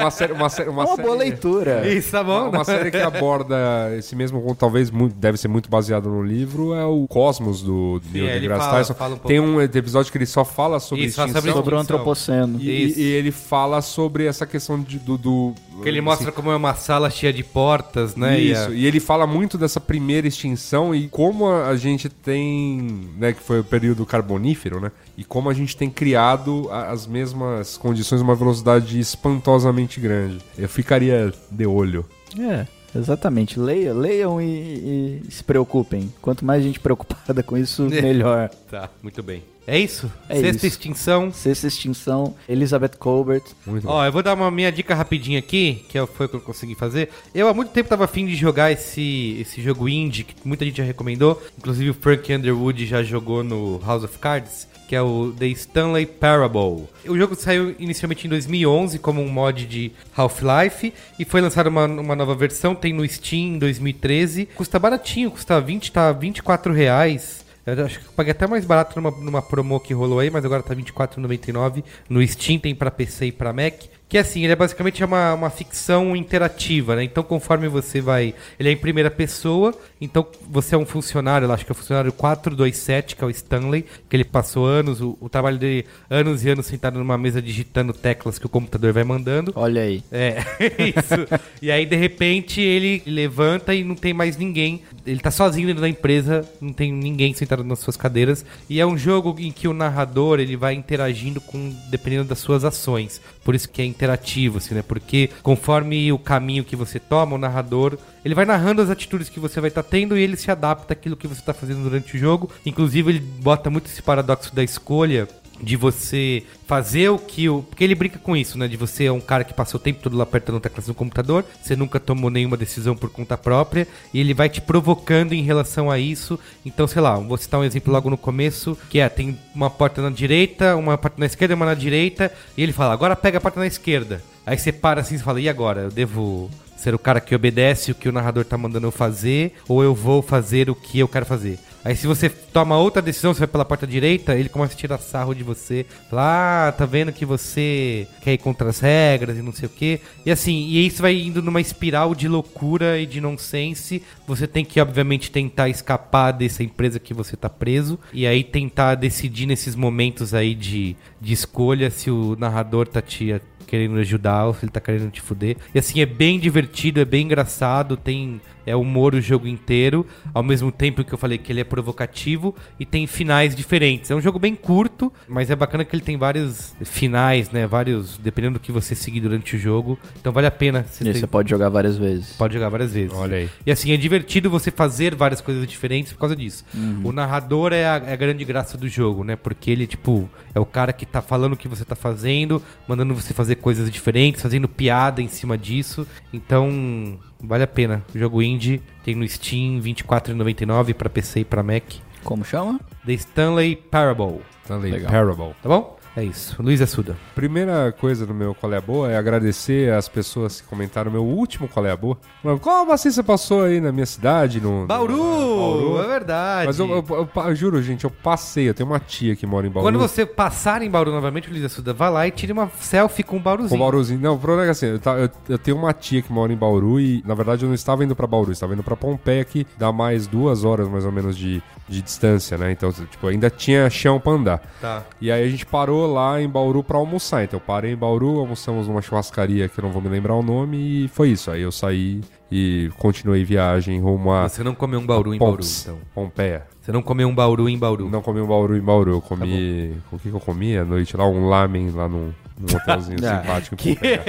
Speaker 3: Uma série, uma série,
Speaker 2: É
Speaker 3: uma
Speaker 2: uma
Speaker 3: série-
Speaker 2: boa leitura.
Speaker 1: Isso, tá bom?
Speaker 3: Uma, uma série que aborda esse mesmo, talvez muito, deve ser muito baseado no livro, é o Cosmos do Neil
Speaker 1: ele
Speaker 3: deGrasse
Speaker 1: fala-
Speaker 3: Tyson.
Speaker 1: fala um pouco.
Speaker 3: Tem um episódio que ele só fala sobre
Speaker 1: Isso, só
Speaker 3: extinção.
Speaker 1: sobre
Speaker 2: Sobre o antropoceno.
Speaker 3: E, e-
Speaker 1: Isso.
Speaker 3: e ele fala sobre essa questão de, do, do-
Speaker 1: Que ele
Speaker 3: assim,
Speaker 1: mostra como é uma sala cheia de portas, né? E
Speaker 3: Isso,
Speaker 1: a-
Speaker 3: e ele fala muito dessa primeira extinção e como a a gente tem, né, que foi o período carbonífero, né? E como a gente tem criado a- as mesmas condições uma velocidade espantosamente grande. Eu ficaria de olho.
Speaker 2: É, exatamente. Leia, leiam e, e se preocupem. Quanto mais gente preocupada com isso, melhor.
Speaker 1: Tá, muito bem. É isso?
Speaker 2: É
Speaker 1: Sexta
Speaker 2: isso.
Speaker 1: extinção.
Speaker 2: Sexta extinção, Elizabeth Colbert.
Speaker 3: Muito
Speaker 1: Ó, eu vou dar uma minha dica rapidinha aqui, que é- foi o que eu consegui fazer. Eu há muito tempo tava afim de jogar esse, esse jogo indie, que muita gente já recomendou. Inclusive o Frank Underwood já jogou no House of Cards, que é o The Stanley Parable. O jogo saiu inicialmente em 2011 como um mod de Half-Life e foi lançada uma, uma nova versão, tem no Steam em 2013. Custa baratinho, custa 20, tá 24 reais. Eu acho que eu paguei até mais barato numa, numa promo que rolou aí, mas agora tá R$24,99 no Steam, tem pra PC e pra Mac. Que assim, ele é basicamente uma, uma ficção interativa, né? Então conforme você vai... Ele é em primeira pessoa, então você é um funcionário, eu acho que é o funcionário 427, que é o Stanley, que ele passou anos, o, o trabalho dele, é anos e anos sentado numa mesa digitando teclas que o computador vai mandando.
Speaker 2: Olha aí.
Speaker 1: É, isso. E aí, de repente, ele levanta e não tem mais ninguém. Ele tá sozinho dentro da empresa, não tem ninguém sentado nas suas cadeiras. E é um jogo em que o narrador, ele vai interagindo com, dependendo das suas ações. Por isso que é interativo, assim, né? Porque conforme o caminho que você toma, o narrador, ele vai narrando as atitudes que você vai estar tendo e ele se adapta àquilo que você tá fazendo durante o jogo. Inclusive, ele bota muito esse paradoxo da escolha, de você fazer o que o. Porque ele brinca com isso, né? De você é um cara que passou o tempo todo lá apertando teclas no computador, você nunca tomou nenhuma decisão por conta própria, e ele vai te provocando em relação a isso. Então, sei lá, vou citar um exemplo logo no começo, que é, tem uma porta na direita, uma porta na esquerda e uma na direita, e ele fala, agora pega a porta na esquerda. Aí você para assim e fala, e agora? Eu devo ser o cara que obedece o que o narrador tá mandando eu fazer, ou eu vou fazer o que eu quero fazer. Aí se você toma outra decisão, você vai pela porta direita, ele começa a tirar sarro de você. Lá, ah, tá vendo que você quer ir contra as regras e não sei o quê. E assim, e isso vai indo numa espiral de loucura e de nonsense. Você tem que, obviamente, tentar escapar dessa empresa que você tá preso. E aí tentar decidir nesses momentos aí de, de escolha se o narrador tá te querendo ajudar ou se ele tá querendo te fuder. E assim, é bem divertido, é bem engraçado, tem é humor o jogo inteiro, ao mesmo tempo que eu falei que ele é provocativo e tem finais diferentes. É um jogo bem curto, mas é bacana que ele tem vários finais, né? Vários, dependendo do que você seguir durante o jogo. Então vale a pena. Você
Speaker 2: E
Speaker 1: tem-
Speaker 2: você pode jogar várias vezes.
Speaker 1: Pode jogar várias vezes.
Speaker 3: Olha aí.
Speaker 1: E assim, é divertido você fazer várias coisas diferentes por causa disso. O narrador é a, é a grande graça do jogo, né? Porque ele, tipo, é o cara que tá falando o que você tá fazendo, mandando você fazer coisas diferentes, fazendo piada em cima disso. Então, vale a pena. O jogo indie tem no Steam R$24,99 pra PC e pra Mac.
Speaker 2: Como chama?
Speaker 1: The Stanley Parable.
Speaker 3: Stanley
Speaker 2: Legal.
Speaker 3: Então, Parable.
Speaker 1: Tá bom? É isso. Luiz Assuda.
Speaker 3: Primeira coisa no meu Qual é a Boa é agradecer as pessoas que comentaram meu último Qual é a Boa. Falando, qual vacina você passou aí na minha cidade? No, no-
Speaker 1: Bauru!
Speaker 3: Bauru.
Speaker 1: É verdade.
Speaker 3: Mas eu, eu- eu pa- juro, gente, eu passei. Eu tenho uma tia que mora em Bauru.
Speaker 1: Quando você passar em Bauru novamente, Luiz Assuda, vai lá e tire uma selfie com o
Speaker 3: Com
Speaker 1: Bauruzinho.
Speaker 3: Bauruzinho. Não, o problema é que assim, eu, ta- eu- eu tenho uma tia que mora em Bauru e, na verdade, eu não estava indo pra Bauru, eu estava indo pra Pompeia, que dá mais duas horas, mais ou menos, de, de distância, né? Então, tipo, ainda tinha chão pra andar.
Speaker 1: Tá.
Speaker 3: E aí a gente parou lá em Bauru pra almoçar. Então, eu parei em Bauru, almoçamos numa churrascaria que eu não vou me lembrar o nome e foi isso. Aí eu saí e continuei viagem rumo a
Speaker 1: Você não comeu um Bauru em
Speaker 3: Pomps,
Speaker 1: Bauru, então.
Speaker 3: Pompeia.
Speaker 1: Você não comeu um Bauru em Bauru. Tá
Speaker 3: Não comi um Bauru em Bauru, eu comi... o que que eu comi à noite lá? Um lamen lá num, num hotelzinho
Speaker 2: Ah,
Speaker 3: simpático em
Speaker 1: Que...
Speaker 3: Pompeia.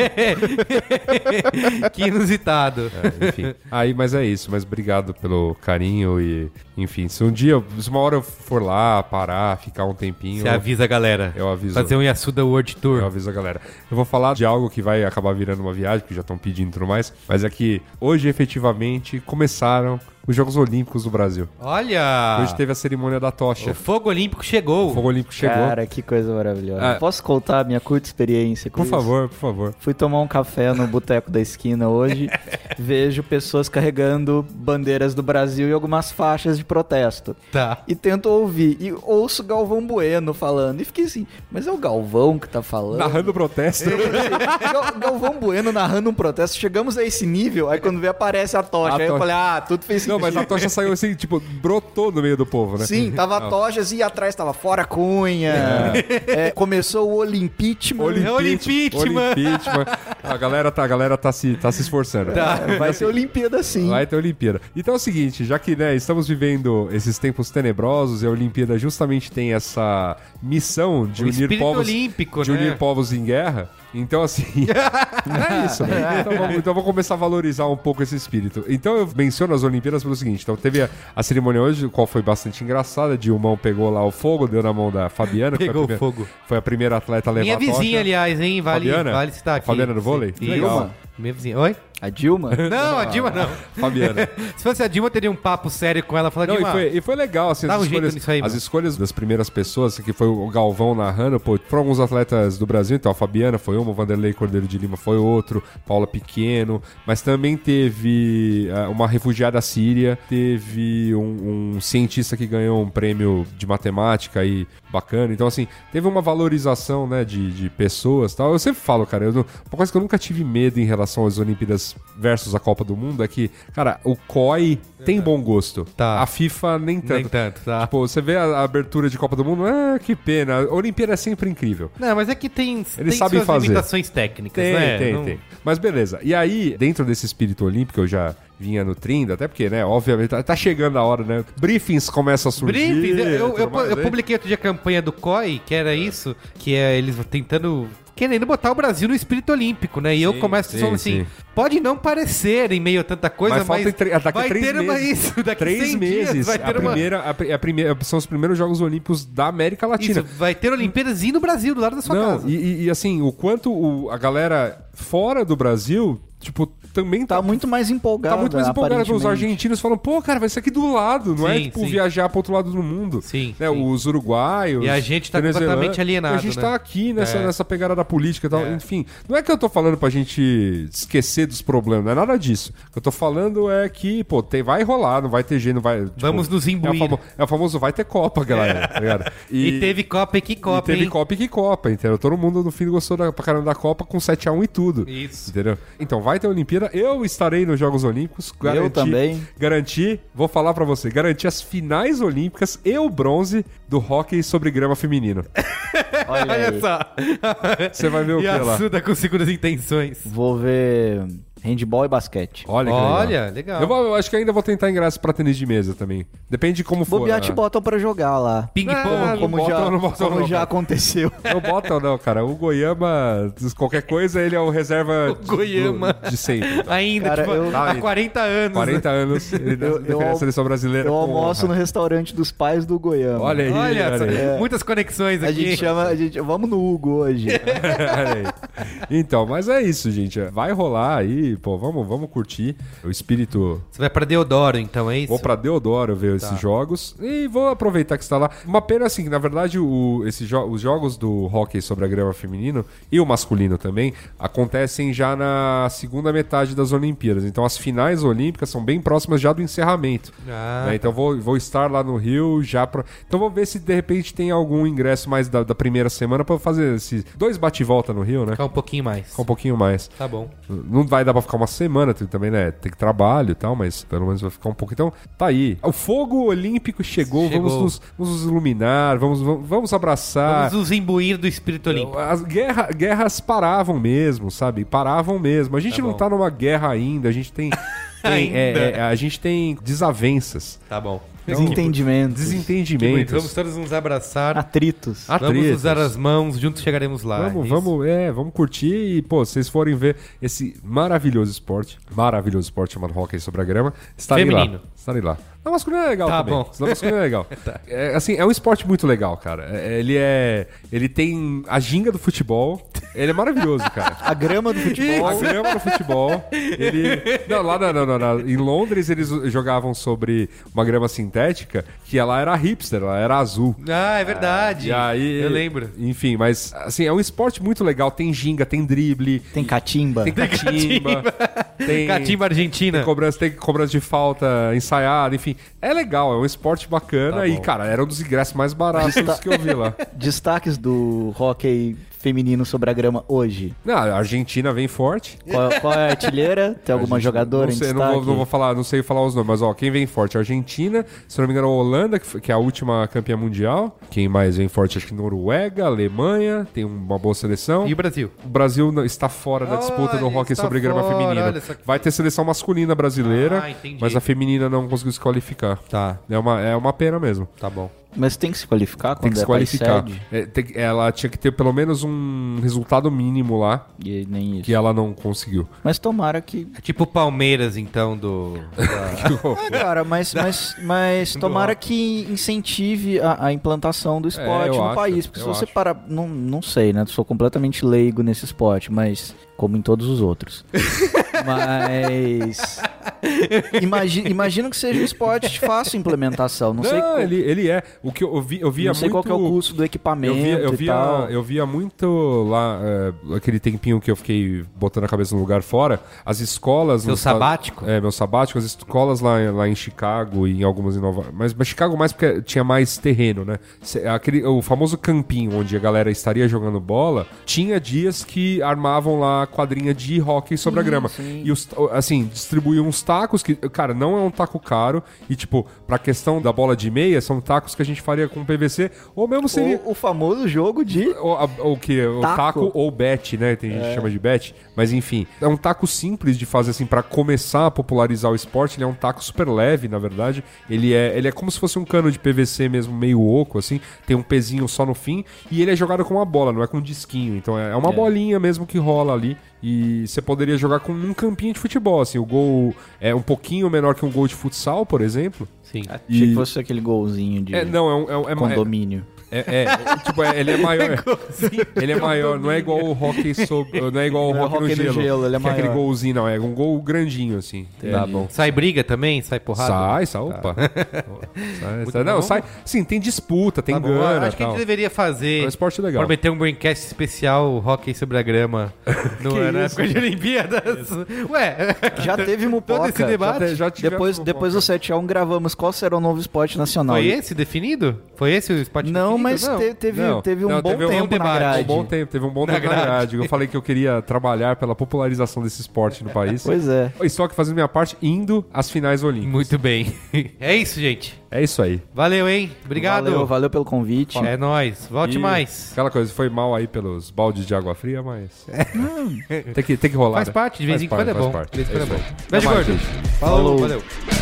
Speaker 1: que inusitado.
Speaker 3: Enfim. Aí, mas é isso. Mas obrigado pelo carinho e, enfim, se um dia, eu- se uma hora eu for lá, parar, ficar um tempinho,
Speaker 1: Você avisa a galera.
Speaker 3: eu aviso.
Speaker 1: Fazer um Yasuda World Tour.
Speaker 3: eu aviso a galera. Eu vou falar de algo que vai acabar virando uma viagem, que já estão pedindo e tudo mais, mas é que hoje efetivamente começaram os Jogos Olímpicos do Brasil.
Speaker 1: Olha!
Speaker 3: Hoje teve a cerimônia da tocha.
Speaker 1: O fogo olímpico
Speaker 3: O
Speaker 1: chegou.
Speaker 3: fogo olímpico chegou.
Speaker 5: Cara, que coisa maravilhosa.
Speaker 3: Ah.
Speaker 5: Posso contar a minha curta experiência com
Speaker 3: por
Speaker 5: isso?
Speaker 3: favor, por favor.
Speaker 5: Fui tomar um café no boteco da esquina hoje. vejo pessoas carregando bandeiras do Brasil e algumas faixas de protesto.
Speaker 1: Tá.
Speaker 5: E tento ouvir. E ouço Galvão Bueno falando. E fiquei assim, mas é o Galvão que tá falando?
Speaker 3: Narrando o protesto.
Speaker 5: Gal- Galvão Bueno narrando um protesto. Chegamos a esse nível, aí quando vê aparece a tocha.
Speaker 3: A
Speaker 5: aí eu
Speaker 3: tocha.
Speaker 5: falei, ah, tudo fez
Speaker 3: Não,
Speaker 5: sentido.
Speaker 3: mas a tocha saiu assim, tipo, brotou no meio do povo, né?
Speaker 5: Sim, tava a tocha e atrás tava fora cunha. É, começou o Olimpítima.
Speaker 1: É o impeachment.
Speaker 3: Olimpichman. A galera tá, a galera tá se, tá se esforçando.
Speaker 5: Vai ser Olimpíada sim.
Speaker 3: Vai ter Olimpíada. Então é o seguinte, já que né, estamos vivendo esses tempos tenebrosos e a Olimpíada justamente tem essa missão de
Speaker 1: O
Speaker 3: unir
Speaker 1: espírito
Speaker 3: povos,
Speaker 1: olímpico,
Speaker 3: de
Speaker 1: né?
Speaker 3: unir povos em guerra. Então assim, é isso. Então vamos, então vamos começar a valorizar um pouco esse espírito. Então eu menciono as Olimpíadas pelo seguinte. Então teve a, a cerimônia hoje, o qual foi bastante engraçada. Dilmão pegou lá o fogo, deu na mão da Fabiana. que
Speaker 1: Pegou o
Speaker 3: foi a primeira,
Speaker 1: fogo.
Speaker 3: Foi a primeira atleta a levar
Speaker 1: Minha
Speaker 3: a tocha.
Speaker 1: vizinha, aliás, hein? Vale,
Speaker 3: Fabiana?
Speaker 1: vale citar aqui.
Speaker 3: Fabiana do vôlei?
Speaker 1: Sim.
Speaker 3: Legal.
Speaker 1: Isso. Minha vizinha. Oi?
Speaker 5: A Dilma?
Speaker 1: Não, a Dilma não.
Speaker 3: Fabiana.
Speaker 1: Se fosse a Dilma, eu teria um papo sério com ela. Falar,
Speaker 3: Não, e
Speaker 1: Dilma,
Speaker 3: foi, e foi legal, assim,
Speaker 1: Dá
Speaker 3: as,
Speaker 1: um jeito
Speaker 3: escolhas,
Speaker 1: nisso aí,
Speaker 3: as
Speaker 1: mano.
Speaker 3: escolhas das primeiras pessoas, que foi o Galvão narrando, pô, foram alguns atletas do Brasil, então a Fabiana foi uma, o Vanderlei Cordeiro de Lima foi outro, Paula Pequeno, mas também teve ah, uma refugiada síria, teve um, um cientista que ganhou um prêmio de matemática aí bacana, então assim, teve uma valorização, né, de, de pessoas e tal. Eu sempre falo, cara, eu não- uma coisa que eu nunca tive medo em relação às Olimpíadas versus a Copa do Mundo é que, cara, o COI tem bom gosto.
Speaker 1: Tá.
Speaker 3: A FIFA nem tanto.
Speaker 1: Nem tanto, tá.
Speaker 3: Tipo, você vê a, a abertura de Copa do Mundo, ah, que pena. A Olimpíada é sempre incrível.
Speaker 1: Não, mas é que tem, tem
Speaker 3: sabem
Speaker 1: suas
Speaker 3: fazer.
Speaker 1: limitações técnicas,
Speaker 3: Tem,
Speaker 1: né?
Speaker 3: tem,
Speaker 1: Não-
Speaker 3: tem. é, Mas beleza. E aí, dentro desse espírito olímpico, eu já vinha nutrindo, até porque, né, obviamente, tá, tá chegando a hora, né? Briefings começam a surgir.
Speaker 1: Briefings, é, eu, eu,
Speaker 3: tudo
Speaker 1: eu,
Speaker 3: mais,
Speaker 1: eu
Speaker 3: né?
Speaker 1: publiquei outro dia a campanha do COI, que era isso, que é eles tentando. Querendo botar o Brasil no espírito olímpico, né? E eu começo
Speaker 3: sim,
Speaker 1: falando assim:
Speaker 3: sim.
Speaker 1: pode não parecer em meio a tanta coisa,
Speaker 3: Mas
Speaker 1: mas,
Speaker 3: falta entre- daqui a
Speaker 1: vai
Speaker 3: três
Speaker 1: ter uma
Speaker 3: meses.
Speaker 1: isso, daqui a
Speaker 3: Três
Speaker 1: 100
Speaker 3: meses.
Speaker 1: dias vai
Speaker 3: a
Speaker 1: ter uma
Speaker 3: primeira, a, pri- a primeira, são os primeiros Jogos Olímpicos da América Latina.
Speaker 1: Isso, vai ter Olimpíadas e no Brasil, do lado da sua
Speaker 3: Não,
Speaker 1: casa.
Speaker 3: e, e- e assim, o quanto o- a galera fora do Brasil, tipo, também tá
Speaker 5: Tá muito mais empolgada.
Speaker 3: Tá muito mais empolgado com os
Speaker 5: aparentemente.
Speaker 3: argentinos falam, pô, cara, vai ser aqui do lado, não é
Speaker 1: Sim,
Speaker 3: tipo
Speaker 1: sim.
Speaker 3: viajar pro outro lado do mundo.
Speaker 1: Sim,
Speaker 3: Né,
Speaker 1: sim.
Speaker 3: Os uruguaios.
Speaker 1: E a gente tá
Speaker 3: venezuelanos.
Speaker 1: completamente alienado,
Speaker 3: A gente
Speaker 1: né?
Speaker 3: tá aqui nessa,
Speaker 1: É.
Speaker 3: nessa pegada da política e tal. Enfim, não é que eu tô falando pra gente esquecer dos problemas, não é nada disso. O que eu tô falando é que, pô, tem, vai rolar, não vai ter jeito, não vai. tipo,
Speaker 1: Vamos nos imbuir.
Speaker 3: É o, famo- é o famoso vai ter Copa, galera. tá ligado?
Speaker 1: E, teve Copa e que Copa,
Speaker 3: e teve
Speaker 1: hein?
Speaker 3: Copa e que Copa, entendeu? Todo mundo no fim gostou da, pra caramba da Copa com 7x1 e tudo.
Speaker 1: Isso.
Speaker 3: Entendeu? Então vai ter Olimpíada. Eu estarei nos Jogos Olímpicos.
Speaker 5: também.
Speaker 3: Garanti, vou falar pra você, garanti as finais olímpicas e o bronze do hockey sobre grama feminino.
Speaker 5: Olha,
Speaker 1: Olha
Speaker 5: aí.
Speaker 1: só.
Speaker 3: Você vai ver é. o
Speaker 1: e
Speaker 3: que
Speaker 1: a
Speaker 3: lá.
Speaker 1: Suda com segundas intenções.
Speaker 5: Vou ver handball e basquete.
Speaker 3: Olha, que
Speaker 1: Olha,
Speaker 3: legal.
Speaker 1: legal.
Speaker 3: Eu, vou- eu acho que ainda vou tentar ingresso pra tênis de mesa também. Depende de como for.
Speaker 5: Bobear
Speaker 3: né?
Speaker 5: te botam pra jogar lá.
Speaker 3: Ah,
Speaker 1: Ping-pong.
Speaker 3: não
Speaker 5: Como já,
Speaker 3: botam, não botam,
Speaker 5: como
Speaker 3: não,
Speaker 5: já
Speaker 3: cara.
Speaker 5: aconteceu.
Speaker 3: Não botam não, cara. O Goiama, qualquer coisa, ele é o reserva
Speaker 1: O Goiama.
Speaker 3: de, de sempre.
Speaker 1: Ainda,
Speaker 5: Cara,
Speaker 1: tipo,
Speaker 5: eu-
Speaker 1: há 40 anos.
Speaker 3: 40 anos, ele dá
Speaker 5: Eu- eu
Speaker 3: a
Speaker 5: al-
Speaker 3: seleção brasileira.
Speaker 5: Eu
Speaker 3: com
Speaker 5: almoço
Speaker 3: honra.
Speaker 5: no restaurante dos pais do Goiânia.
Speaker 3: Olha aí, olha,
Speaker 1: Olha, só,
Speaker 3: aí.
Speaker 1: muitas conexões
Speaker 5: É. A
Speaker 1: aqui.
Speaker 5: gente chama, a gente, vamos no Hugo hoje.
Speaker 3: Olha aí. Então, mas é isso, gente. Vai rolar aí. pô, vamos, vamos curtir. O espírito
Speaker 1: Você vai pra Deodoro, então, é isso? Tá.
Speaker 3: Vou pra Deodoro ver esses jogos e vou aproveitar que está lá. Uma pena assim, que, na verdade, o, esse jo- os jogos do hockey sobre a grama feminino e o masculino também acontecem já na segunda metade das Olimpíadas. Então as finais olímpicas são bem próximas já do encerramento.
Speaker 1: Ah,
Speaker 3: né? Então vou, vou estar lá no Rio já pra. Então vou ver se de repente tem algum ingresso mais da, da primeira semana pra eu fazer esses dois bate-volta no Rio, né?
Speaker 1: Ficar um pouquinho mais.
Speaker 3: Ficar um pouquinho mais.
Speaker 1: Tá bom.
Speaker 3: Não vai dar pra ficar uma semana tem- também, né? Tem que trabalho e tal, mas pelo menos vai ficar um pouco. Então, tá aí. O fogo olímpico chegou.
Speaker 1: Chegou.
Speaker 3: Vamos, nos, vamos nos iluminar, vamos, vamos, vamos abraçar.
Speaker 1: Vamos nos imbuir do espírito olímpico.
Speaker 3: As guerra, guerras paravam mesmo, sabe? Paravam mesmo. A gente não tá numa guerra ainda, a gente tem. tem- é,
Speaker 1: Ainda.
Speaker 3: é, a gente tem desavenças,
Speaker 1: Tá bom.
Speaker 5: Desentendimentos.
Speaker 3: desentendimentos.
Speaker 1: Vamos todos nos abraçar.
Speaker 5: Atritos.
Speaker 1: Vamos
Speaker 3: atritos.
Speaker 1: usar as mãos, juntos chegaremos lá.
Speaker 3: Ah, tá
Speaker 1: Ah,
Speaker 3: Vamos,
Speaker 1: Isso.
Speaker 3: vamos, é, vamos curtir e, pô, se vocês forem ver esse maravilhoso esporte, maravilhoso esporte chamado hockey sobre a grama, estarei
Speaker 1: Feminino.
Speaker 3: lá. Estarei lá. Na masculina é legal
Speaker 1: Tá
Speaker 3: também.
Speaker 1: bom. Tá.
Speaker 3: Na masculina é legal. É, assim, é um esporte muito legal, cara. É, Ele é... Ele tem a ginga do futebol. Ele é maravilhoso, cara.
Speaker 5: A grama do futebol.
Speaker 3: A grama no futebol. Ele... Não, lá na- na- na- na- em Londres eles jogavam sobre uma grama sintética que ela era hipster, ela era azul.
Speaker 1: Ah, é verdade.
Speaker 3: E aí,
Speaker 1: Eu lembro.
Speaker 3: Enfim, mas assim, é um esporte muito legal. Tem ginga, tem drible,
Speaker 5: Tem catimba.
Speaker 3: tem catimba, tem,
Speaker 1: Catimba Argentina.
Speaker 3: tem cobrança, tem cobrança de falta ensaiada, enfim. É legal, é um esporte bacana
Speaker 1: Tá
Speaker 3: e, cara, era um dos ingressos mais baratos
Speaker 5: Tá.
Speaker 3: que eu vi lá.
Speaker 5: Destaques do hockey feminino sobre a grama hoje.
Speaker 3: Não, a Argentina vem forte.
Speaker 5: Qual, qual é a artilheira? Tem alguma jogadora
Speaker 3: não
Speaker 5: em
Speaker 3: sei,
Speaker 5: destaque?
Speaker 3: não vou, não vou falar, não sei falar os nomes, mas ó, quem vem forte? Argentina, se não me engano, a Holanda, que, foi- que é a última campeã mundial. Quem mais vem forte? Acho que Noruega, Alemanha, tem uma boa seleção.
Speaker 1: E o Brasil?
Speaker 3: O Brasil não- está fora da disputa do
Speaker 1: Olha,
Speaker 3: hockey
Speaker 1: está
Speaker 3: sobre grama
Speaker 1: fora, olha
Speaker 3: feminina.
Speaker 1: só que-
Speaker 3: Vai ter seleção masculina brasileira,
Speaker 1: Ah, entendi.
Speaker 3: mas a feminina não conseguiu se qualificar.
Speaker 1: Tá,
Speaker 3: É uma, é uma pena mesmo.
Speaker 1: tá bom.
Speaker 5: Mas tem que se qualificar
Speaker 3: Tem
Speaker 5: quando
Speaker 3: que se
Speaker 5: é país
Speaker 3: qualificar.
Speaker 5: sede?
Speaker 3: É, tem que- ela tinha que ter pelo menos um resultado mínimo lá,
Speaker 5: E nem isso.
Speaker 3: que ela não conseguiu.
Speaker 5: Mas tomara que.
Speaker 1: É tipo o Palmeiras, então, do.
Speaker 5: Cara, mas, mas, mas tomara que incentive a, a implantação do
Speaker 3: É, eu
Speaker 5: esporte no
Speaker 3: acho,
Speaker 5: país. Porque se
Speaker 3: eu
Speaker 5: você
Speaker 3: acho.
Speaker 5: parar. Não, não sei, né? Sou completamente leigo nesse esporte, mas. Como em todos os outros. mas. Imagi imagino que seja um esporte de fácil implementação. Não, sei,
Speaker 3: Não,
Speaker 5: qual-
Speaker 3: ele, ele é. O que eu, vi, eu via
Speaker 5: não sei qual
Speaker 3: muito.
Speaker 5: que é o custo do equipamento
Speaker 3: Eu via, eu,
Speaker 5: e
Speaker 3: via,
Speaker 5: tal.
Speaker 3: eu via muito lá, é, aquele tempinho que eu fiquei botando a cabeça no lugar fora, as escolas...
Speaker 1: Seu
Speaker 3: nos Estados-
Speaker 1: sabático?
Speaker 3: É, meu sabático, as escolas lá, lá em Chicago e em algumas em Nova... Mas, mas Chicago mais porque tinha mais terreno, né? Se- Aquele, o famoso campinho onde a galera estaria jogando bola, tinha dias que armavam lá a quadrinha de hockey sobre a grama. E, os, assim, distribuíam uns tacos que, cara, não é um taco caro e, tipo, pra questão da bola de meia, são tacos que a gente faria com PVC ou mesmo seria...
Speaker 5: Ou o famoso jogo de.
Speaker 3: O, a- o que? O
Speaker 5: Taco?
Speaker 3: taco, ou bet, né? Tem gente que chama de bet. Mas enfim, é um taco simples de fazer assim pra começar a popularizar o esporte. Ele é um taco super leve, na verdade. Ele é, ele é como se fosse um cano de PVC mesmo, meio oco, assim. Tem um pezinho só no fim. E ele é jogado com uma bola, não é com um disquinho. Então é é uma bolinha mesmo que rola ali. E você poderia jogar com um campinho de futebol, assim. O gol é um pouquinho menor que um gol de futsal, por exemplo.
Speaker 1: Sim.
Speaker 5: Achei
Speaker 3: E-
Speaker 5: que fosse aquele golzinho de
Speaker 3: É, não, é um. É, um- é, é,
Speaker 5: condomínio.
Speaker 3: é, é, é, tipo, é, ele é maior. ele é maior, não é igual o hockey sob, não é igual o
Speaker 5: Não é
Speaker 3: hockey, no, gelo,
Speaker 5: ele é
Speaker 3: que é aquele
Speaker 5: maior.
Speaker 3: golzinho, não, é um gol grandinho assim.
Speaker 1: Tá bom. Sai briga também? Sai porrada?
Speaker 3: Sai,
Speaker 5: Tá.
Speaker 3: sai, opa. Sai, sai, não,
Speaker 1: bom.
Speaker 3: sai. Sim, tem disputa, tem
Speaker 1: Tá bom.
Speaker 3: gana,
Speaker 1: Acho que a
Speaker 3: tal.
Speaker 1: gente deveria fazer.
Speaker 3: É um esporte legal.
Speaker 1: Prometer um Braincast especial hockey sobre a grama no,
Speaker 3: Que
Speaker 1: na
Speaker 3: isso?
Speaker 1: época de Olimpíadas. Ué,
Speaker 5: Já teve mupoca.
Speaker 1: Todo esse debate.
Speaker 3: te- tivemos
Speaker 5: Depois,
Speaker 3: um
Speaker 5: depois do
Speaker 3: pouco.
Speaker 5: 7x1 gravamos qual será o novo esporte nacional.
Speaker 1: foi esse definido? Foi esse o spot
Speaker 5: Não,
Speaker 1: definido?
Speaker 5: mas
Speaker 3: Não,
Speaker 5: te- teve,
Speaker 3: não,
Speaker 5: teve um
Speaker 3: não,
Speaker 5: bom
Speaker 3: teve um
Speaker 5: tempo
Speaker 1: debate,
Speaker 5: na grade.
Speaker 3: Um bom tempo, teve um bom tempo na
Speaker 1: grade.
Speaker 3: grade. Eu falei que eu queria trabalhar pela popularização desse esporte no país.
Speaker 5: Pois é.
Speaker 3: E só que fazendo minha parte, indo às finais olímpicas.
Speaker 1: Muito bem. É isso, gente.
Speaker 3: É isso aí.
Speaker 1: Valeu, hein? Obrigado.
Speaker 5: Valeu, valeu pelo convite.
Speaker 1: É nóis. Volte
Speaker 3: E
Speaker 1: mais.
Speaker 3: Aquela coisa, foi mal aí pelos baldes de água fria, mas. tem, que, tem que rolar.
Speaker 1: Faz
Speaker 3: né?
Speaker 1: parte, de vez
Speaker 3: Faz
Speaker 1: em quando
Speaker 3: parte,
Speaker 1: é bom.
Speaker 3: Faz parte.
Speaker 1: De vez em quando é
Speaker 3: isso
Speaker 1: bom.
Speaker 3: aí.
Speaker 1: Beijo,
Speaker 3: Até mais,
Speaker 1: gordo.
Speaker 3: gente.
Speaker 1: Falou. Valeu.